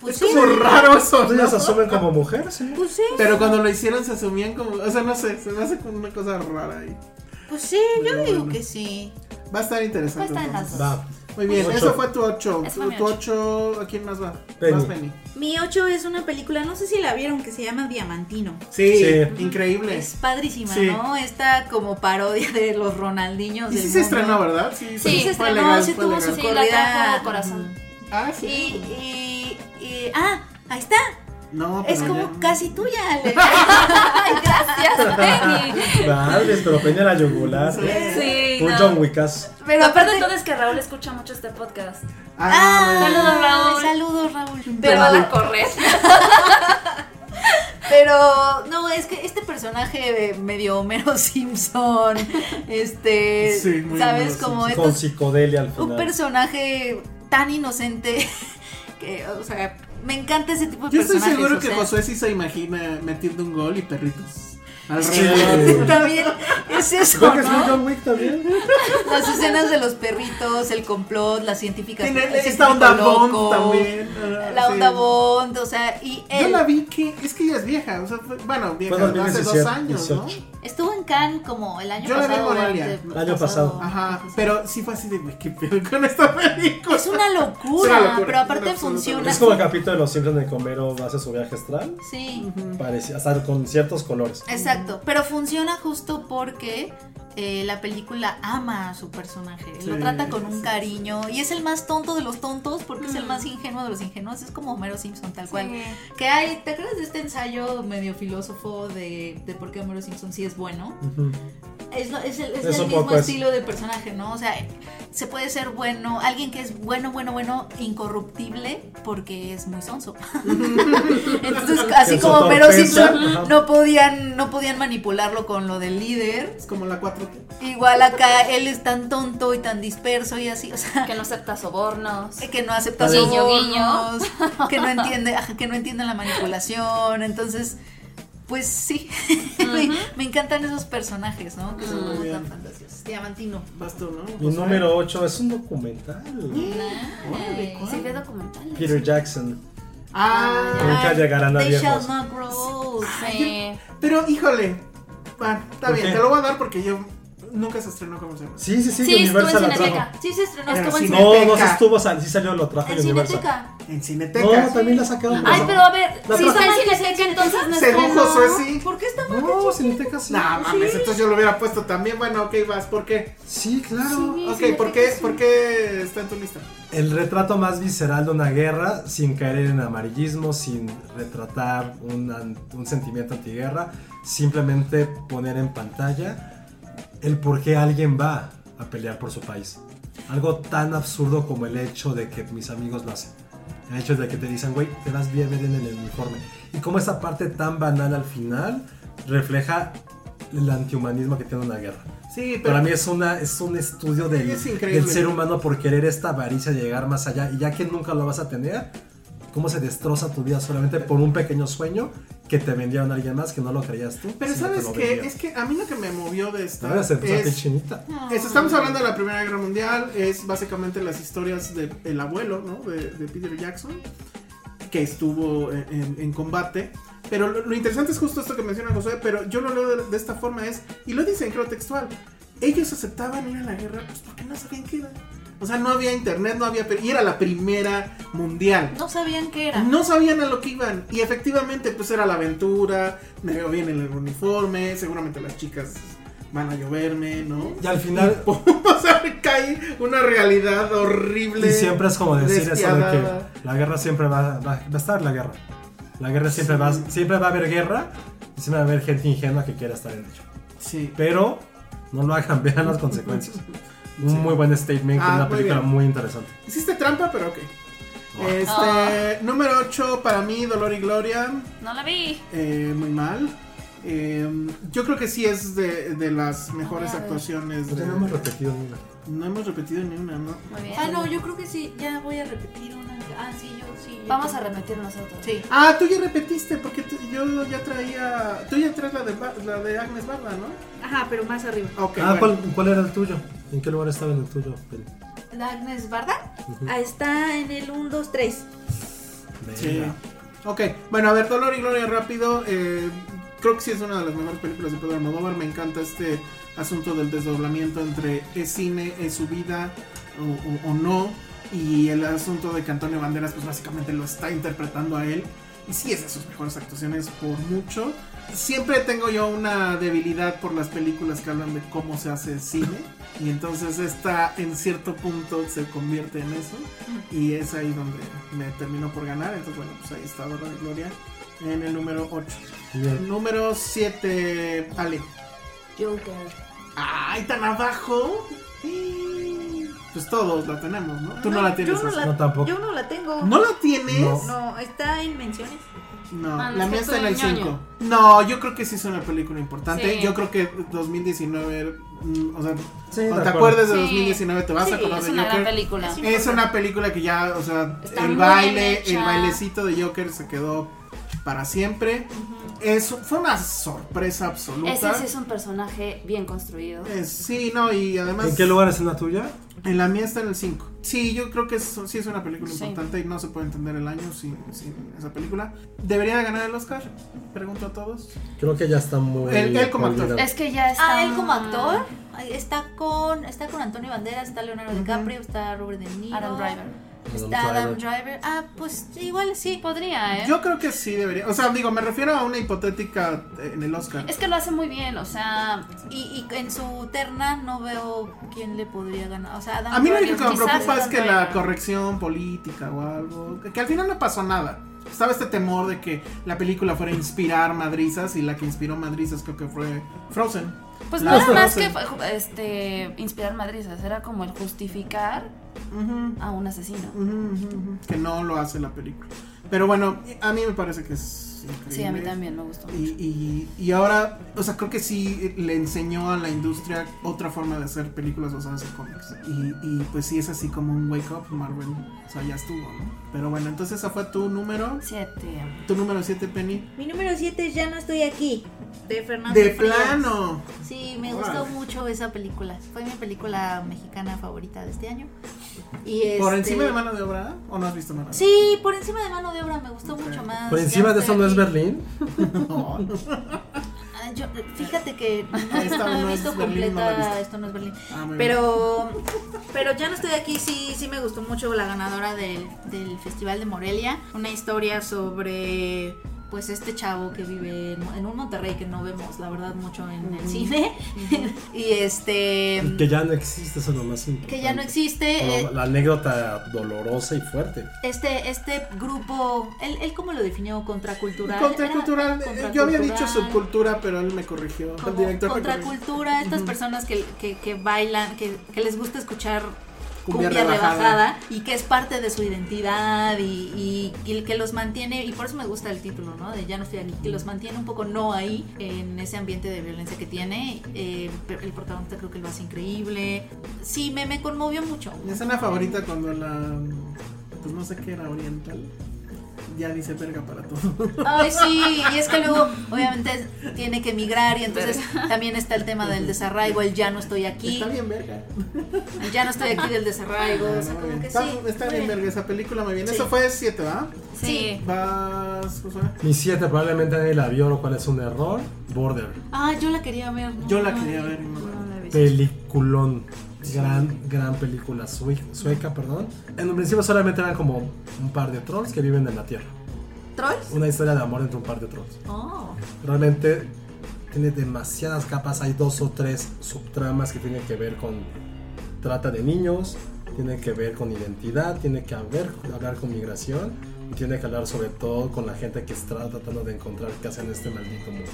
Speaker 4: Pues
Speaker 3: es
Speaker 4: sí.
Speaker 3: como raro eso,
Speaker 2: Entonces ya se
Speaker 3: ¿no?
Speaker 2: asumen como mujer, sí.
Speaker 4: Pues sí,
Speaker 3: Pero cuando lo hicieron se asumían como, o sea, no sé, se me hace como una cosa rara ahí.
Speaker 4: pues sí, yo digo que sí.
Speaker 3: Va a estar interesante.
Speaker 6: Va a estar en las
Speaker 3: entonces.
Speaker 6: dos.
Speaker 2: Va.
Speaker 3: Muy bien,
Speaker 2: Ocho.
Speaker 3: eso fue tu 8.
Speaker 6: Ese fue mi
Speaker 3: Tu
Speaker 6: ocho.
Speaker 3: 8, ¿a quién más va?
Speaker 2: Penny.
Speaker 3: Más Penny.
Speaker 4: Mi 8 es una película, no sé si la vieron, que se llama Diamantino.
Speaker 3: Sí,
Speaker 2: Sí.
Speaker 3: increíble.
Speaker 4: Es padrísima,
Speaker 3: Sí.
Speaker 4: ¿no? Esta como parodia de los Ronaldinhos.
Speaker 3: Y
Speaker 4: del
Speaker 3: sí se
Speaker 4: mundo.
Speaker 3: estrenó, ¿verdad? Sí,
Speaker 4: Sí, se
Speaker 3: fue
Speaker 4: estrenó,
Speaker 3: legal,
Speaker 4: sí
Speaker 3: fue
Speaker 4: tuvo
Speaker 3: legal.
Speaker 4: su
Speaker 6: Sí, la
Speaker 4: Correa.
Speaker 6: trajo corazón.
Speaker 3: Ah,
Speaker 4: Y,
Speaker 3: sí.
Speaker 4: y- y- ah, ahí está.
Speaker 3: No,
Speaker 4: Es
Speaker 3: pero
Speaker 4: como
Speaker 3: ya-
Speaker 4: casi tuya, Ale.
Speaker 6: Ay, gracias, Penny.
Speaker 2: Madres, pero Peña la
Speaker 3: Ah,
Speaker 2: yugular.
Speaker 6: Sí,
Speaker 2: Un
Speaker 6: no.
Speaker 2: John Wickas.
Speaker 6: Pero aparte de todo es que Raúl escucha mucho este podcast.
Speaker 3: Ah,
Speaker 6: Saludos, Raúl.
Speaker 4: Saludos, Raúl.
Speaker 6: Pero a la correr.
Speaker 4: Pero no, es que este personaje medio Homero Simpson, este,
Speaker 3: Sí, muy
Speaker 4: sabes
Speaker 3: Homero
Speaker 4: como
Speaker 2: Con
Speaker 4: estos-
Speaker 2: psicodelia al
Speaker 4: un
Speaker 2: final.
Speaker 4: personaje tan inocente que, o sea, me encanta ese tipo de
Speaker 3: Yo estoy
Speaker 4: personajes.
Speaker 3: seguro
Speaker 4: o
Speaker 3: que
Speaker 4: sea,
Speaker 3: Josué sí se imagina metiendo un gol y perritos.
Speaker 2: Sí.
Speaker 3: Alrededor.
Speaker 4: También es
Speaker 2: Creo
Speaker 4: eso,
Speaker 2: que es muy
Speaker 4: ¿no?
Speaker 2: John Wick también.
Speaker 4: Las escenas de los perritos, el complot, las científicas.
Speaker 3: Tiene
Speaker 4: el
Speaker 3: esta
Speaker 4: científico
Speaker 3: onda
Speaker 4: loco,
Speaker 3: Bond también. Ah,
Speaker 4: La
Speaker 3: sí.
Speaker 4: onda Bond, o sea, y
Speaker 3: Yo
Speaker 4: él
Speaker 3: la vi que. Es que ella es vieja. O sea, fue- bueno, vieja.
Speaker 2: Fue
Speaker 3: ¿no? hace
Speaker 2: 2017,
Speaker 3: dos años, ¿no?
Speaker 2: 18.
Speaker 4: estuvo en Cannes como el año
Speaker 3: Yo la vi en
Speaker 4: pasado. o
Speaker 3: Morelia.
Speaker 4: ante-
Speaker 2: El año pasado.
Speaker 3: Ajá. Pero sí fue así de, güey, qué pedo con esta película.
Speaker 4: Es una locura,
Speaker 3: Es una locura,
Speaker 4: pero aparte
Speaker 3: es una absoluta
Speaker 4: funciona.
Speaker 3: locura.
Speaker 2: Es como el capítulo de los Simpsons de Comero hace su viaje astral.
Speaker 4: Sí,
Speaker 2: Parecía, hasta con ciertos colores.
Speaker 4: exacto. Pero funciona justo porque eh, la película ama a su personaje. lo
Speaker 3: Sí,
Speaker 4: trata con un
Speaker 3: sí,
Speaker 4: cariño. Y es el más tonto de los tontos porque es el más ingenuo de los ingenuos. Es como Homero Simpson, tal cual. Que hay, ¿te acuerdas de este ensayo medio filósofo de, de por qué Homero Simpson sí es bueno?
Speaker 2: Ujú.
Speaker 4: Es, lo- es el, es
Speaker 2: Es
Speaker 4: el
Speaker 2: un
Speaker 4: mismo
Speaker 2: poco eso.
Speaker 4: estilo de personaje, ¿no? O sea, se puede ser bueno, alguien que es bueno, bueno, bueno, incorruptible, porque es muy sonso. Entonces, así
Speaker 2: Que
Speaker 4: como
Speaker 2: su
Speaker 4: Homero
Speaker 2: torpeza, ajá.
Speaker 4: Simpson no podían, no podían manipularlo con lo del líder.
Speaker 3: Es como la 4T.
Speaker 4: Igual acá él es tan tonto y tan disperso y así, o sea,
Speaker 6: Que no acepta sobornos.
Speaker 4: que no acepta
Speaker 6: Guiño,
Speaker 4: sobornos, que no entiende, ajá, que no entiende la manipulación, entonces pues sí, me, me encantan esos personajes, ¿no? Que
Speaker 6: Mm.
Speaker 4: son como tan fantasiosos. Diamantino.
Speaker 3: Vas tú, ¿no? Pues,
Speaker 2: Mi
Speaker 3: Josué?
Speaker 2: número 8 es un documental.
Speaker 3: Órale, ¿cuál?
Speaker 6: Sí, ve documentales.
Speaker 2: Peter Jackson.
Speaker 3: Ah,
Speaker 2: Nunca
Speaker 4: Ay,
Speaker 2: llegarán a
Speaker 4: They shall
Speaker 2: viejos.
Speaker 4: not grow old.
Speaker 6: Sí.
Speaker 3: pero híjole. Bueno, está
Speaker 2: ¿Por
Speaker 3: bien,
Speaker 2: qué?
Speaker 3: te lo voy a dar porque yo nunca se estrenó como se llama.
Speaker 2: Sí, sí, sí,
Speaker 6: Sí, estuvo en
Speaker 2: Universal la trajo.
Speaker 6: Cineteca. Sí, se estrenó,
Speaker 3: Pero
Speaker 6: estuvo en
Speaker 3: sí,
Speaker 6: Cineteca.
Speaker 2: No, no se
Speaker 3: Cineteca.
Speaker 2: estuvo, sal- sí salió, lo trajo
Speaker 6: En
Speaker 2: en Universal.
Speaker 6: Cineteca.
Speaker 3: En Cineteca.
Speaker 2: No, también la sacaron.
Speaker 6: Ay, pero a ver,
Speaker 2: La
Speaker 6: si
Speaker 2: trajo-
Speaker 6: está en Cineteca, entonces no
Speaker 3: Según
Speaker 6: estrenó.
Speaker 3: Josué, sí.
Speaker 4: ¿Por qué estamos?
Speaker 2: No, Cineteca ¿Ah, sí.
Speaker 3: No mames, entonces yo lo hubiera puesto también. Bueno, ok, vas, ¿por qué?
Speaker 2: Ah, Sí, claro.
Speaker 3: ok, ¿por qué, ¿por qué está en tu lista?
Speaker 2: El retrato más visceral de una guerra, sin caer en amarillismo, sin retratar un, an- un sentimiento antiguerra, simplemente poner en pantalla el por qué alguien va a pelear por su país. Algo tan absurdo como el hecho de que mis amigos lo hacen. El hecho de que te dicen, güey, te vas bien ver en el uniforme. Y como esa parte tan banal al final refleja el antihumanismo que tiene una guerra.
Speaker 3: Sí, pero.
Speaker 2: Para mí es, una, es un estudio del,
Speaker 3: Es increíble.
Speaker 2: del ser humano por querer esta avaricia de llegar más allá y ya que nunca lo vas a tener, cómo se destroza tu vida solamente por un pequeño sueño que te vendieron a alguien más que no lo creías tú.
Speaker 3: Pero
Speaker 2: sino
Speaker 3: ¿sabes
Speaker 2: te lo
Speaker 3: qué?
Speaker 2: vendieron.
Speaker 3: Es que a mí lo que me movió de esta.
Speaker 2: Ahora se puso
Speaker 3: es-
Speaker 2: a piel chinita.
Speaker 3: es- estamos hablando de la Primera Guerra Mundial, es básicamente las historias del abuelo, ¿no? De, de Peter Jackson. que estuvo en, en- en combate. Pero lo, lo interesante es justo esto que menciona Josué, pero yo lo leo de, de esta forma es, y lo dicen creo textual, ellos aceptaban ir a la guerra pues porque no sabían qué era. O sea, no había internet, no había... pe- Y era la primera mundial.
Speaker 4: No sabían qué era.
Speaker 3: No sabían a lo que iban. Y efectivamente, pues era la aventura. Me veo bien en el uniforme. Seguramente las chicas van a lloverme, ¿no?
Speaker 2: Y al final,
Speaker 3: o sea, cae una realidad horrible.
Speaker 2: y siempre es como decir eso de
Speaker 3: despiadada.
Speaker 2: que la guerra siempre va, va- va a estar la guerra. La guerra siempre, va, siempre va a haber guerra y siempre va a haber gente ingenua que quiera estar en ello.
Speaker 3: Sí.
Speaker 2: Pero no lo hagan, vean las consecuencias. Un
Speaker 3: Sí.
Speaker 2: muy buen statement,
Speaker 3: Ah,
Speaker 2: una
Speaker 3: muy
Speaker 2: película
Speaker 3: bien.
Speaker 2: muy interesante.
Speaker 3: Hiciste trampa, pero ok.
Speaker 2: Ah.
Speaker 3: Este, Número 8 para mí, Dolor y Gloria.
Speaker 6: No la vi.
Speaker 3: Eh, muy mal. Eh, yo creo que sí es de, de las mejores actuaciones.
Speaker 2: No
Speaker 3: de-
Speaker 2: hemos repetido ni una.
Speaker 3: no hemos repetido ni una, ¿no?
Speaker 6: Muy bien.
Speaker 4: Ah, no, yo creo que sí, ya voy a repetir una. Ah, sí, yo sí.
Speaker 6: Vamos a repetir nosotros.
Speaker 4: Sí.
Speaker 3: Ah, tú ya repetiste, porque tú- yo ya traía. Tú ya traes la de, Ba- la de Agnes Barda, ¿no?
Speaker 4: Ajá, pero más arriba.
Speaker 3: Ok.
Speaker 2: Ah,
Speaker 3: bueno.
Speaker 2: ¿cuál, cuál era el tuyo? ¿En qué lugar estaba en el tuyo? Peli?
Speaker 4: La Agnes Barda ah, está en el 1, 2, 3.
Speaker 3: Sí.
Speaker 2: Venga.
Speaker 3: Ok, bueno, a ver, Dolor y Gloria rápido. eh, creo que sí es una de las mejores películas de Pedro Almodóvar. Me encanta este asunto del desdoblamiento entre es cine, es su vida o, o- o no. Y el asunto de que Antonio Banderas, pues básicamente lo está interpretando a él. Y sí es de sus mejores actuaciones por mucho. Siempre tengo yo una debilidad por las películas que hablan de cómo se hace el cine. Y entonces esta en cierto punto se convierte en eso. Y es ahí donde me terminó por ganar. Entonces, bueno, pues ahí está Dolor y Gloria en el número 8.
Speaker 2: Bien.
Speaker 3: Número 7, Ale.
Speaker 4: Joker.
Speaker 3: ¡Ay, tan abajo! Pues todos la tenemos, ¿no? Tú no, la tienes.
Speaker 4: Yo no
Speaker 3: Azu.
Speaker 4: la,
Speaker 2: No, tampoco.
Speaker 4: Yo no la tengo.
Speaker 3: ¿No la tienes?
Speaker 2: No.
Speaker 4: No, está en menciones.
Speaker 3: No,
Speaker 6: Ah, no,
Speaker 3: la
Speaker 6: es que
Speaker 3: mía está en el
Speaker 6: tú eres
Speaker 3: 5. No, yo creo que sí es una película importante.
Speaker 6: Sí.
Speaker 3: Yo creo que 2019, mm, o sea,
Speaker 2: Sí, de
Speaker 3: cuando
Speaker 2: acuerdo.
Speaker 3: te acuerdes de
Speaker 6: Sí.
Speaker 3: 2019 te vas a acordar
Speaker 6: Es
Speaker 3: de
Speaker 6: una gran
Speaker 3: Joker.
Speaker 6: película.
Speaker 3: Es una película que ya, o sea,
Speaker 6: Está
Speaker 3: el
Speaker 6: muy
Speaker 3: baile,
Speaker 6: bien hecha.
Speaker 3: el bailecito de Joker se quedó para siempre. Eso fue una sorpresa absoluta.
Speaker 6: Ese sí es un personaje bien construido.
Speaker 3: Eh, sí, no, y además
Speaker 2: ¿En qué lugar es en la tuya?
Speaker 3: en la mía está en el 5. Sí, yo creo que es- sí es una película
Speaker 6: Sí.
Speaker 3: importante y no se puede entender el año sin, sin esa película. ¿Debería de ganar el Oscar? Pregunto a todos.
Speaker 2: Creo que ya está muy.
Speaker 3: Él- él como actor.
Speaker 2: validado.
Speaker 6: Es que ya está.
Speaker 4: Ah, él como actor ay, está con está con Antonio Banderas, está Leonardo DiCaprio, está Robert De Niro,
Speaker 6: Adam Driver.
Speaker 4: está Adam Driver. Ah, pues igual sí.
Speaker 6: Podría, ¿eh?
Speaker 3: Yo creo que sí debería. O sea, digo, me refiero a una hipotética eh, en el Oscar.
Speaker 6: Es que lo hace muy bien, o sea.
Speaker 4: Y, y en su terna no veo quién le podría ganar. O sea, Adam
Speaker 3: A mí lo
Speaker 4: Driver
Speaker 3: único que me
Speaker 4: quizás
Speaker 3: preocupa es
Speaker 4: Adam
Speaker 3: que la
Speaker 4: Driver.
Speaker 3: corrección política o algo. que- Que al final no pasó nada. Estaba este temor de que la película fuera a inspirar madrizas y la que inspiró madrizas creo que fue Frozen.
Speaker 6: Pues
Speaker 3: La
Speaker 6: no era más que
Speaker 3: Frozen.
Speaker 6: este, inspirar madrizas, era como el justificar
Speaker 3: Ujú.
Speaker 4: Ah,
Speaker 6: a un asesino.
Speaker 3: Ujú, ujú, ujú. Que no lo hace la película. Pero bueno, a mí me parece que es increíble.
Speaker 6: Sí, a mí también me gustó mucho.
Speaker 3: Y, y- y ahora, o sea, creo que sí le enseñó a la industria otra forma de hacer películas basadas en cómics. Y, y, pues sí es así como un wake up, Marvel. O sea, ya estuvo, ¿no? Pero bueno, entonces esa fue tu número,
Speaker 6: Siete.
Speaker 3: tu número 7, Penny.
Speaker 4: Mi número 7 es ya no estoy aquí. De Fernando
Speaker 3: De
Speaker 4: Frías.
Speaker 3: plano.
Speaker 4: Sí, me gustó
Speaker 3: Órale.
Speaker 4: mucho esa película. Fue mi película mexicana favorita de este año. Y
Speaker 3: ¿Por
Speaker 4: este-
Speaker 3: encima de mano de obra? ¿O no has visto mano de obra?
Speaker 4: Sí, por encima de mano de obra me gustó mucho más.
Speaker 2: Por
Speaker 4: Ya
Speaker 2: encima de eso
Speaker 4: estoy
Speaker 2: no es
Speaker 4: aquí.
Speaker 2: Berlín.
Speaker 4: Ah, yo- fíjate que no,
Speaker 3: Esta
Speaker 4: no
Speaker 3: no
Speaker 4: he
Speaker 3: es
Speaker 4: visto
Speaker 3: Berlín, no la he
Speaker 4: completa
Speaker 3: visto.
Speaker 4: esto no es Berlín.
Speaker 3: Ah, muy bien.
Speaker 4: Pero pero ya no estoy aquí, sí, sí me gustó mucho la ganadora del, del Festival de Morelia. Una historia sobre pues este chavo que vive en, en un Monterrey que no vemos, la verdad, mucho en el cine. y este
Speaker 2: Que ya no existe, eso es lo más importante.
Speaker 4: que ya no existe. eh,
Speaker 2: Lo- La anécdota dolorosa y fuerte.
Speaker 4: este, este grupo, él, él cómo lo definió contracultural.
Speaker 3: Contracultural.
Speaker 4: Era
Speaker 3: eh, Yo había dicho
Speaker 4: contracultural.
Speaker 3: subcultura, pero él me corrigió. El
Speaker 4: como
Speaker 3: director me corrigió.
Speaker 4: contracultura, estas personas que, que- que bailan, que, que les gusta escuchar
Speaker 3: Cumbia
Speaker 4: cumbia,
Speaker 3: rebajada.
Speaker 4: rebajada. y que es parte de su identidad y, y- y que los mantiene, y por eso me gusta el título, ¿no? De Ya no estoy aquí, que los mantiene un poco no ahí en ese ambiente de violencia que tiene. Eh, pero el protagonista creo que lo hace increíble. Sí, me, me conmovió mucho.
Speaker 3: Mi escena favorita cuando la. Pues no sé qué era oriental. ya dice verga para todo.
Speaker 4: Ay, sí, y es que luego obviamente tiene que emigrar y entonces también está el tema del desarraigo, el ya no estoy aquí,
Speaker 3: Está bien verga.
Speaker 4: el ya no estoy aquí del desarraigo, o sea, como que
Speaker 3: Está,
Speaker 4: sí.
Speaker 3: está bien
Speaker 4: bueno.
Speaker 3: verga esa película, muy bien.
Speaker 4: Sí.
Speaker 3: Eso fue 7, ¿verdad?
Speaker 4: Sí.
Speaker 3: Vas, Josué.
Speaker 2: Mi 7 probablemente nadie la vio, lo cual es un error. Border.
Speaker 4: Ah, yo la quería ver. no,
Speaker 3: Yo la
Speaker 4: no
Speaker 3: quería
Speaker 4: vi.
Speaker 3: ver, no la
Speaker 4: No la vi.
Speaker 2: Peliculón. Gran, gran película sue- sueca, perdón. En un principio solamente eran como un par de trolls que viven en la Tierra.
Speaker 4: ¿Trolls?
Speaker 2: Una historia de amor entre un par de trolls.
Speaker 4: Oh.
Speaker 2: Realmente tiene demasiadas capas. Hay dos o tres subtramas que tienen que ver con trata de niños, tiene que ver con identidad, tiene que haber, hablar con migración y tiene que hablar sobre todo con la gente que está tratando de encontrar qué hacer en este maldito mundo.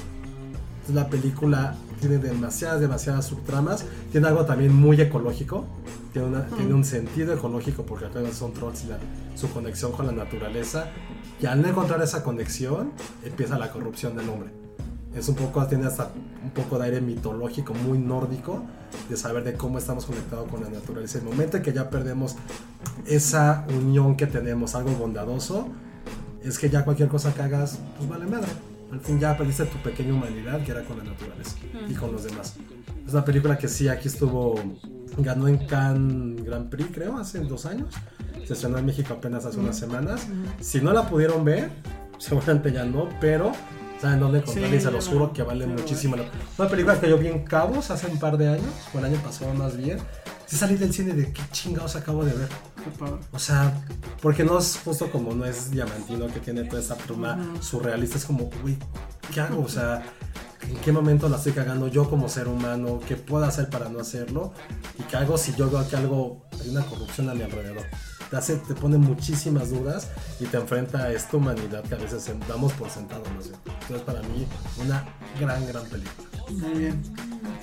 Speaker 2: Entonces, la película tiene demasiadas, demasiadas subtramas. Tiene algo también muy ecológico. Tiene, una- tiene un sentido ecológico porque acá son trolls y la- su conexión con la naturaleza. Y al no encontrar esa conexión, empieza la corrupción del hombre. Es un poco, tiene hasta un poco de aire mitológico, muy nórdico, de saber de cómo estamos conectados con la naturaleza. El momento en que ya perdemos esa unión que tenemos, algo bondadoso, es que ya cualquier cosa que hagas, pues vale madre. Al fin ya perdiste tu pequeña humanidad que era con la naturaleza y con los demás. Es una película que sí, aquí estuvo, ganó en Cannes Grand Prix, creo, hace dos años. Se estrenó en México apenas hace unas semanas. Si no la pudieron ver, seguramente ya no, pero saben dónde encontrarla y
Speaker 3: Sí,
Speaker 2: se los
Speaker 3: ya
Speaker 2: juro
Speaker 3: no.
Speaker 2: que vale muchísimo la Una película que yo vi en Cabos hace un par de años, o el año pasado más bien. Sí salí del cine de qué chingados acabo de ver.
Speaker 3: Por favor.
Speaker 2: O sea, porque no es justo como no es diamantino que tiene toda esa pluma surrealista, es como, uy, ¿qué hago? O sea, ¿en qué momento la estoy cagando yo como ser humano? ¿Qué puedo hacer para no hacerlo? ¿Y qué hago si yo veo que algo, hay una corrupción a mi alrededor? Te, hace, te pone muchísimas dudas y te enfrenta a esta humanidad que a veces damos por sentado, no sé. Entonces, para mí, una gran, gran película.
Speaker 3: Muy bien.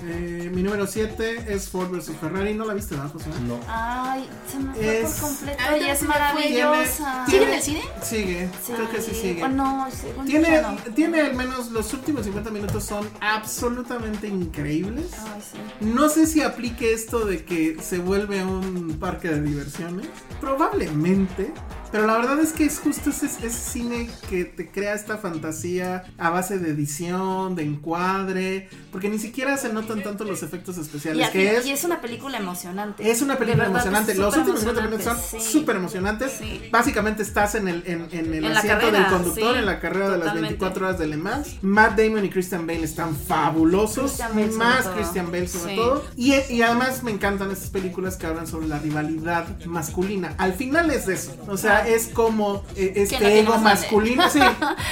Speaker 3: Eh, mi número 7 es Ford vs Ferrari. No la viste, ¿verdad, Josué?
Speaker 2: No.
Speaker 6: Ay, se me fue
Speaker 3: Es-
Speaker 6: por completo
Speaker 4: Ay,
Speaker 6: y
Speaker 4: no,
Speaker 6: es
Speaker 4: se me fue.
Speaker 6: maravillosa.
Speaker 4: ¿Sigue en el cine?
Speaker 3: Sigue. Creo que sí sigue.
Speaker 6: O no, según yo
Speaker 3: Tiene,
Speaker 6: ya no.
Speaker 3: tiene al menos los últimos 50 minutos son absolutamente increíbles.
Speaker 6: Ay, sí.
Speaker 3: No sé si aplique esto de que se vuelve un parque de diversiones. Probablemente. Pero la verdad es que es justo ese, ese cine que te crea esta fantasía a base de edición, de encuadre. Porque ni siquiera se notan tanto los efectos
Speaker 6: Y,
Speaker 3: especiales.
Speaker 6: a-
Speaker 3: que es,
Speaker 6: y es una película emocionante.
Speaker 3: es una película
Speaker 6: De verdad,
Speaker 3: emocionante.
Speaker 6: es
Speaker 3: Los
Speaker 6: súper
Speaker 3: últimos 50 minutos son
Speaker 6: emocionante, sí.
Speaker 3: súper emocionantes.
Speaker 6: Sí.
Speaker 3: Básicamente estás en el, en, en el
Speaker 6: En la
Speaker 3: asiento
Speaker 6: carrera,
Speaker 3: del conductor
Speaker 6: sí,
Speaker 3: en la carrera de las
Speaker 6: totalmente.
Speaker 3: 24 horas de Le Mans. Matt Damon y Christian Bale están fabulosos.
Speaker 6: Christian Bale sobre
Speaker 3: más
Speaker 6: todo.
Speaker 3: Christian Bale sobre
Speaker 6: Sí.
Speaker 3: todo. Y, y además me encantan estas películas que hablan sobre la rivalidad masculina. Al final es eso. O sea, es como eh,
Speaker 6: la
Speaker 3: este
Speaker 6: tiene
Speaker 3: ego
Speaker 6: más grande.
Speaker 3: masculino. Sí,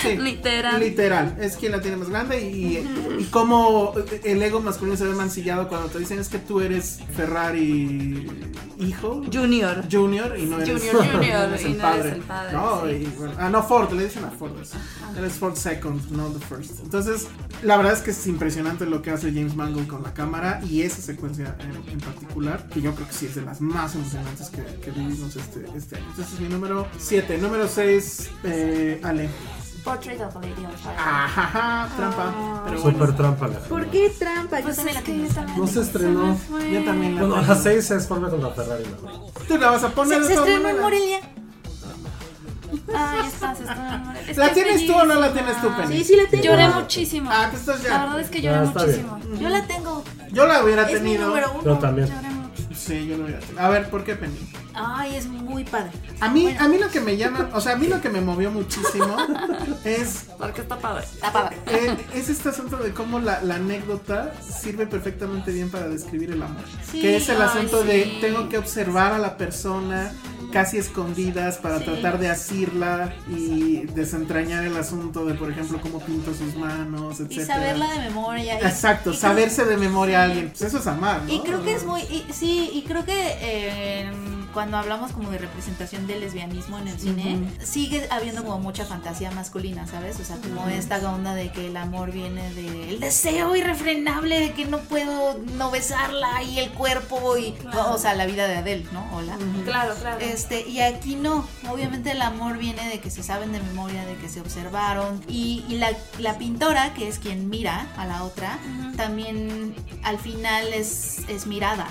Speaker 3: sí.
Speaker 6: Literal.
Speaker 3: Literal. Es quien la tiene más grande y, y cómo el ego masculino se ve mancillado cuando te dicen es que tú eres Ferrari hijo.
Speaker 6: Junior.
Speaker 3: Junior y no eres,
Speaker 6: Junior, junior, y no eres el padre,
Speaker 3: No,
Speaker 6: sí.
Speaker 3: y bueno, ah, no, Ford, le dicen a Ford eso. Eres Ford Second, no the First. Entonces, la verdad es que es impresionante lo que hace James Mangold con la cámara y esa secuencia en, en particular, que yo creo que sí es de las más emocionantes que, que vivimos este, este año. Entonces, es mi número 7. Número 6, eh, Ale.
Speaker 6: Portrait of a Lady on Fire.
Speaker 3: Ajaja, trampa.
Speaker 4: Ah.
Speaker 3: Pero bueno.
Speaker 2: Súper trampa la
Speaker 4: ¿Por qué trampa?
Speaker 6: Pues
Speaker 4: Yo también
Speaker 6: es
Speaker 4: la
Speaker 6: que
Speaker 4: quería
Speaker 6: yo también.
Speaker 2: No se estrenó.
Speaker 3: Yo también la
Speaker 2: Bueno, a
Speaker 3: tengo.
Speaker 2: las 6 es Forma contra Ferrari, ¿no?
Speaker 3: Tú la vas a poner
Speaker 4: Se,
Speaker 3: de
Speaker 4: se
Speaker 3: todas
Speaker 4: estrenó en
Speaker 3: maneras.
Speaker 4: Morelia.
Speaker 6: Ay, está, se está enamorando. Es
Speaker 3: ¿La
Speaker 6: que es
Speaker 3: tienes tú o no la
Speaker 6: bellísima.
Speaker 3: tienes tú, Penny?
Speaker 4: Ah, Sí, sí la tengo.
Speaker 6: Lloré muchísimo.
Speaker 3: Ah, que estás
Speaker 6: La
Speaker 3: ya.
Speaker 6: verdad es que lloré
Speaker 2: Ya, está
Speaker 6: muchísimo.
Speaker 4: Yo la tengo.
Speaker 3: Yo la hubiera
Speaker 4: Es mi
Speaker 3: tenido.
Speaker 4: número uno.
Speaker 2: Yo también.
Speaker 6: Lloré mucho.
Speaker 3: Sí, yo lo hubiera tenido. A ver, ¿por qué Penny?
Speaker 4: Ay, es muy padre.
Speaker 3: A mí, a mí lo que me llama, o sea, a mí lo que me movió muchísimo es,
Speaker 6: Porque está padre.
Speaker 4: La pava.
Speaker 3: eh, es este asunto de cómo la, la anécdota sirve perfectamente bien para describir el amor.
Speaker 4: Sí,
Speaker 3: que es el
Speaker 6: ay,
Speaker 3: asunto
Speaker 6: sí.
Speaker 3: de tengo que observar a la persona casi escondidas para tratar de asirla y desentrañar el asunto de, por ejemplo, cómo pinta sus manos, etc.
Speaker 4: Y saberla de memoria. y-
Speaker 3: Exacto,
Speaker 4: y creo-
Speaker 3: saberse de memoria a alguien. Pues eso es amar, ¿no?
Speaker 4: Y creo que es muy. y- sí, y creo que eh, cuando hablamos como de representación del lesbianismo en el cine, sigue habiendo como mucha fantasía masculina, ¿sabes? O sea, como esta onda de que el amor viene del deseo irrefrenable de que no puedo no besarla y el cuerpo y. O sea, la vida de Adele, ¿no? Hola.
Speaker 6: Claro, claro.
Speaker 4: Este, y aquí no, obviamente el amor viene de que se saben de memoria, de que se observaron. Y, y la, la pintora, que es quien mira a la otra, también al final es, es mirada.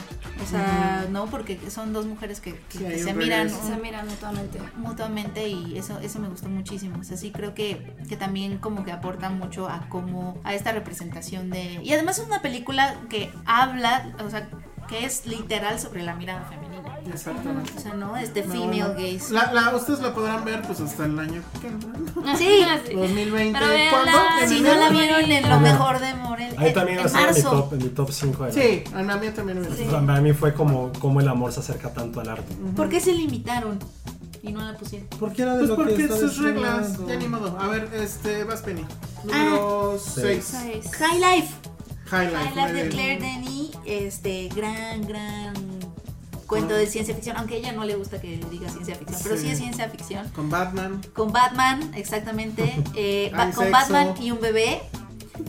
Speaker 4: O sea, ¿no? Porque son dos mujeres que que, que-
Speaker 3: Sí, hay
Speaker 4: que
Speaker 3: un
Speaker 4: se, miran,
Speaker 3: regreso.
Speaker 6: Se miran mutuamente.
Speaker 4: mutuamente y eso eso me gustó muchísimo. O sea, sí creo que, que también como que aporta mucho a cómo a esta representación de y además es una película que habla, o sea, que es literal sobre la mirada femenina.
Speaker 3: Exactamente.
Speaker 4: O sea, no es de
Speaker 3: No,
Speaker 4: female
Speaker 3: no.
Speaker 4: gaze.
Speaker 3: La, la, ustedes la podrán ver pues hasta el año que entra. ¿no?
Speaker 4: Sí.
Speaker 3: 2020.
Speaker 6: Pero véanla,
Speaker 3: ¿Cuándo? ¿En
Speaker 4: Si no la
Speaker 3: enero?
Speaker 4: vieron en lo mejor de Morel,
Speaker 2: Ahí
Speaker 4: en-
Speaker 2: también va a
Speaker 4: en
Speaker 2: estar en mi
Speaker 4: marzo.
Speaker 2: top, en mi top 5 de la-
Speaker 3: Sí, a la mía también me
Speaker 2: O sea, Para mí fue como, como el amor se acerca tanto al arte.
Speaker 4: ¿Por qué se limitaron y no la pusieron?
Speaker 2: ¿Por qué era de
Speaker 3: Pues
Speaker 2: lo que
Speaker 3: porque
Speaker 2: estaba
Speaker 3: sus reglas,
Speaker 2: diciendo?
Speaker 3: ya ni modo. A ver, este, vas Penny.
Speaker 4: Ah,
Speaker 3: Número 6.
Speaker 4: High Life.
Speaker 3: Highlight.
Speaker 4: Pues, High Life de Claire Denis, este gran, gran cuento de ciencia ficción, aunque a ella no le gusta que le diga ciencia ficción, pero sí
Speaker 3: Sí.
Speaker 4: es ciencia ficción.
Speaker 3: Con Batman.
Speaker 4: Con Batman, exactamente, eh,
Speaker 3: Hay
Speaker 4: ba- con
Speaker 3: sexo.
Speaker 4: Batman y un bebé,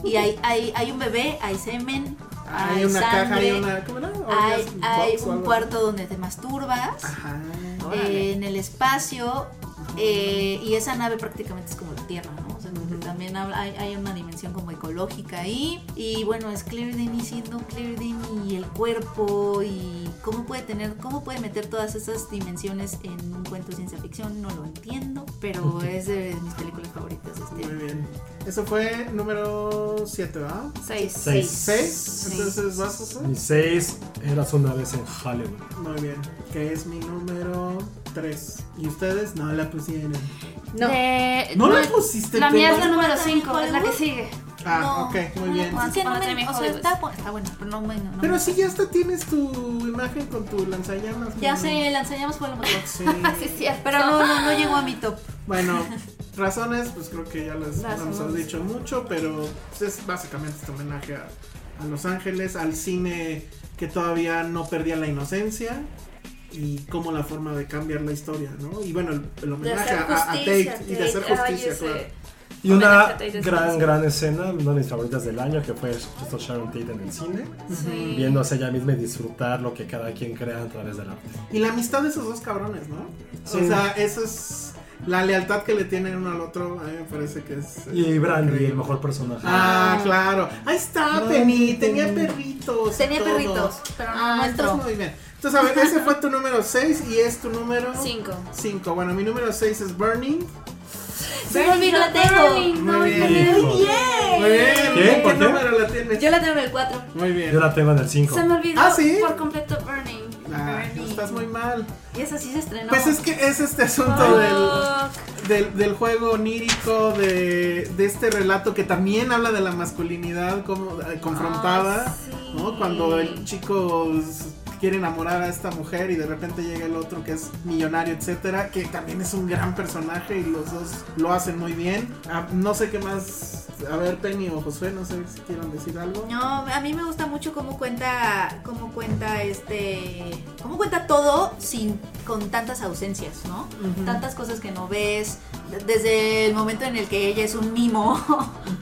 Speaker 4: y hay, hay, hay un bebé, hay semen, hay,
Speaker 3: Hay una
Speaker 4: sangre,
Speaker 3: caja, hay una. ¿Cómo era?
Speaker 4: hay,
Speaker 3: Orgasm
Speaker 4: hay
Speaker 3: box o
Speaker 4: un
Speaker 3: algo.
Speaker 4: cuarto donde te masturbas,
Speaker 3: Ajá.
Speaker 4: eh, en el espacio, eh, y esa nave prácticamente es como la Tierra, ¿no? O sea, como que también habla- hay, hay una dimensión como ecológica ahí. Y bueno, es Claire Denis siendo Claire Denis y el cuerpo y cómo puede tener, cómo puede meter todas esas dimensiones en un cuento de ciencia ficción, no lo entiendo, pero es de mis películas favoritas este
Speaker 3: Muy
Speaker 4: año.
Speaker 3: bien. Eso fue número 7, ¿verdad?
Speaker 6: Seis.
Speaker 7: Seis.
Speaker 3: 6. Entonces vas a hacer.
Speaker 7: Mi 6
Speaker 2: Eras una vez en Hollywood.
Speaker 3: Muy bien. Que es mi número 3. Y ustedes no la pusieron.
Speaker 4: No.
Speaker 6: De-
Speaker 3: ¿No la pusiste
Speaker 6: La
Speaker 3: tú?
Speaker 6: mía es la
Speaker 4: ¿No
Speaker 6: número
Speaker 4: está en
Speaker 6: 5, es la que
Speaker 4: Hollywood?
Speaker 6: sigue.
Speaker 3: Ah, ok, muy
Speaker 4: no,
Speaker 3: bien.
Speaker 4: es que no
Speaker 6: Once
Speaker 4: me-
Speaker 6: Amy
Speaker 4: o sea,
Speaker 6: Hollywood.
Speaker 4: está, bu- está bueno, pero no me. no me-
Speaker 3: Pero si ya hasta tienes tu imagen con tu lanzallamas.
Speaker 4: ya
Speaker 3: mami.
Speaker 4: sé, el lanzallamas fue lo mejor.
Speaker 3: Sí.
Speaker 6: Ah, Sí, es cierto.
Speaker 4: Pero no, no, no llegó a mi top.
Speaker 3: Bueno, razones, pues creo que ya las
Speaker 6: Las
Speaker 3: hemos
Speaker 6: hemos-
Speaker 3: dicho mucho, pero pues, es básicamente este homenaje a, a Los Ángeles, al cine que todavía no perdía la inocencia y como la forma de cambiar la historia, ¿no? Y bueno, el, el homenaje a, a Tate y de hacer justicia, claro.
Speaker 2: Y una
Speaker 6: Homenaje a Tate
Speaker 2: gran,
Speaker 6: Smith.
Speaker 2: gran escena, una de mis favoritas del año, que fue justo Sharon Tate en el cine, viéndose ella misma y disfrutar lo que cada quien crea a través del arte.
Speaker 3: Y la amistad de esos dos cabrones, ¿no?
Speaker 2: Sí.
Speaker 3: O sea, eso es la lealtad que le tienen uno al otro, a mí me parece que es... eh,
Speaker 2: Y Brandy,
Speaker 3: increíble.
Speaker 2: el mejor personaje.
Speaker 3: Ah, claro. Ahí está,
Speaker 2: Brandy,
Speaker 3: Penny. Tenía
Speaker 2: Penny.
Speaker 3: perritos. y
Speaker 4: Tenía
Speaker 3: todo.
Speaker 4: perritos, pero no
Speaker 3: Ah,
Speaker 4: nuestro.
Speaker 3: entonces muy bien. Entonces, a ver, ese fue tu número 6 y es tu número
Speaker 6: Cinco.
Speaker 3: 5. Bueno, mi número 6 es Burning.
Speaker 4: Burning la tengo.
Speaker 3: Muy bien.
Speaker 2: Hijo,
Speaker 3: Muy bien.
Speaker 2: ¿Qué?
Speaker 3: ¿Qué,
Speaker 2: ¿Por qué?
Speaker 3: número la tienes?
Speaker 4: Eh. Yo la tengo en el 4.
Speaker 3: Muy bien.
Speaker 2: Yo la tengo en el 5.
Speaker 6: Se me olvidó
Speaker 3: Ah, ¿sí?
Speaker 6: por completo Burning.
Speaker 3: Ah,
Speaker 4: Burning.
Speaker 3: estás muy mal.
Speaker 4: Y esa sí se estrenó.
Speaker 3: Pues es que es este asunto
Speaker 4: Oh.
Speaker 3: del, del, del juego onírico, de, de este relato que también habla de la masculinidad como, eh, confrontada,
Speaker 6: Ah, sí.
Speaker 3: ¿no? Cuando el chico s- quiere enamorar a esta mujer y de repente llega el otro que es millonario, etcétera, que también es un gran personaje y los dos lo hacen muy bien. Ah, no sé qué más, a ver Penny o Josué, no sé si quieran decir algo.
Speaker 4: No, a mí me gusta mucho cómo cuenta, cómo cuenta este, cómo cuenta todo sin, con tantas ausencias, ¿no? Tantas cosas que no ves, desde el momento en el que ella es un mimo,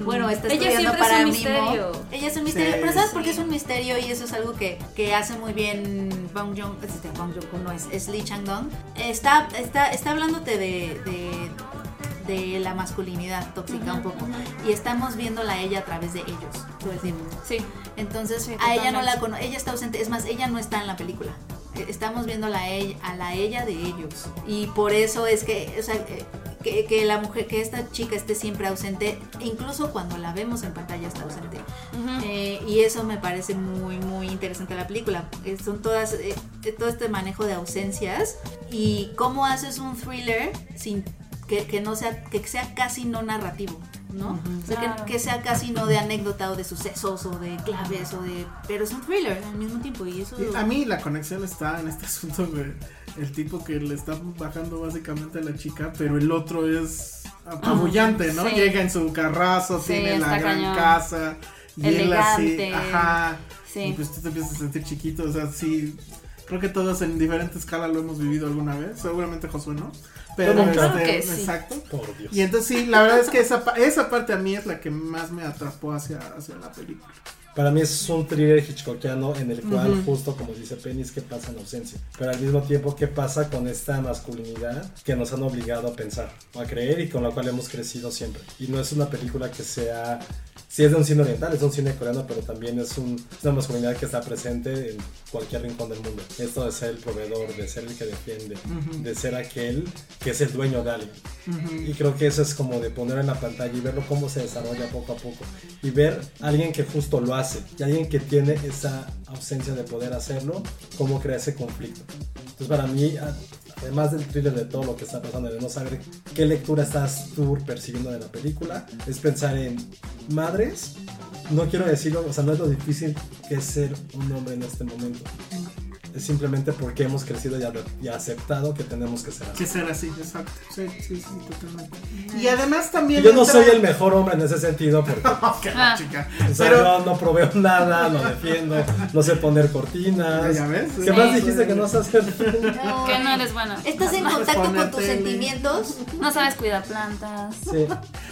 Speaker 4: bueno, está
Speaker 6: Ella
Speaker 4: estudiando
Speaker 6: siempre es
Speaker 4: para
Speaker 6: un
Speaker 4: mimo.
Speaker 6: misterio.
Speaker 4: Ella es un misterio,
Speaker 3: Sí,
Speaker 4: pero ¿sabes
Speaker 3: sí.
Speaker 4: por qué es un misterio? Y eso es algo que, que hace muy bien Bong Joon, este, Bong Joon-ho no es, es Lee Chang-dong. Está, está, está hablándote de- de de la masculinidad tóxica un poco y estamos viéndola a ella a través de ellos todo el tiempo.
Speaker 6: Sí.
Speaker 4: Entonces
Speaker 6: Sí,
Speaker 4: a ella no
Speaker 6: totalmente.
Speaker 4: la conoce, ella está ausente, es más, ella no está en la película. Eh, Estamos viéndola a ella, a la ella de ellos y por eso es que, o sea, eh, que, que la mujer, que esta chica esté siempre ausente, e incluso cuando la vemos en pantalla está ausente. Eh, y eso me parece muy, muy interesante la película. Eh, Son todas, eh, eh, todo este manejo de ausencias y cómo haces un thriller sin que, que no sea, que sea casi no narrativo, ¿no? O sea, que-
Speaker 6: Claro.
Speaker 4: que, sea casi no de anécdota o de sucesos o de claves o de... Pero es un thriller al mismo tiempo y eso...
Speaker 3: Y A mí la conexión está en este asunto de el tipo que le está bajando básicamente a la chica, pero el otro es apabullante, ¿no?
Speaker 6: Sí.
Speaker 3: Llega en su carrazo,
Speaker 6: Sí,
Speaker 3: tiene la
Speaker 6: está
Speaker 3: gran
Speaker 6: cañón.
Speaker 3: casa, y él así,
Speaker 6: Elegante.
Speaker 3: ajá.
Speaker 6: Sí.
Speaker 3: Y pues tú te empiezas a sentir chiquito, o sea, sí. Creo que todos en diferente escala lo hemos vivido alguna vez, seguramente Josué no. Pero este,
Speaker 2: Yo nunca.
Speaker 6: Claro que sí.
Speaker 3: exacto.
Speaker 2: Por Dios.
Speaker 3: Y entonces sí, la verdad es que esa, pa- esa parte a mí es la que más me atrapó hacia, hacia la película.
Speaker 2: Para mí es un thriller hitchcockiano en el cual, justo como dice Penny, es que pasa en ausencia. Pero al mismo tiempo, ¿qué pasa con esta masculinidad que nos han obligado a pensar, o a creer y con la cual hemos crecido siempre? Y no es una película que sea sí es de un cine oriental, es de un cine coreano, pero también es, un, es una masculinidad que está presente en cualquier rincón del mundo. Esto de ser el proveedor, de ser el que defiende,
Speaker 3: Ujú.
Speaker 2: de ser aquel que es el dueño de alguien.
Speaker 3: Ujú.
Speaker 2: Y creo que eso es como de poner en la pantalla y verlo cómo se desarrolla poco a poco. Y ver a alguien que justo lo hace y alguien que tiene esa ausencia de poder hacerlo, cómo crea ese conflicto. Entonces para mí, a- además del thriller de todo lo que está pasando, de no saber qué lectura estás tú percibiendo de la película, es pensar en madres. No quiero decirlo, o sea, no es lo difícil que es ser un hombre en este momento. Es simplemente porque hemos crecido y, ab- y aceptado que tenemos que ser así.
Speaker 3: Que ser así, exacto. Sí, sí, sí, totalmente. Y además también.
Speaker 2: Yo no
Speaker 3: entra-
Speaker 2: soy el mejor hombre en ese sentido porque
Speaker 3: Ok,
Speaker 6: Ah.
Speaker 3: la chica.
Speaker 2: o sea,
Speaker 3: Pero-
Speaker 2: no, no proveo nada, no defiendo, no sé poner cortinas.
Speaker 3: Ya ves.
Speaker 2: ¿Qué
Speaker 3: Sí.
Speaker 2: más dijiste que no sé hacer?
Speaker 6: Que no eres buena.
Speaker 4: Estás en
Speaker 3: No,
Speaker 4: contacto con
Speaker 3: ponerte
Speaker 4: tus
Speaker 3: en-
Speaker 4: sentimientos.
Speaker 6: No sabes cuidar plantas.
Speaker 2: Sí.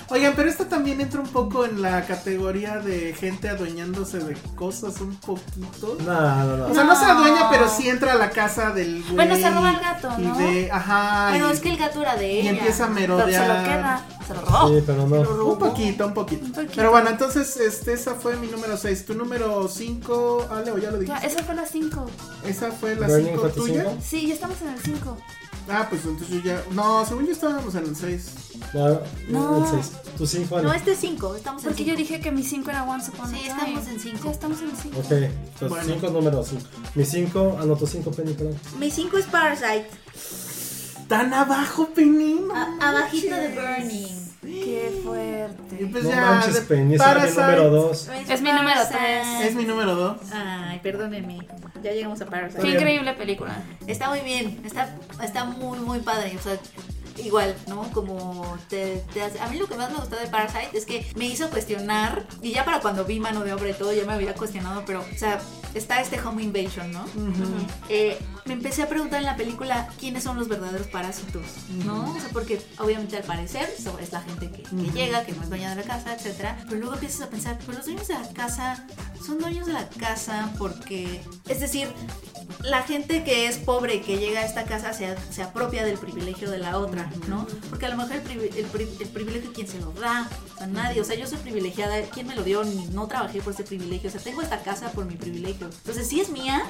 Speaker 3: Oigan, pero esta también entra un poco en la categoría de gente adueñándose de cosas un poquito.
Speaker 2: No, no, no.
Speaker 3: O sea, no se
Speaker 6: No.
Speaker 3: adueña, pero sí entra a la casa del güey.
Speaker 6: Bueno, se roba el gato, ¿no?
Speaker 3: Y de, ajá.
Speaker 4: Bueno,
Speaker 3: y,
Speaker 4: es que el gato era de
Speaker 3: y
Speaker 4: ella.
Speaker 3: empieza a
Speaker 6: Pero
Speaker 3: merodear.
Speaker 6: se lo queda. Se lo robó.
Speaker 2: Sí, pero no.
Speaker 3: Un poquito, un poquito,
Speaker 6: poquito.
Speaker 3: Pero bueno, entonces, este, esa fue mi número 6. Tu número 5, Ale, o ya lo
Speaker 6: Ya,
Speaker 3: dijiste.
Speaker 6: esa fue la 5.
Speaker 3: Esa fue la
Speaker 2: Burning
Speaker 3: 5
Speaker 2: fue tu
Speaker 3: tuya.
Speaker 2: cinco.
Speaker 6: Sí, ya estamos en el 5.
Speaker 3: Ah, pues entonces yo ya. No, según yo estábamos en el 6.
Speaker 2: No,
Speaker 6: No.
Speaker 2: el seis. Tu sí, Juan.
Speaker 4: No, este es 5. Estamos en
Speaker 6: Porque yo
Speaker 4: cinco.
Speaker 6: dije que mi 5 era Once Upon a
Speaker 4: Sí,
Speaker 6: Time.
Speaker 4: estamos en cinco.
Speaker 6: Ya estamos en el 5.
Speaker 2: Ok, entonces
Speaker 3: Bueno. Pues
Speaker 2: cinco números. Mi cinco, anoto cinco, Penny, perdón.
Speaker 4: Mi 5 es Parasite.
Speaker 3: Tan abajo, Penny. no
Speaker 4: a- abajito de
Speaker 3: manches.
Speaker 4: Burning.
Speaker 6: Qué fuerte.
Speaker 3: Y pues
Speaker 2: no
Speaker 3: ya,
Speaker 2: manches,
Speaker 3: de
Speaker 2: Penny, ese era mi
Speaker 3: Parasite.
Speaker 2: número dos.
Speaker 6: Es mi número
Speaker 4: Parasite.
Speaker 3: Es mi número 2.
Speaker 4: Ay, perdónenme. Ya llegamos a Parasite.
Speaker 6: Qué increíble película.
Speaker 4: Está muy bien, está, está muy, muy padre. O sea, igual, ¿no? Como te, te hace- A mí lo que más me gustó de Parasite es que me hizo cuestionar, y ya para cuando vi mano de obra y todo, ya me había cuestionado, pero, o sea, está este Home Invasion, ¿no? Eh, me empecé a preguntar en la película quiénes son los verdaderos parásitos, ¿no? O sea, porque obviamente al parecer so- es la gente que, que llega, que no es dueña de la casa, etcétera. Pero luego empiezas a pensar, pues los dueños de la casa son dueños de la casa porque, es decir, la gente que es pobre que llega a esta casa se, a- se apropia del privilegio de la otra, ¿no? Porque a lo mejor el, privi- el pri- el privilegio quien se lo da, o sea, nadie, o sea, yo soy privilegiada, ¿quién me lo dio? Ni- No trabajé por este privilegio, o sea, tengo esta casa por mi privilegio. Entonces, sí es mía,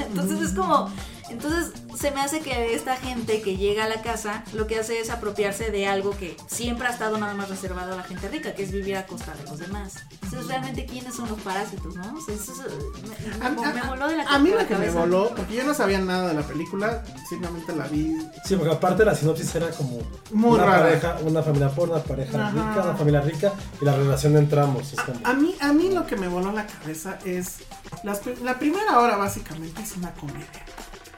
Speaker 4: entonces es como, entonces se me hace que esta gente que llega a la casa lo que hace es apropiarse de algo que siempre ha estado nada más reservado a la gente rica, que es vivir a costa de los demás. Entonces realmente quiénes son los parásitos, ¿no? O sea, eso es- me, me- me voló de la
Speaker 3: a mí
Speaker 4: de
Speaker 3: la que me
Speaker 4: cabeza.
Speaker 3: voló, porque yo no sabía nada de la película, simplemente la vi.
Speaker 2: Sí, porque aparte la sinopsis era como
Speaker 3: Muy
Speaker 2: una
Speaker 3: rara.
Speaker 2: pareja, una familia pobre, una pareja
Speaker 3: Ajá. Ah,
Speaker 2: rica, una familia rica y la relación entre ambos. Es como,
Speaker 3: A mí, a mí lo que me voló la cabeza es. las pri- la primera hora básicamente es una comedia.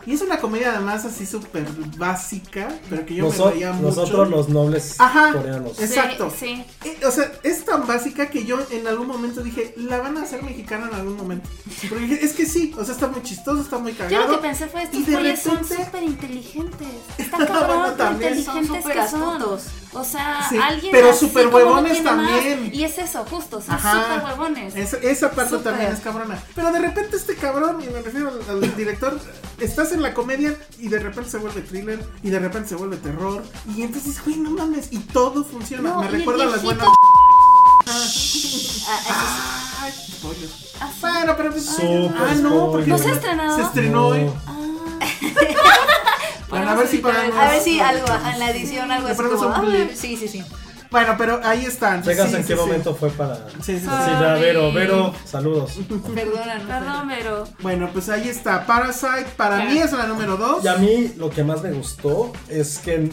Speaker 3: Y es una comedia además así súper básica, pero que yo
Speaker 2: noso-
Speaker 3: me reía mucho.
Speaker 2: nosotros los nobles
Speaker 3: Ajá.
Speaker 2: coreanos.
Speaker 3: Es- Exacto.
Speaker 6: Sí,
Speaker 3: Eh, O sea, es tan básica que yo en algún momento dije, la van a hacer mexicana en algún momento. Porque dije, es que sí, o sea, está muy chistoso, está muy
Speaker 6: sí.
Speaker 3: cagado.
Speaker 6: Yo lo que pensé fue, estos
Speaker 3: Y de
Speaker 6: güeyes son
Speaker 3: repente-
Speaker 6: súper inteligentes. Está cabrón
Speaker 3: Bueno,
Speaker 6: lo
Speaker 3: también.
Speaker 4: Son
Speaker 6: inteligentes
Speaker 4: súper
Speaker 6: que son.
Speaker 4: astutos.
Speaker 6: O sea,
Speaker 3: Sí,
Speaker 6: alguien
Speaker 3: pero
Speaker 6: así
Speaker 3: súper
Speaker 6: como no
Speaker 3: huevones
Speaker 6: tiene más.
Speaker 3: también.
Speaker 6: Y es eso, justo, son
Speaker 3: Ajá.
Speaker 6: súper huevones.
Speaker 3: Esa, esa parte
Speaker 6: Súper.
Speaker 3: también es cabrona. Pero de repente este cabrón, y me refiero al, al director, estás en la comedia y de repente se vuelve thriller y de repente se vuelve terror. Y entonces, güey, no mames. Y todo funciona.
Speaker 4: No,
Speaker 3: me
Speaker 4: y el
Speaker 3: recuerda a las
Speaker 4: viejito-
Speaker 3: buenas.
Speaker 4: Ah, ah,
Speaker 3: Ay, spoilers. Bueno, pero pues-
Speaker 2: Súper
Speaker 3: Ah, no,
Speaker 2: spoiler.
Speaker 3: porque
Speaker 6: ¿No se ha estrenado?
Speaker 3: Se estrenó hoy.
Speaker 2: No.
Speaker 3: Bueno, a ver si para
Speaker 4: A ver si algo, ajá, en la edición algo
Speaker 3: Le
Speaker 4: así
Speaker 3: ponemos
Speaker 4: como,
Speaker 3: un
Speaker 4: "Ah,
Speaker 3: clip".
Speaker 4: sí, sí, sí.
Speaker 3: Bueno, pero ahí están.
Speaker 2: Checas
Speaker 3: Sí,
Speaker 2: en
Speaker 3: sí,
Speaker 2: qué
Speaker 3: sí.
Speaker 2: momento fue para.
Speaker 3: Sí, sí, sí.
Speaker 2: Sí, ya, Vero, Vero, saludos.
Speaker 4: Perdónanos.
Speaker 6: Perdón, pero...
Speaker 3: Bueno, pues ahí está. Parasite, para mí es la número 2.
Speaker 2: Y a mí lo que más me gustó es que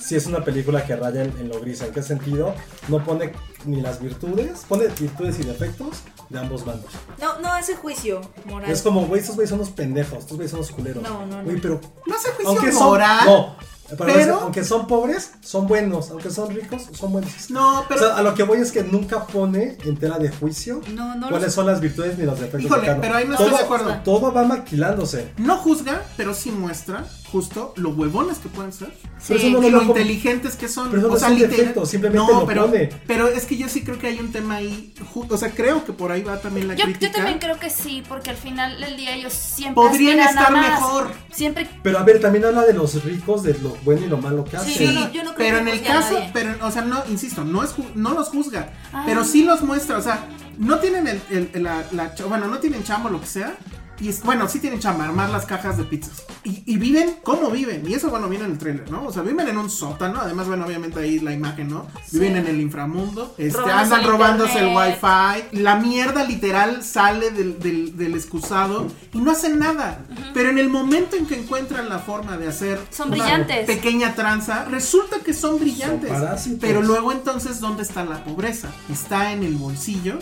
Speaker 2: si es una película que raya en, en lo gris, ¿en qué sentido? No pone ni las virtudes, pone virtudes y defectos de ambos bandos.
Speaker 4: No, no hace juicio moral.
Speaker 2: Es como, güey, estos güeyes son unos pendejos, estos güeyes son unos culeros.
Speaker 4: No, no, no.
Speaker 2: Güey, pero
Speaker 3: No se juicio
Speaker 2: aunque son,
Speaker 3: moral.
Speaker 2: no, pero,
Speaker 3: pero-
Speaker 2: aunque son pobres, son buenos, aunque son ricos, son buenos.
Speaker 3: No,
Speaker 2: O
Speaker 3: pero.
Speaker 2: sea, a lo que voy es que nunca pone en tela de juicio
Speaker 4: No, no
Speaker 2: cuáles
Speaker 4: los-
Speaker 2: son las virtudes ni los defectos
Speaker 3: Híjole,
Speaker 2: de cada uno.
Speaker 3: pero ahí no estoy
Speaker 2: Todo-
Speaker 3: de acuerdo.
Speaker 2: Todo va maquilándose.
Speaker 3: No juzga, pero sí muestra justo lo huevones que pueden ser
Speaker 2: Pero eso no lo
Speaker 3: y lo
Speaker 2: veo como-
Speaker 3: inteligentes que son.
Speaker 2: Pero eso no
Speaker 3: o sea,
Speaker 2: es un
Speaker 3: literal-
Speaker 2: defecto, simplemente
Speaker 3: no,
Speaker 2: lo
Speaker 3: pero,
Speaker 2: pone.
Speaker 3: pero es que yo sí creo que hay un tema ahí. ju- O sea, creo que por ahí va también la
Speaker 6: Yo,
Speaker 3: crítica.
Speaker 6: yo también creo que sí, porque al final del día ellos siempre
Speaker 3: Podrían
Speaker 6: aspiran a
Speaker 3: estar
Speaker 6: más.
Speaker 3: mejor.
Speaker 6: Siempre
Speaker 2: Pero a ver, también habla de los ricos, de lo
Speaker 8: bueno y lo malo que hace.
Speaker 4: Sí,
Speaker 3: Sí,
Speaker 4: yo no- yo no creo
Speaker 3: pero
Speaker 4: que
Speaker 3: en el
Speaker 4: juzgue a
Speaker 3: caso,
Speaker 4: nadie. Ah.
Speaker 3: pero, o sea, no, insisto, no, es, ju- no los juzga, pero sí los muestra, o sea, no tienen el, el- el- la, la cha- bueno, no tienen chamba o lo que sea, y es, bueno, sí tienen chamba, armar las cajas de pizzas, y, y viven como viven, y eso, bueno, viene en el trailer, ¿no? O sea, viven en un sótano, además, bueno, obviamente ahí la imagen, ¿no? Viven en el inframundo, este,
Speaker 6: Robándose
Speaker 3: andan
Speaker 6: el
Speaker 3: robándose el
Speaker 6: internet.
Speaker 3: wifi, Ay, la mierda literal sale del, del- del excusado y no hacen nada. Pero en el momento en que encuentran la forma de hacer
Speaker 6: Son
Speaker 3: una
Speaker 6: brillantes.
Speaker 3: pequeña tranza, resulta que son brillantes.
Speaker 8: Son parásitos.
Speaker 3: pero luego entonces, ¿dónde está la pobreza? ¿Está en el bolsillo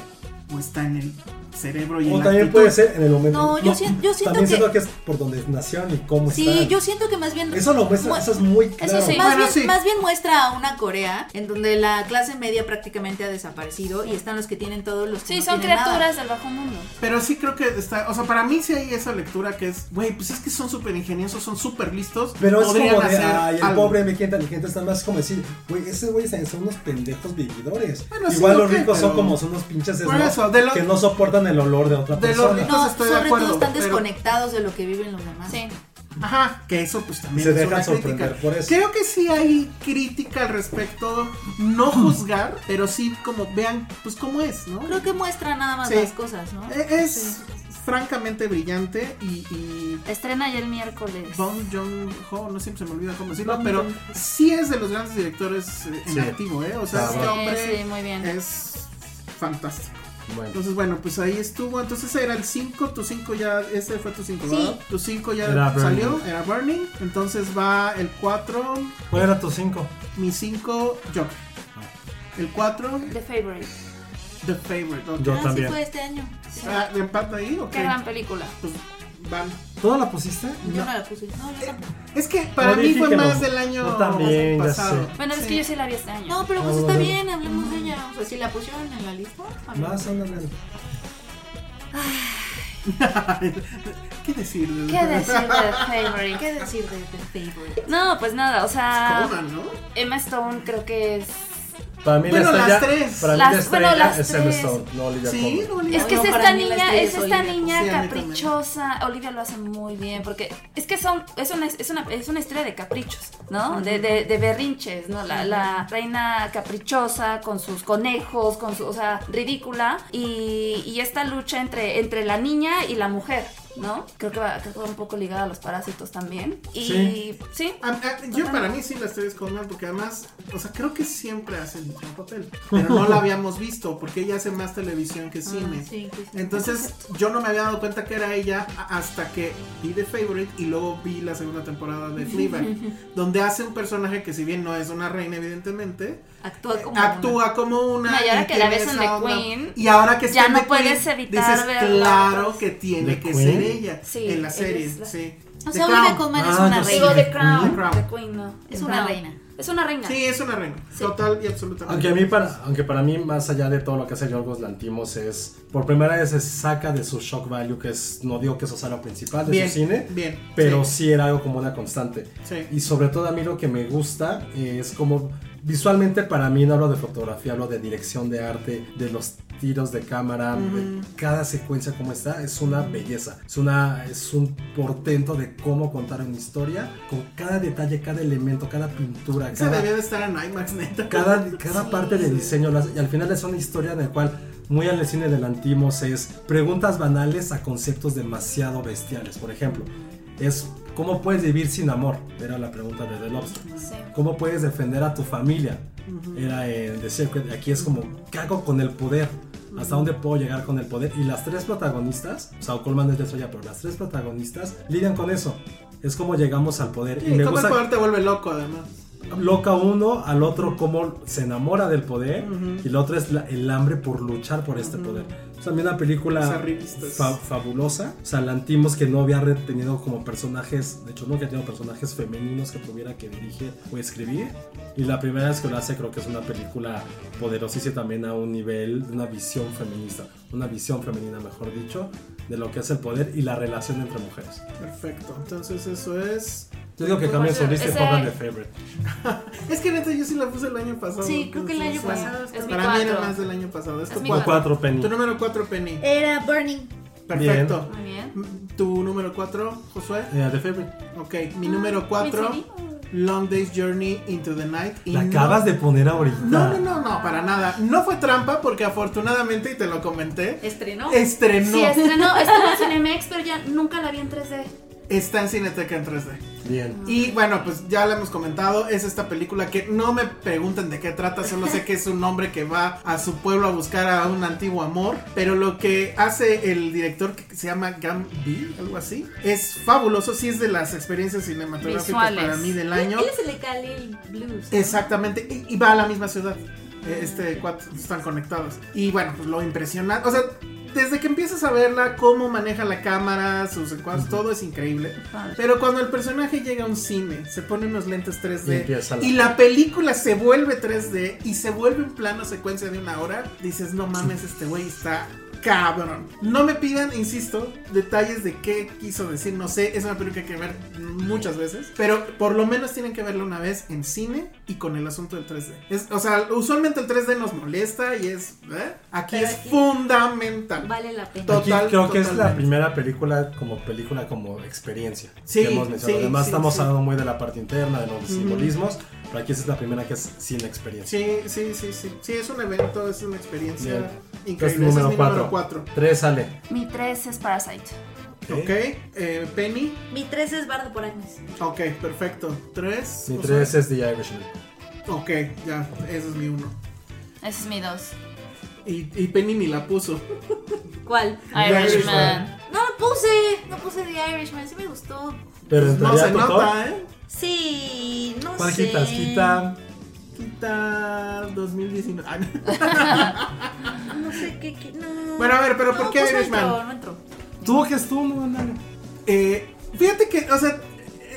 Speaker 3: o está en el cerebro y en
Speaker 8: O
Speaker 3: la
Speaker 8: también
Speaker 3: actitud?
Speaker 8: puede ser en el momento.
Speaker 4: No, yo sien- yo siento
Speaker 8: también
Speaker 4: que-
Speaker 8: siento que es por donde nacieron y cómo
Speaker 4: Sí,
Speaker 8: están.
Speaker 4: yo siento que más bien.
Speaker 8: Eso lo muestra,
Speaker 4: mu-
Speaker 8: eso es muy
Speaker 4: Eso
Speaker 8: claro.
Speaker 4: sí. Más,
Speaker 3: Bueno,
Speaker 4: bien,
Speaker 3: sí.
Speaker 4: más bien muestra a una Corea en donde la clase media prácticamente ha desaparecido y están los que tienen todos los. que
Speaker 6: Sí,
Speaker 4: no
Speaker 6: son
Speaker 4: tienen nada.
Speaker 6: criaturas del bajo mundo.
Speaker 3: Pero sí creo que está, o sea, para mí sí hay esa lectura que es, güey, pues es que son súper ingeniosos, son súper listos.
Speaker 8: Pero es como de,
Speaker 3: podrían hacer
Speaker 8: ay, el
Speaker 3: algo".
Speaker 8: pobre, me queda inteligente, está más como decir, güey, esos güeyes también son unos pendejos vividores.
Speaker 3: Bueno, sí,
Speaker 8: Igual
Speaker 3: ¿no
Speaker 8: los
Speaker 3: qué?
Speaker 8: ricos son
Speaker 3: Pero-
Speaker 8: como son unos pinches
Speaker 3: Por
Speaker 8: esno-
Speaker 3: eso, de lo-
Speaker 8: que no soportan el olor de otra
Speaker 3: de lo
Speaker 8: persona.
Speaker 3: rico-
Speaker 4: No,
Speaker 3: Entonces estoy de
Speaker 4: sobre
Speaker 3: acuerdo,
Speaker 4: todo están
Speaker 3: pero-
Speaker 4: desconectados de lo que viven los demás.
Speaker 6: Sí.
Speaker 3: Ajá, que eso pues también
Speaker 8: Se
Speaker 3: es
Speaker 8: dejan
Speaker 3: una
Speaker 8: sorprender
Speaker 3: crítica.
Speaker 8: por eso.
Speaker 3: Creo que sí hay crítica al respecto, no juzgar, pero sí como vean pues cómo es, ¿no?
Speaker 4: Creo que muestra nada más
Speaker 3: Sí.
Speaker 4: las cosas, ¿no?
Speaker 3: E- Es
Speaker 4: Sí.
Speaker 3: francamente brillante y, y
Speaker 6: Estrena ya el miércoles.
Speaker 3: Bong Joon-ho, no siempre se me olvida cómo decirlo,
Speaker 4: Bong
Speaker 3: pero
Speaker 4: Joon-ho.
Speaker 3: sí es de los grandes directores eh, en
Speaker 2: Sí.
Speaker 3: activo, ¿eh? O sea,
Speaker 8: Ah,
Speaker 3: este
Speaker 8: bueno.
Speaker 3: hombre
Speaker 6: Sí, muy bien.
Speaker 3: es fantástico.
Speaker 2: Bueno,
Speaker 3: Entonces, bueno, pues ahí estuvo. Entonces era el 5, tu 5 ya, ese fue tu 5,
Speaker 4: Sí.
Speaker 3: Tu 5 ya
Speaker 2: Era Burning.
Speaker 3: salió, era Burning. Entonces va el 4,
Speaker 8: ¿Cuál era tu 5?
Speaker 3: mi 5, Joker. El 4,
Speaker 6: The Favorite.
Speaker 3: The Favorite. ok.
Speaker 2: yo
Speaker 4: Ah, sí
Speaker 2: también.
Speaker 4: fue este año.
Speaker 3: Ah, ¿me empata ahí? Ok.
Speaker 6: Qué gran película.
Speaker 3: Pues van.
Speaker 8: ¿Toda la pusiste?
Speaker 4: Yo no Eh, la puse. No, yo tampoco.
Speaker 3: Es que para mí fue
Speaker 2: Modifíquenos.
Speaker 3: más del año
Speaker 2: Yo también, ya
Speaker 3: pasado.
Speaker 2: sé.
Speaker 6: Bueno, es
Speaker 3: Sí.
Speaker 6: que yo sí la vi este año.
Speaker 4: No, pero pues
Speaker 8: Ah,
Speaker 4: está
Speaker 8: bueno.
Speaker 4: bien, hablemos de ella. O sea, si la pusieron en la lista, hablemos.
Speaker 8: Más o menos.
Speaker 3: ¿Qué decir?
Speaker 6: ¿Qué decir de The Favorite?
Speaker 4: ¿Qué decir de The Favorite?
Speaker 6: No, pues nada, o sea,
Speaker 3: Conan, ¿no?
Speaker 6: Emma Stone creo que es...
Speaker 2: Para mí
Speaker 3: Bueno,
Speaker 2: la
Speaker 3: las
Speaker 2: estrella,
Speaker 3: tres.
Speaker 2: Para mí
Speaker 6: Las-
Speaker 2: la estrella
Speaker 6: bueno, las
Speaker 2: es Emma
Speaker 6: tres.
Speaker 2: Stone, no Olivia
Speaker 3: Sí,
Speaker 2: Colman.
Speaker 3: no, ni-
Speaker 6: Es que
Speaker 4: no,
Speaker 6: es
Speaker 4: para
Speaker 6: esta
Speaker 4: mí la
Speaker 6: niña,
Speaker 4: estrella
Speaker 6: es
Speaker 4: es
Speaker 6: esta
Speaker 4: Olivia.
Speaker 6: niña
Speaker 3: Sí, a mí también.
Speaker 6: caprichosa. Olivia lo hace muy bien, porque es que son, es una, es una, es una historia de caprichos, ¿no? De, de, de berrinches, ¿no? La, la reina caprichosa con sus conejos, con su, o sea, ridícula. Y, y esta lucha entre, entre la niña y la mujer, ¿no? Creo que va, creo que va un poco ligada a los parásitos también. Y
Speaker 8: Sí.
Speaker 6: sí.
Speaker 3: A- a- yo para mí sí la estoy Coleman porque además, o sea, creo que siempre hace el mismo papel, pero no la habíamos visto porque ella hace más televisión que cine.
Speaker 4: sí, sí, sí.
Speaker 3: Entonces yo no me había dado cuenta que era ella a- hasta que vi The Favorite y luego vi la segunda temporada de Fleabag, donde hace un personaje que si bien no es una reina evidentemente,
Speaker 4: Actúa como.
Speaker 3: Pues, actúa como una.
Speaker 6: No, y ahora que la
Speaker 3: tiene
Speaker 6: ves en
Speaker 3: esa
Speaker 6: The
Speaker 3: onda.
Speaker 6: Queen,
Speaker 3: Y ahora que está
Speaker 6: ya
Speaker 3: en
Speaker 6: no
Speaker 3: The Queen,
Speaker 6: puedes evitar
Speaker 3: dices,
Speaker 6: verla.
Speaker 3: Claro que tiene
Speaker 2: ¿The
Speaker 3: que
Speaker 2: Queen?
Speaker 3: ser ella
Speaker 6: Sí,
Speaker 3: en la
Speaker 6: ella
Speaker 3: serie.
Speaker 6: es la-
Speaker 3: Sí.
Speaker 4: O
Speaker 3: The
Speaker 4: sea, Olivia
Speaker 3: Crown.
Speaker 4: Colman es
Speaker 8: Ah,
Speaker 4: una
Speaker 8: no sé.
Speaker 4: reina.
Speaker 6: Digo, The Crown.
Speaker 3: The Crown.
Speaker 6: The Queen, no.
Speaker 4: Es
Speaker 6: The
Speaker 4: una
Speaker 6: Crown.
Speaker 4: reina.
Speaker 6: Es una reina.
Speaker 3: Sí, es una reina. Total y absolutamente.
Speaker 2: Aunque, a mí para, aunque para mí, más allá de todo lo que hace Yorgos Lantimos, es por primera vez se saca de su shock value, que es, no digo que eso sea lo principal de
Speaker 3: Bien,
Speaker 2: su cine,
Speaker 3: bien,
Speaker 2: pero
Speaker 3: sí.
Speaker 2: sí. era algo como una constante.
Speaker 3: Sí.
Speaker 2: Y sobre todo a mí lo que me gusta eh, es como visualmente para mí no hablo de fotografía, hablo de dirección de arte, de los tiros de cámara, de cada secuencia como está, es una belleza, es, una, es un portento de cómo contar una historia, con cada detalle, cada elemento, cada pintura,
Speaker 3: Esa
Speaker 2: cada
Speaker 3: debió de estar en IMAX, neta.
Speaker 2: cada, cada parte del diseño lo hace- y al final es una historia en la cual muy al cine del Antimos es preguntas banales a conceptos demasiado bestiales por ejemplo es ¿cómo puedes vivir sin amor? era la pregunta de The Lobster ¿cómo puedes defender a tu familia? era el The Secret aquí es como ¿qué hago con el poder? ¿Hasta dónde puedo llegar con el poder? Y las tres protagonistas, o sea, Coleman es la estrella, pero las tres protagonistas lidian con eso. Es como llegamos al poder.
Speaker 3: Sí, ¿Cómo el poder te vuelve loco, además?
Speaker 2: loca uno, al otro cómo se enamora del poder y la otra es la- el hambre por luchar por este poder. Es también una película
Speaker 3: Esas revistas.
Speaker 2: fa- fabulosa. O sea, la Antimos que no había re- tenido como personajes, de hecho nunca ha tenido personajes femeninos que tuviera que dirigir o escribir. Y la primera vez que lo hace creo que es una película poderosísima también a un nivel, una visión feminista, una visión femenina mejor dicho, de lo que es el poder y la relación entre mujeres.
Speaker 3: Perfecto. Entonces, eso es.
Speaker 2: Yo digo que cambien su lista y
Speaker 6: Pues Ese-
Speaker 2: pongan de favorite.
Speaker 3: Es que neta, yo sí la puse el año pasado.
Speaker 4: Sí, creo que el
Speaker 3: entonces,
Speaker 4: año pasado.
Speaker 3: sí.
Speaker 6: Es mi
Speaker 3: Para mí era
Speaker 6: cuatro.
Speaker 3: más del año pasado. Es tu
Speaker 6: Es mi
Speaker 2: O
Speaker 3: cuatro.
Speaker 2: cuatro Penny.
Speaker 3: Tu número 4, Penny.
Speaker 4: Era Burning.
Speaker 3: Perfecto.
Speaker 6: Muy bien.
Speaker 3: Tu número 4, Josué.
Speaker 2: Eh, de favorite.
Speaker 3: Ok, mi número 4.
Speaker 6: ¿Mi CD?
Speaker 3: Long Day's Journey into the Night. y
Speaker 7: La
Speaker 3: no-
Speaker 7: acabas de poner ahorita.
Speaker 3: No, no, no, no, para nada. No fue trampa porque afortunadamente, y te lo comenté,
Speaker 4: Estrenó.
Speaker 3: estrenó.
Speaker 6: Sí, estrenó, estuvo en Cinemex, pero ya nunca la vi en 3D.
Speaker 3: Está en Cineteca en 3D.
Speaker 7: Bien.
Speaker 3: Y bueno, pues ya lo hemos comentado, es esta película que no me pregunten de qué trata, solo sé que es un hombre que va a su pueblo a buscar a un antiguo amor, pero lo que hace el director que se llama Gambi, algo así, es fabuloso, sí es de las experiencias cinematográficas
Speaker 6: Visuales.
Speaker 3: para mí del
Speaker 4: Él
Speaker 3: año.
Speaker 4: él es el de Cali Blues.
Speaker 3: Exactamente, y, y va a la misma ciudad. Eh, Este cuatro están conectados. Y bueno, pues lo impresionante. O sea, desde que empiezas a verla, cómo maneja la cámara, sus encuadres, todo es increíble. Pero cuando el personaje llega a un cine, se pone unos lentes
Speaker 7: Y
Speaker 3: 3D
Speaker 7: empieza la-
Speaker 3: y la película se vuelve 3D y se vuelve un plano secuencia de una hora, dices, no mames, este güey está cabrón. No me pidan, insisto, detalles de qué quiso decir, no sé, es una película que hay que ver muchas veces, pero por lo menos tienen que verla una vez en cine y con el asunto del 3D. Es, o sea, usualmente el 3D nos molesta y es, ¿eh? aquí
Speaker 4: Pero
Speaker 3: es
Speaker 4: aquí-
Speaker 3: fundamental.
Speaker 4: Vale la pena.
Speaker 3: Todo-
Speaker 7: Aquí
Speaker 3: Total,
Speaker 7: creo que es la
Speaker 3: totalmente.
Speaker 7: primera película como película como experiencia
Speaker 3: Sí,
Speaker 7: que hemos mencionado.
Speaker 3: sí,
Speaker 7: Además
Speaker 3: sí,
Speaker 7: estamos
Speaker 3: sí.
Speaker 7: hablando muy de la parte interna, de los simbolismos, pero aquí esa es la primera que es sin experiencia.
Speaker 3: Sí, sí, sí, sí. Sí, es un evento, es una experiencia
Speaker 7: Bien. Entonces,
Speaker 3: increíble. Ese es mi número 4.
Speaker 7: 3 sale.
Speaker 6: Mi 3 es Parasite.
Speaker 7: Ok.
Speaker 3: Ok, eh, Penny.
Speaker 4: Mi 3 es Bardo por Agnes.
Speaker 3: Ok, perfecto. Tres.
Speaker 7: Mi
Speaker 3: o
Speaker 7: 3
Speaker 3: sea,
Speaker 7: es The Irishman.
Speaker 3: Ok, ya, ese es mi uno.
Speaker 6: Ese es mi 2.
Speaker 3: Y, y Penny ni la puso.
Speaker 4: ¿Cuál?
Speaker 6: Irishman.
Speaker 4: No lo puse. No puse The Irishman. Sí me gustó.
Speaker 7: Pero en
Speaker 3: Pues No
Speaker 7: realidad
Speaker 3: se
Speaker 7: tu top,
Speaker 3: nota, ¿eh?
Speaker 4: Sí, no
Speaker 7: ¿Cuál
Speaker 4: sé.
Speaker 7: quitas? Quita.
Speaker 3: Quita 2019. Ah, no.
Speaker 4: Ah, No sé qué. qué- no.
Speaker 3: Bueno, a ver, pero ¿por
Speaker 4: No,
Speaker 3: qué
Speaker 4: pues no
Speaker 3: Irishman?
Speaker 4: entró, no entró.
Speaker 7: Tuvo que estuvo, no, ándale.
Speaker 3: Eh, fíjate que, o sea,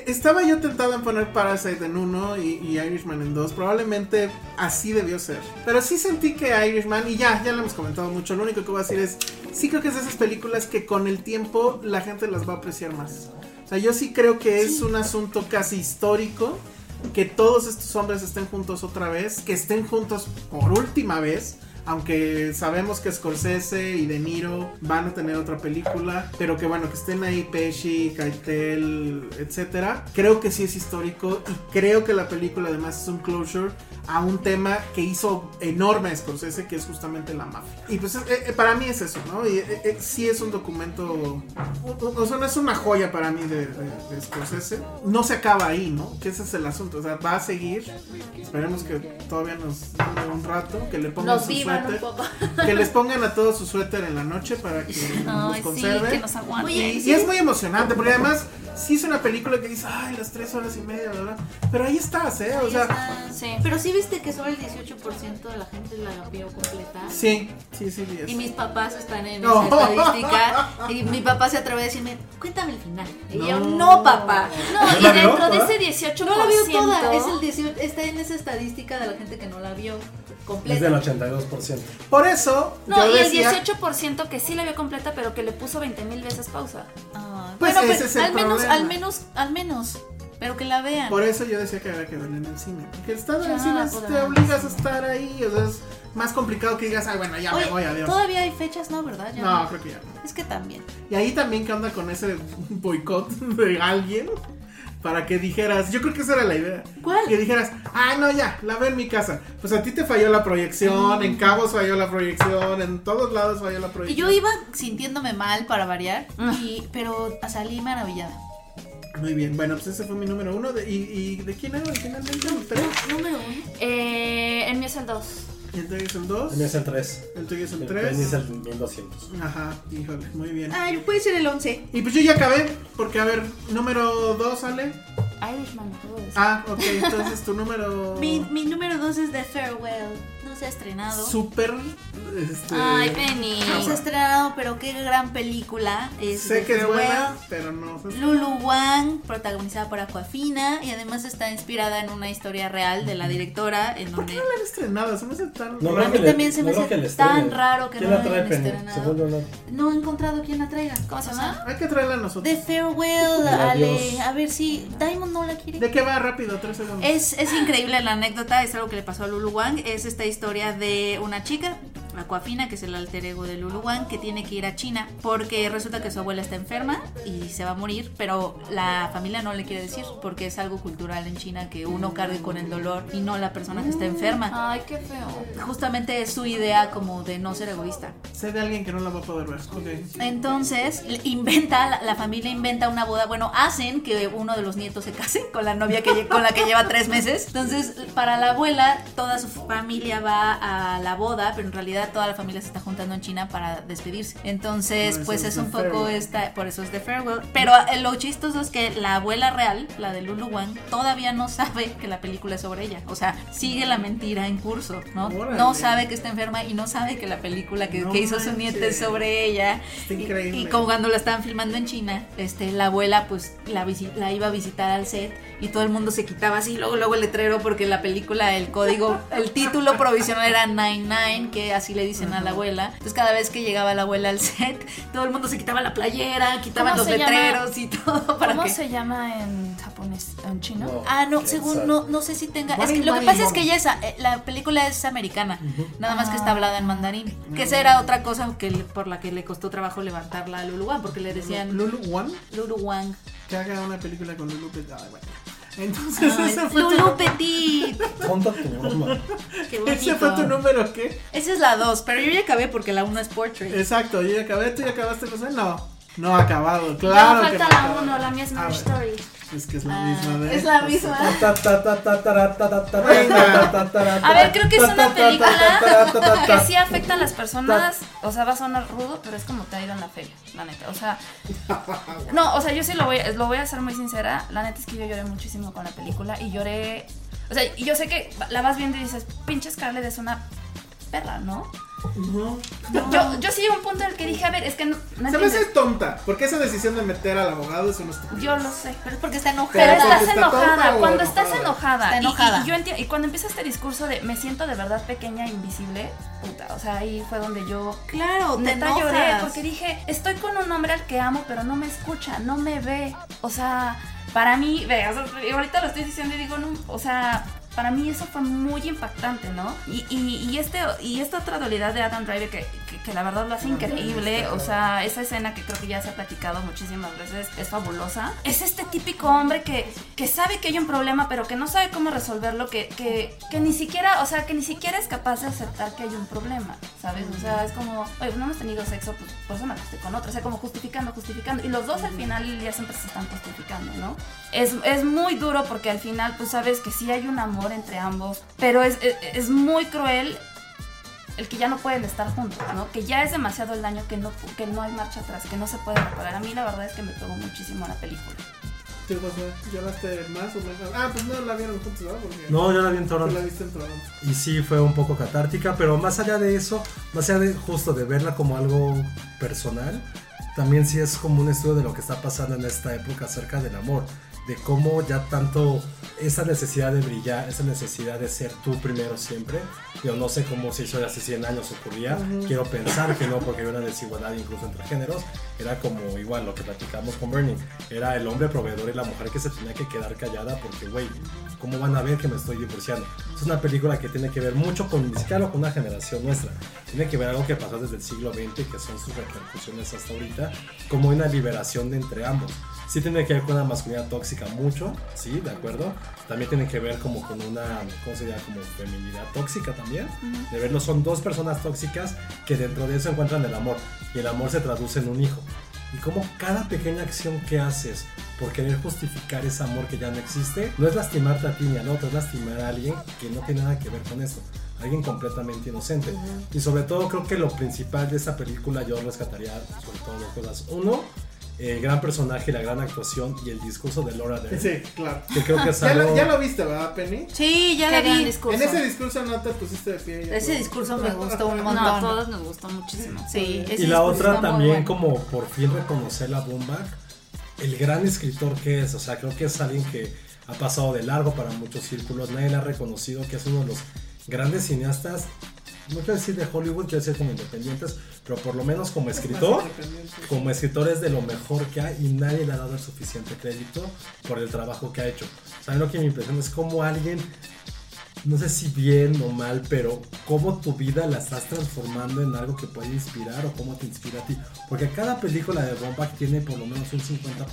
Speaker 3: estaba yo tentado en poner Parasite en uno y, y Irishman en dos. Probablemente así debió ser. Pero sí sentí que Irishman, y ya, ya lo hemos comentado mucho, lo único que voy a decir es, sí creo que es de esas películas que con el tiempo la gente las va a apreciar más. O sea, yo sí creo que es un asunto casi histórico. Que todos estos hombres estén juntos otra vez, que estén juntos por última vez, aunque sabemos que Scorsese y De Niro van a tener otra película, pero que bueno, que estén ahí Pesci, Keitel, etcétera, creo que sí es histórico y creo que la película además es un closure a un tema que hizo enorme Scorsese, que es justamente la mafia. Y pues eh, eh, para mí es eso, ¿no? Y eh, eh, sí es un documento, o- o o sea, no es una joya para mí de, de- de Scorsese. No se acaba ahí, ¿no? Que ese es el asunto, o sea, va a seguir. Esperemos que todavía nos dure un rato, que le pongan
Speaker 4: Nos
Speaker 3: su
Speaker 4: vivan un
Speaker 3: suéter.
Speaker 4: poco.
Speaker 3: Que les pongan a todos su suéter en la noche para que nos
Speaker 6: Ay, sí,
Speaker 3: conserven.
Speaker 6: que nos aguante.
Speaker 4: Oye,
Speaker 3: y, y es muy emocionante, porque además sí es una película que dice, ay, las tres horas y media, ¿verdad? Pero ahí estás, ¿eh? O sea,
Speaker 4: Ah,
Speaker 6: Sí.
Speaker 4: Pero sí viste que solo el 18% de la gente la vio completa.
Speaker 3: sí, sí, sí, sí. es.
Speaker 4: Y mis papás están en
Speaker 3: No.
Speaker 4: esa estadística. Y mi papá se atreve a decirme, cuéntame el final. Y yo,
Speaker 3: No.
Speaker 4: no, papá.
Speaker 6: No, y
Speaker 7: ¿La vio?
Speaker 6: dentro de
Speaker 7: ¿Ah?
Speaker 6: ese 18%.
Speaker 4: No la vio toda. Es el 18 está en esa estadística de la gente que no la vio
Speaker 7: Es del
Speaker 4: completa.
Speaker 7: 82%.
Speaker 3: Por eso,
Speaker 6: No,
Speaker 3: yo
Speaker 6: y el
Speaker 3: decía,
Speaker 6: 18% que sí la vio completa, pero que le puso 20 mil veces pausa.
Speaker 4: Ah,
Speaker 3: Pues
Speaker 4: bueno,
Speaker 3: ese
Speaker 4: pero
Speaker 3: es el
Speaker 4: al menos,
Speaker 3: problema.
Speaker 4: al menos, al menos. Pero que la vean.
Speaker 3: por eso yo decía que había que verla en el cine. Porque estar en
Speaker 6: Ya,
Speaker 3: el cine
Speaker 4: pues,
Speaker 3: es-
Speaker 6: por
Speaker 3: te
Speaker 6: ahí,
Speaker 3: obligas
Speaker 6: sí.
Speaker 3: a estar ahí, o sea, es más complicado que digas, ay, bueno, ya
Speaker 4: Oye,
Speaker 3: me voy, adiós.
Speaker 4: todavía hay fechas, ¿no? ¿Verdad? Ya
Speaker 3: No,
Speaker 4: no.
Speaker 3: creo que ya no.
Speaker 4: Es que también.
Speaker 3: Y ahí también que anda con ese boicot de alguien para que dijeras, yo creo que esa era la idea.
Speaker 4: ¿Cuál?
Speaker 3: Que dijeras, ah, no, ya, la veo en mi casa. Pues a ti te falló la proyección, en Cabos falló la proyección, en todos lados falló la
Speaker 4: Mm. Y
Speaker 3: proyección.
Speaker 4: yo iba sintiéndome mal para variar,
Speaker 6: Ah.
Speaker 4: y, pero salí maravillada.
Speaker 3: Muy bien, bueno, pues ese fue mi número uno. De, y, y de quién era finalmente? ¿El tres?
Speaker 4: Número uno.
Speaker 6: Eh, el mío es el 2.
Speaker 3: ¿Y el tuyo es el dos?
Speaker 7: El mío es el 3.
Speaker 3: ¿El tuyo es el
Speaker 7: El premio es
Speaker 3: tres?
Speaker 7: el 1200.
Speaker 3: Ajá, híjole, muy bien.
Speaker 4: Ay, puede ser el 11.
Speaker 3: Y pues yo ya acabé, porque a ver, número dos sale.
Speaker 6: Irishman, todo eso.
Speaker 3: Ah, ok, entonces tu número...
Speaker 4: Mi, mi número 2 es The Farewell. No se ha estrenado.
Speaker 3: Super... Este...
Speaker 6: Ay, Penny.
Speaker 4: no se ha estrenado, pero qué gran película. Es
Speaker 3: Sé
Speaker 4: The
Speaker 3: que es
Speaker 4: Farewell.
Speaker 3: buena, pero no. sé.
Speaker 4: Lulu Wang, protagonizada por Aquafina, y además está inspirada en una historia real de la directora, en
Speaker 3: ¿Por qué
Speaker 4: donde...
Speaker 3: no la han estrenado? Se me hace tan.
Speaker 7: No,
Speaker 4: A
Speaker 7: creo
Speaker 4: mí
Speaker 7: que le-
Speaker 4: también se me
Speaker 7: no creo
Speaker 4: hace
Speaker 7: que le
Speaker 4: tan
Speaker 7: estrenen.
Speaker 4: raro que
Speaker 7: ¿Quién
Speaker 4: no
Speaker 7: la
Speaker 4: la
Speaker 7: trae,
Speaker 4: hayan
Speaker 7: Penny?
Speaker 4: estrenado.
Speaker 7: Segundo, no.
Speaker 4: No he encontrado quién la traiga. ¿Cómo se llama?
Speaker 3: Hay que traerla a
Speaker 4: The
Speaker 3: nosotros.
Speaker 4: Farewell,
Speaker 7: Adiós.
Speaker 4: Ale. A ver si Diamond no la quiere.
Speaker 3: ¿De qué va rápido? Tres segundos.
Speaker 4: Es, es increíble la anécdota, es algo que le pasó a Lulu Wang. Es esta historia de una chica Aquafina, que es el alter ego de Luluan, que tiene que ir a China porque resulta que su abuela está enferma y se va a morir, pero la familia no le quiere decir porque es algo cultural en China que uno cargue con el dolor y no la persona que está enferma.
Speaker 6: Ay, qué feo.
Speaker 4: Justamente es su idea como de no ser egoísta.
Speaker 3: Sé de alguien que no la va a poder ver. Ok.
Speaker 4: Entonces, inventa, la, la familia inventa una boda. Bueno, hacen que uno de los nietos se case con la novia que, lle- con la que lleva tres meses. Entonces, para la abuela, toda su familia va a la boda, pero en realidad toda la familia se está juntando en China para despedirse. Entonces,
Speaker 3: Por eso
Speaker 4: pues
Speaker 3: es
Speaker 4: es
Speaker 3: de
Speaker 4: un poco
Speaker 3: farewell.
Speaker 4: esta, por eso es de farewell. Pero eh, lo chistoso es que la abuela real, la de Lulu Wang, todavía no sabe que la película es sobre ella. O sea, sigue la mentira en curso, ¿no?
Speaker 3: Órale.
Speaker 4: No sabe que está enferma y no sabe que la película que,
Speaker 3: No
Speaker 4: que hizo su nieto es
Speaker 3: manches.
Speaker 4: sobre ella.
Speaker 3: Está
Speaker 4: Y-
Speaker 3: increíble.
Speaker 4: Y, como cuando la estaban filmando en China, este, la abuela pues la, visi- la iba a visitar al set y todo el mundo se quitaba así, luego, luego el letrero, porque la película, el código, el título provisional era 99, que así le dicen a la abuela. Entonces cada vez que llegaba la abuela al set, todo el mundo se quitaba la playera, quitaban
Speaker 6: ¿Cómo
Speaker 4: los
Speaker 6: se llama?
Speaker 4: letreros y todo para
Speaker 6: ¿Cómo
Speaker 4: que...
Speaker 6: se llama en japonés? ¿En chino?
Speaker 4: Ah, no, según, no, no sé si tenga. Es
Speaker 3: Body,
Speaker 4: que lo que
Speaker 3: body,
Speaker 4: pasa es que
Speaker 3: body.
Speaker 4: ella es, eh, la película es americana, nada
Speaker 6: Ah.
Speaker 4: más que está hablada en mandarín. Que esa era otra cosa que, le- por la que le costó trabajo levantarla a Lulu Wang, porque le decían
Speaker 3: Lulu One,
Speaker 4: Lulu Wang.
Speaker 3: que haga una película con Lulu Petit. Ay, bueno. Entonces,
Speaker 4: Ay,
Speaker 3: ese fue
Speaker 4: Lulu
Speaker 3: tu.
Speaker 4: Petit.
Speaker 2: Tonta tu broma.
Speaker 4: Qué
Speaker 3: Ese fue tu
Speaker 4: bonito.
Speaker 3: número, ¿qué?
Speaker 4: Esa es la 2, pero yo ya acabé porque la 1 es Portrait.
Speaker 3: Exacabé, Exacto, yo ya acabé, tú ya acabaste no sé, no. No ha acabado, claro.
Speaker 6: no,
Speaker 3: que
Speaker 6: falta
Speaker 3: no ha
Speaker 6: la
Speaker 3: acabado.
Speaker 6: uno, la mía es Ah,
Speaker 3: Ah,
Speaker 6: Marriage
Speaker 3: bueno,
Speaker 6: Story.
Speaker 3: Es que es la misma ¿eh? de.
Speaker 4: Es la misma.
Speaker 2: Ta, ta, ta, ta, tara, ta, ta, tara,
Speaker 3: Venga.
Speaker 2: ta, ta, tara,
Speaker 6: A ver, creo que es
Speaker 2: ta, ta,
Speaker 6: una
Speaker 2: ta, ta, ta, ta,
Speaker 6: película
Speaker 2: ta, ta.
Speaker 6: que sí afecta a las personas. O sea, va a sonar rudo, pero es como te ha ido en la feria, la neta. O sea, no, o sea, yo sí lo voy, lo voy a ser muy sincera. La neta es que yo lloré muchísimo con la película y lloré. O sea, y yo sé que la vas viendo y dices, pinche Scarlett es una perra, ¿no? Yo, yo sí llegué a un punto en el que dije, a ver, es que no, no
Speaker 3: Se me hace
Speaker 6: entiendes.
Speaker 3: estúpida, porque esa decisión de meter al abogado es una estupidez.
Speaker 6: Yo lo sé.
Speaker 4: Pero es porque está
Speaker 6: Pero
Speaker 4: enojada.
Speaker 3: Pero
Speaker 6: estás
Speaker 3: porque está tonta
Speaker 6: enojada,
Speaker 3: o
Speaker 6: cuando estás
Speaker 3: enojada.
Speaker 6: enojada,
Speaker 4: Está
Speaker 6: y-
Speaker 4: enojada.
Speaker 6: Y, yo entiendo, y cuando empieza este discurso de me siento de verdad pequeña e invisible, puta, o sea, ahí fue donde yo
Speaker 4: Claro, te
Speaker 6: neta lloré
Speaker 4: enojas.
Speaker 6: porque dije, estoy con un hombre al que amo, pero no me escucha, no me ve. O sea, para mí, ve, o sea, y ahorita lo estoy diciendo y digo, no, o sea, para mí eso fue muy impactante, ¿no? Y, y- y este, y esta otra dualidad de Adam Driver que, que- que la verdad lo hace increíble, o sea, esa escena que creo que ya se ha platicado muchísimas veces es fabulosa. Es este típico hombre que, que sabe que hay un problema, pero que no sabe cómo resolverlo, que, que, que ni siquiera, o sea, que ni siquiera es capaz de aceptar que hay un problema, ¿sabes? O sea, es como, oye, no hemos tenido sexo, pues por eso me acosté con otro, o sea, como justificando, justificando. Y los dos al final del día siempre se están justificando, ¿no? Es, es muy duro porque al final, pues sabes que sí hay un amor entre ambos, pero es, es, es muy cruel el que ya no pueden estar juntos, ¿no? Que ya es demasiado el daño, que no, que no hay marcha atrás, que no se puede reparar. A mí la verdad es que me pegó muchísimo la película.
Speaker 3: ¿Qué pasó? ¿Lloraste más o menos? Ah, pues no la vieron juntos, ¿verdad? Porque
Speaker 2: No, yo la vi en
Speaker 3: tú
Speaker 2: Toronto.
Speaker 3: la viste en Toronto.
Speaker 2: y sí fue un poco catártica, pero más allá de eso, más allá de justo de verla como algo personal, también sí es como un estudio de lo que está pasando en esta época acerca del amor, de cómo ya tanto esa necesidad de brillar, esa necesidad de ser tú primero siempre, yo no sé cómo si eso hace 100 años ocurría, quiero pensar que no, porque había una desigualdad incluso entre géneros, era como igual lo que platicamos con Bernie, era el hombre proveedor y la mujer que se tenía que quedar callada porque, güey, ¿cómo van a ver que me estoy divorciando? Es una película que tiene que ver mucho con, ni siquiera con una generación nuestra, tiene que ver algo que pasó desde el siglo XX, que son sus repercusiones hasta ahorita, como una liberación de entre ambos. Sí tiene que ver con una masculinidad tóxica mucho, sí, de acuerdo. También tiene que ver como con una, ¿cómo se llama? Como feminidad tóxica también. De verlo, son dos personas tóxicas que dentro de eso encuentran el amor. Y el amor se traduce en un hijo y cómo cada pequeña acción que haces por querer justificar ese amor que ya no existe, no es lastimarte a ti ni al otro, es lastimar a alguien que no tiene nada que ver con eso, alguien completamente inocente. Y sobre todo creo que lo principal de esta película yo rescataría sobre todo dos cosas. Uno, el gran personaje, la gran actuación y el discurso de Laura Dern,
Speaker 3: Sí, claro.
Speaker 2: que creo que es
Speaker 3: Ya lo,
Speaker 2: algo-
Speaker 3: ya lo viste, ¿verdad, Penny?
Speaker 4: Sí, ya la
Speaker 6: Qué gran
Speaker 4: vi.
Speaker 6: discurso.
Speaker 3: En ese discurso no te pusiste de pie. yo
Speaker 4: Ese
Speaker 3: creo.
Speaker 4: discurso me gustó un
Speaker 6: No,
Speaker 4: montón.
Speaker 6: a todos nos gustó muchísimo.
Speaker 4: Sí, ese
Speaker 2: Y la
Speaker 4: discurso
Speaker 2: otra
Speaker 4: está muy
Speaker 2: también
Speaker 4: bueno.
Speaker 2: como por fin reconocer a Bumbach, el gran escritor que es, o sea, creo que es alguien que ha pasado de largo para muchos círculos, nadie le ha reconocido que es uno de los grandes cineastas, no quiero decir de Hollywood, quiero decir como independientes, pero por lo menos como escritor, como escritor es de lo mejor que hay y nadie le ha dado el suficiente crédito por el trabajo que ha hecho. O sea, lo que mi impresión es cómo alguien no sé si bien o mal, pero cómo tu vida la estás transformando en algo que puede inspirar o cómo te inspira a ti. Porque cada película de Bombach tiene por lo menos un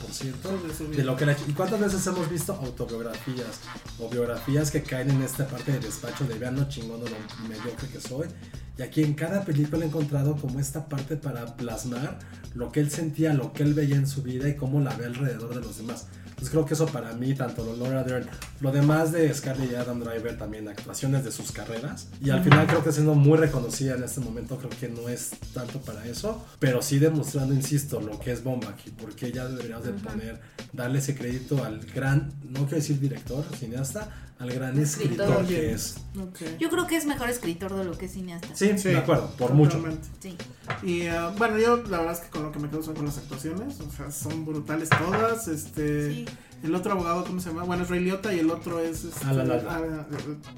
Speaker 2: 50% de lo que la... ¿Y cuántas veces hemos visto autobiografías o biografías que caen en esta parte de despacho de vean lo chingón o lo mediocre que soy? Y aquí en cada película he encontrado como esta parte para plasmar lo que él sentía, lo que él veía en su vida y cómo la ve alrededor de los demás. Pues creo que eso para mí, tanto lo Laura Dern, lo demás de Scarlett y Adam Driver también, actuaciones de sus carreras. Y al final creo que siendo muy reconocida en este momento, creo que no es tanto para eso, pero sí demostrando, insisto, lo que es Bomba y por qué ya deberíamos de poner, darle ese crédito al gran, no quiero decir director, cineasta, al gran escritor,
Speaker 4: Escritor.
Speaker 2: que es.
Speaker 3: Ok.
Speaker 4: Yo creo que es mejor escritor de lo que es cineasta.
Speaker 2: Sí,
Speaker 3: Sí,
Speaker 2: de acuerdo, por mucho.
Speaker 3: totalmente.
Speaker 4: Sí.
Speaker 3: Y ah, bueno, yo la verdad es que con lo que me quedo son con las actuaciones, o sea, son brutales todas. Este,
Speaker 4: Sí.
Speaker 3: el otro abogado, ¿cómo se llama? Bueno, es Ray Liotta y el otro es. este,
Speaker 2: Ah, la, la, la.
Speaker 3: ah,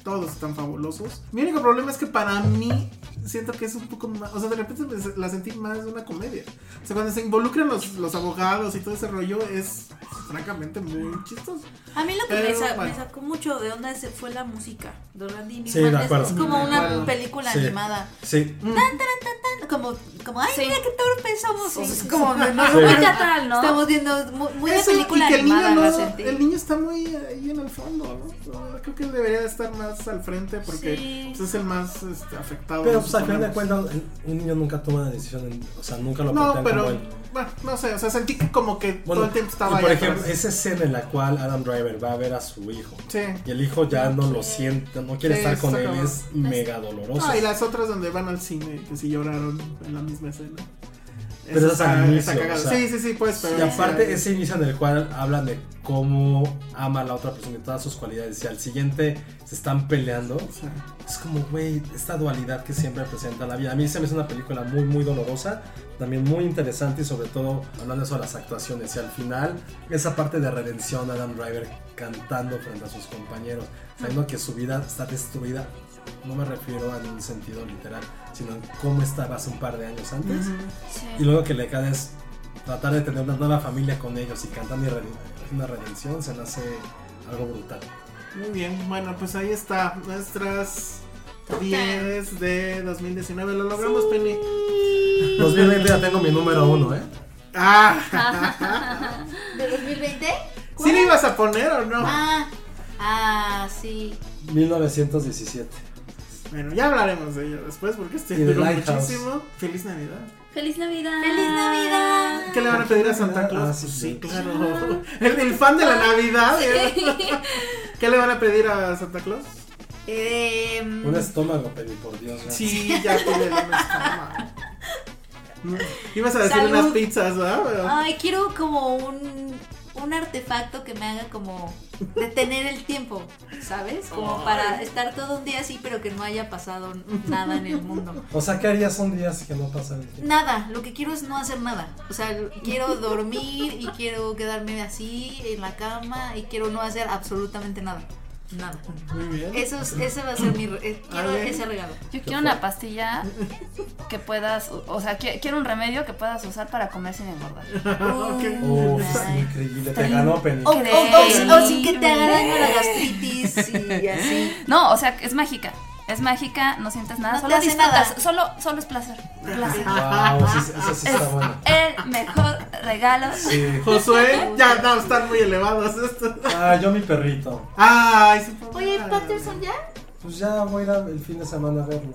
Speaker 3: todos están fabulosos. Mi único problema es que para mí siento que es un poco más, o sea, de repente me- la sentí más de una comedia. O sea, cuando se involucran los, los abogados y todo ese rollo es francamente muy chistoso.
Speaker 4: A mí lo que
Speaker 3: Pero,
Speaker 4: me, sa-
Speaker 3: bueno.
Speaker 4: me sacó mucho de onda ese fue la música de Randy
Speaker 2: Sí, de
Speaker 4: Newman. Es-
Speaker 2: acuerdo.
Speaker 4: Es como
Speaker 3: De
Speaker 4: una
Speaker 3: acuerdo.
Speaker 4: película
Speaker 2: Sí.
Speaker 4: animada.
Speaker 2: Sí,
Speaker 4: Tan, tan, tan, tan, como, como, ay,
Speaker 6: Sí.
Speaker 4: mira qué torpes somos. O sea, es
Speaker 6: sí,
Speaker 4: como, no, no,
Speaker 6: Muy
Speaker 4: no,
Speaker 6: teatral, ¿no?
Speaker 4: Estamos viendo mu- muy de
Speaker 3: Eso, y
Speaker 4: película
Speaker 3: que el niño
Speaker 4: animada,
Speaker 3: no-
Speaker 4: la sentí.
Speaker 3: El niño está muy ahí en el fondo, ¿no? Creo que él debería de estar más al frente porque
Speaker 4: Sí.
Speaker 3: pues, es el más este, afectado.
Speaker 2: pero
Speaker 3: de
Speaker 2: pues
Speaker 3: sus
Speaker 2: al final de
Speaker 3: problemas.
Speaker 2: cuentas, un niño nunca toma una decisión, en- o sea, nunca lo
Speaker 3: No,
Speaker 2: plantean
Speaker 3: pero
Speaker 2: como él.
Speaker 3: bueno, no sé, o sea, sentí que como que
Speaker 2: Bueno,
Speaker 3: todo el tiempo
Speaker 2: y
Speaker 3: estaba
Speaker 2: por
Speaker 3: ahí
Speaker 2: ejemplo,
Speaker 3: atrás.
Speaker 2: esa escena en la cual Adam Driver va a ver a su hijo.
Speaker 3: Sí.
Speaker 2: Y el hijo ya no lo siente, no quiere
Speaker 3: Sí,
Speaker 2: estar con
Speaker 3: está
Speaker 2: él,
Speaker 3: cabrón.
Speaker 2: es mega doloroso.
Speaker 3: Ah, y las otras donde van al cine que sí lloraron en la misma escena.
Speaker 2: Pero
Speaker 3: Eso
Speaker 2: esas al
Speaker 3: está-
Speaker 2: inicio,
Speaker 3: está cagado.
Speaker 2: o sea,
Speaker 3: sí, sí, sí, pues, pero
Speaker 2: Y aparte
Speaker 3: sí,
Speaker 2: ese inicio en el cual hablan de cómo ama a la otra persona y todas sus cualidades. Y al siguiente se están peleando.
Speaker 3: o sea,
Speaker 2: Es como, güey, esta dualidad que siempre presenta la vida. A mí se me hace una película muy, muy dolorosa, también muy interesante y sobre todo hablando eso de las actuaciones. Y al final, esa parte de redención, Adam Driver cantando frente a sus compañeros, sabiendo que su vida está destruida. No me refiero en un sentido literal, sino en cómo estaba hace un par de años antes. Y luego que le queda es tratar de tener una nueva familia con ellos y cantando y reden- una redención, se me hace algo brutal.
Speaker 3: Muy bien, bueno, pues ahí está nuestras 10 de 2019. Lo logramos, Penny.
Speaker 2: 2020 ya tengo mi número uno, ¿eh?
Speaker 3: Ah,
Speaker 4: ¿De 2020?
Speaker 3: ¿sí
Speaker 4: ¿Cuál?
Speaker 3: le ibas a poner o no?
Speaker 4: Ah, ah, sí.
Speaker 2: 1917.
Speaker 3: Bueno, ya hablaremos de ello después porque este
Speaker 2: Y de
Speaker 3: duró
Speaker 2: Lighthouse.
Speaker 3: muchísimo. Feliz Navidad.
Speaker 6: ¡Feliz Navidad!
Speaker 4: ¡Feliz Navidad!
Speaker 3: ¿Qué le van a pedir a Santa
Speaker 2: Ah,
Speaker 3: Claus?
Speaker 2: sí,
Speaker 3: Pues
Speaker 2: sí.
Speaker 3: sí, claro. El, el fan de la Navidad. ¿eh? ¿Qué le van a pedir a Santa Claus?
Speaker 4: Eh,
Speaker 2: Un estómago, Penny, por Dios. ¿no?
Speaker 3: Sí, ya pídele un estómago. No, Ibas a decir
Speaker 4: Salud.
Speaker 3: unas pizzas, ¿verdad? Pero-
Speaker 4: Ay, quiero como un, un artefacto que me haga como detener el tiempo, ¿sabes? Como para estar todo un día así, pero que no haya pasado nada en el mundo.
Speaker 2: O sea, ¿qué harías un día si que no pasa el tiempo?
Speaker 4: Nada, lo que quiero es no hacer nada. O sea, quiero dormir y quiero quedarme así en la cama y quiero no hacer absolutamente nada. Nada.
Speaker 3: Muy bien.
Speaker 4: Eso es- ese va a ser mi... re- eh, quiero
Speaker 3: ver.
Speaker 4: ese regalo.
Speaker 6: Yo quiero una pastilla que puedas, o o sea, qui- quiero un remedio que puedas usar para comer sin engordar.
Speaker 3: Mm, Oh,
Speaker 2: Uf,
Speaker 4: Ay.
Speaker 2: está increíble. Te ganó, Penny.
Speaker 4: O, o- o- o sin que te
Speaker 6: Increíble.
Speaker 4: haga daño la gastritis y así.
Speaker 6: No, o sea, es mágica. Es mágica, no sientes nada,
Speaker 4: No
Speaker 6: solo
Speaker 4: te hace
Speaker 6: disfrutas,
Speaker 4: nada.
Speaker 6: solo, solo es placer. placer.
Speaker 2: Wow, sí, eso sí está bueno.
Speaker 6: El mejor regalo.
Speaker 2: Sí.
Speaker 3: Josué, ya no, están muy elevados estos.
Speaker 2: Ah, yo mi perrito.
Speaker 3: Ay, su papá.
Speaker 4: Oye, Patterson, ¿ya?
Speaker 2: Pues ya voy a ir el fin de semana a verlo.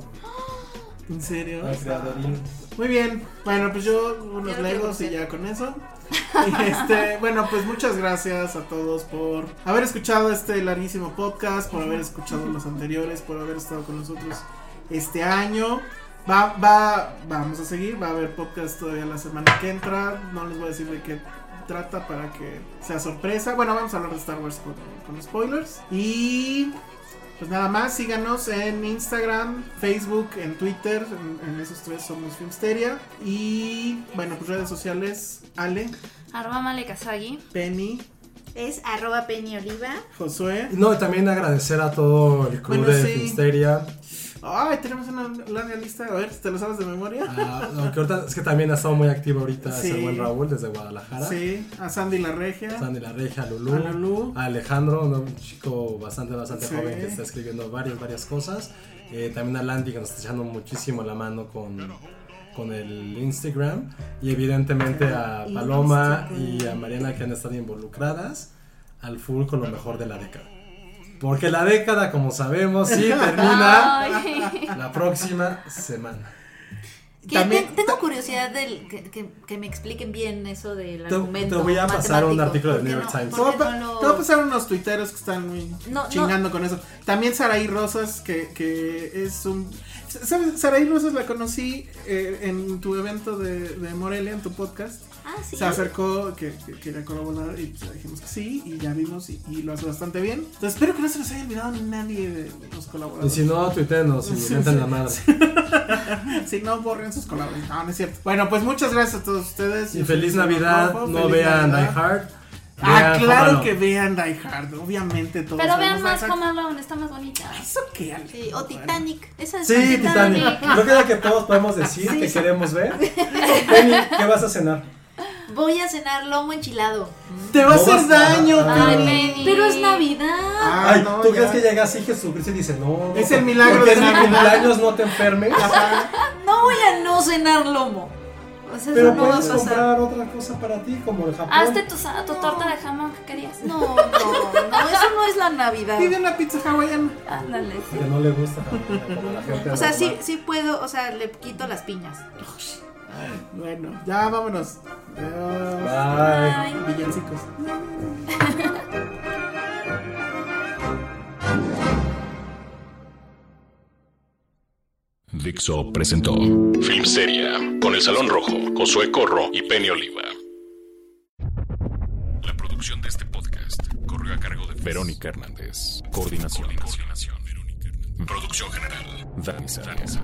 Speaker 3: ¿En serio?
Speaker 2: Al criadorín.
Speaker 3: Muy bien, bueno, pues yo unos
Speaker 4: Ya lo
Speaker 3: legos y
Speaker 4: quiero
Speaker 3: ya con eso. Y, este, bueno, pues muchas gracias a todos por haber escuchado este larguísimo podcast, por haber escuchado los anteriores, por haber estado con nosotros este año. Va, va, vamos a seguir, va a haber podcast todavía la semana que entra. No les voy a decir de qué trata para que sea sorpresa. Bueno, vamos a hablar de Star Wars con, con spoilers. Y pues nada más, síganos en Instagram, Facebook, en Twitter, en, en esos tres somos Filmsteria. Y bueno, pues redes sociales, Ale,
Speaker 6: Arroba Male Kazagi.
Speaker 3: Penny,
Speaker 4: Es arroba Penny Oliva.
Speaker 3: Josué.
Speaker 2: No, y también agradecer a todo el crew
Speaker 3: Bueno,
Speaker 2: de
Speaker 3: sí.
Speaker 2: Finsteria,
Speaker 3: Ay, tenemos una larga lista. A ver, ¿te lo sabes de memoria?
Speaker 2: Ah, no, que ahorita- es que también ha estado muy activo ahorita ese
Speaker 3: Sí.
Speaker 2: buen Raúl desde Guadalajara.
Speaker 3: Sí, a Sandy la Regia.
Speaker 2: Sandy La Reja, Lulú,
Speaker 3: A Lulú.
Speaker 2: a Alejandro, ¿no? un chico bastante, bastante
Speaker 3: Sí.
Speaker 2: joven que está escribiendo varias, varias cosas. Eh, también a Landy que nos está echando muchísimo la mano con, con el Instagram. Y evidentemente a Paloma y a Mariana que han estado involucradas al full con lo mejor de la década. Porque la década, como sabemos, sí termina
Speaker 6: Ay.
Speaker 2: la próxima semana.
Speaker 9: Que
Speaker 3: También-
Speaker 9: te- tengo curiosidad del, que, que- que me expliquen bien eso del
Speaker 2: Te-
Speaker 9: argumento.
Speaker 2: te voy a pasar un
Speaker 9: matemático.
Speaker 2: artículo del
Speaker 9: ¿Por qué
Speaker 2: New York
Speaker 9: no?
Speaker 2: Times.
Speaker 3: Te
Speaker 9: ¿Por
Speaker 3: voy, a
Speaker 9: qué
Speaker 3: pa-
Speaker 9: no lo-
Speaker 3: te voy a pasar unos tuiteros que están muy
Speaker 9: No, no.
Speaker 3: chingando con eso. También Saraí Rosas, que, que es un... ¿Sabes? Saraí Rosas la conocí eh, en tu evento de, de Morelia, en tu podcast.
Speaker 9: Ah, sí.
Speaker 3: Se acercó, que que quería colaborar y pues, le dijimos que sí, y ya vimos y, y lo hace bastante bien. Entonces espero que no se nos haya olvidado nadie de los
Speaker 2: Y
Speaker 3: colaboradores.
Speaker 2: si no, tuitenos y
Speaker 3: Sí,
Speaker 2: mientan
Speaker 3: sí.
Speaker 2: la madre.
Speaker 3: Si no, borren sus colaboradores. No, no es cierto. Bueno, pues muchas gracias a todos ustedes.
Speaker 2: Y
Speaker 3: Yo
Speaker 2: feliz
Speaker 3: soy Luciano
Speaker 2: Navidad,
Speaker 3: Rojo,
Speaker 2: no
Speaker 3: feliz
Speaker 2: vean
Speaker 3: Navidad.
Speaker 2: Die Hard.
Speaker 3: Ah,
Speaker 2: vean
Speaker 3: claro
Speaker 2: Home Alone.
Speaker 3: que vean Die Hard, obviamente todos.
Speaker 6: Pero vean
Speaker 3: vemos
Speaker 6: más
Speaker 3: Die Hard.
Speaker 6: Home Alone, está más bonita.
Speaker 3: ¿Eso qué, Ale?
Speaker 9: Sí, o Titanic. Esa es
Speaker 2: Sí, Titanic. Creo que es la que todos podemos decir que queremos ver. Penny, ¿qué vas a cenar?
Speaker 9: Voy a cenar lomo enchilado.
Speaker 3: Te va a
Speaker 2: No
Speaker 3: hacer
Speaker 2: vas-
Speaker 3: daño,
Speaker 2: Ah,
Speaker 3: Penny.
Speaker 9: Pero es Navidad.
Speaker 3: Ah,
Speaker 2: Ay,
Speaker 3: no,
Speaker 2: ¿tú
Speaker 3: ya.
Speaker 2: crees que llega así Jesucristo y dice, no?
Speaker 3: Es el milagro
Speaker 2: porque
Speaker 3: de
Speaker 2: es mi
Speaker 3: Navidad.
Speaker 2: cumpleaños, no te enfermes.
Speaker 9: Ah, No voy a no cenar lomo. O sea,
Speaker 2: Pero
Speaker 9: eso no va a
Speaker 2: puedes
Speaker 9: pasar.
Speaker 2: comprar otra cosa para ti, como el Japón.
Speaker 6: Hazte tu, sa- tu torta de jamón que querías.
Speaker 9: No, no, no, eso no es la Navidad.
Speaker 3: Pide una pizza hawaiana.
Speaker 6: Ándale.
Speaker 2: Que no le gusta a la gente.
Speaker 9: O sea, sí,
Speaker 2: normal.
Speaker 9: sí puedo, o sea, le quito las piñas.
Speaker 3: Bueno, ya vámonos. Adiós.
Speaker 2: Bye.
Speaker 3: Villancicos.
Speaker 1: Dixo presentó Film Seria con El Salón Rojo, Josué Corro y Penny Oliva. La producción de este podcast corrió a cargo de Verónica Hernández. Coordinación. Coordinación. Verónica Hernández. Producción general. Dani Sadia.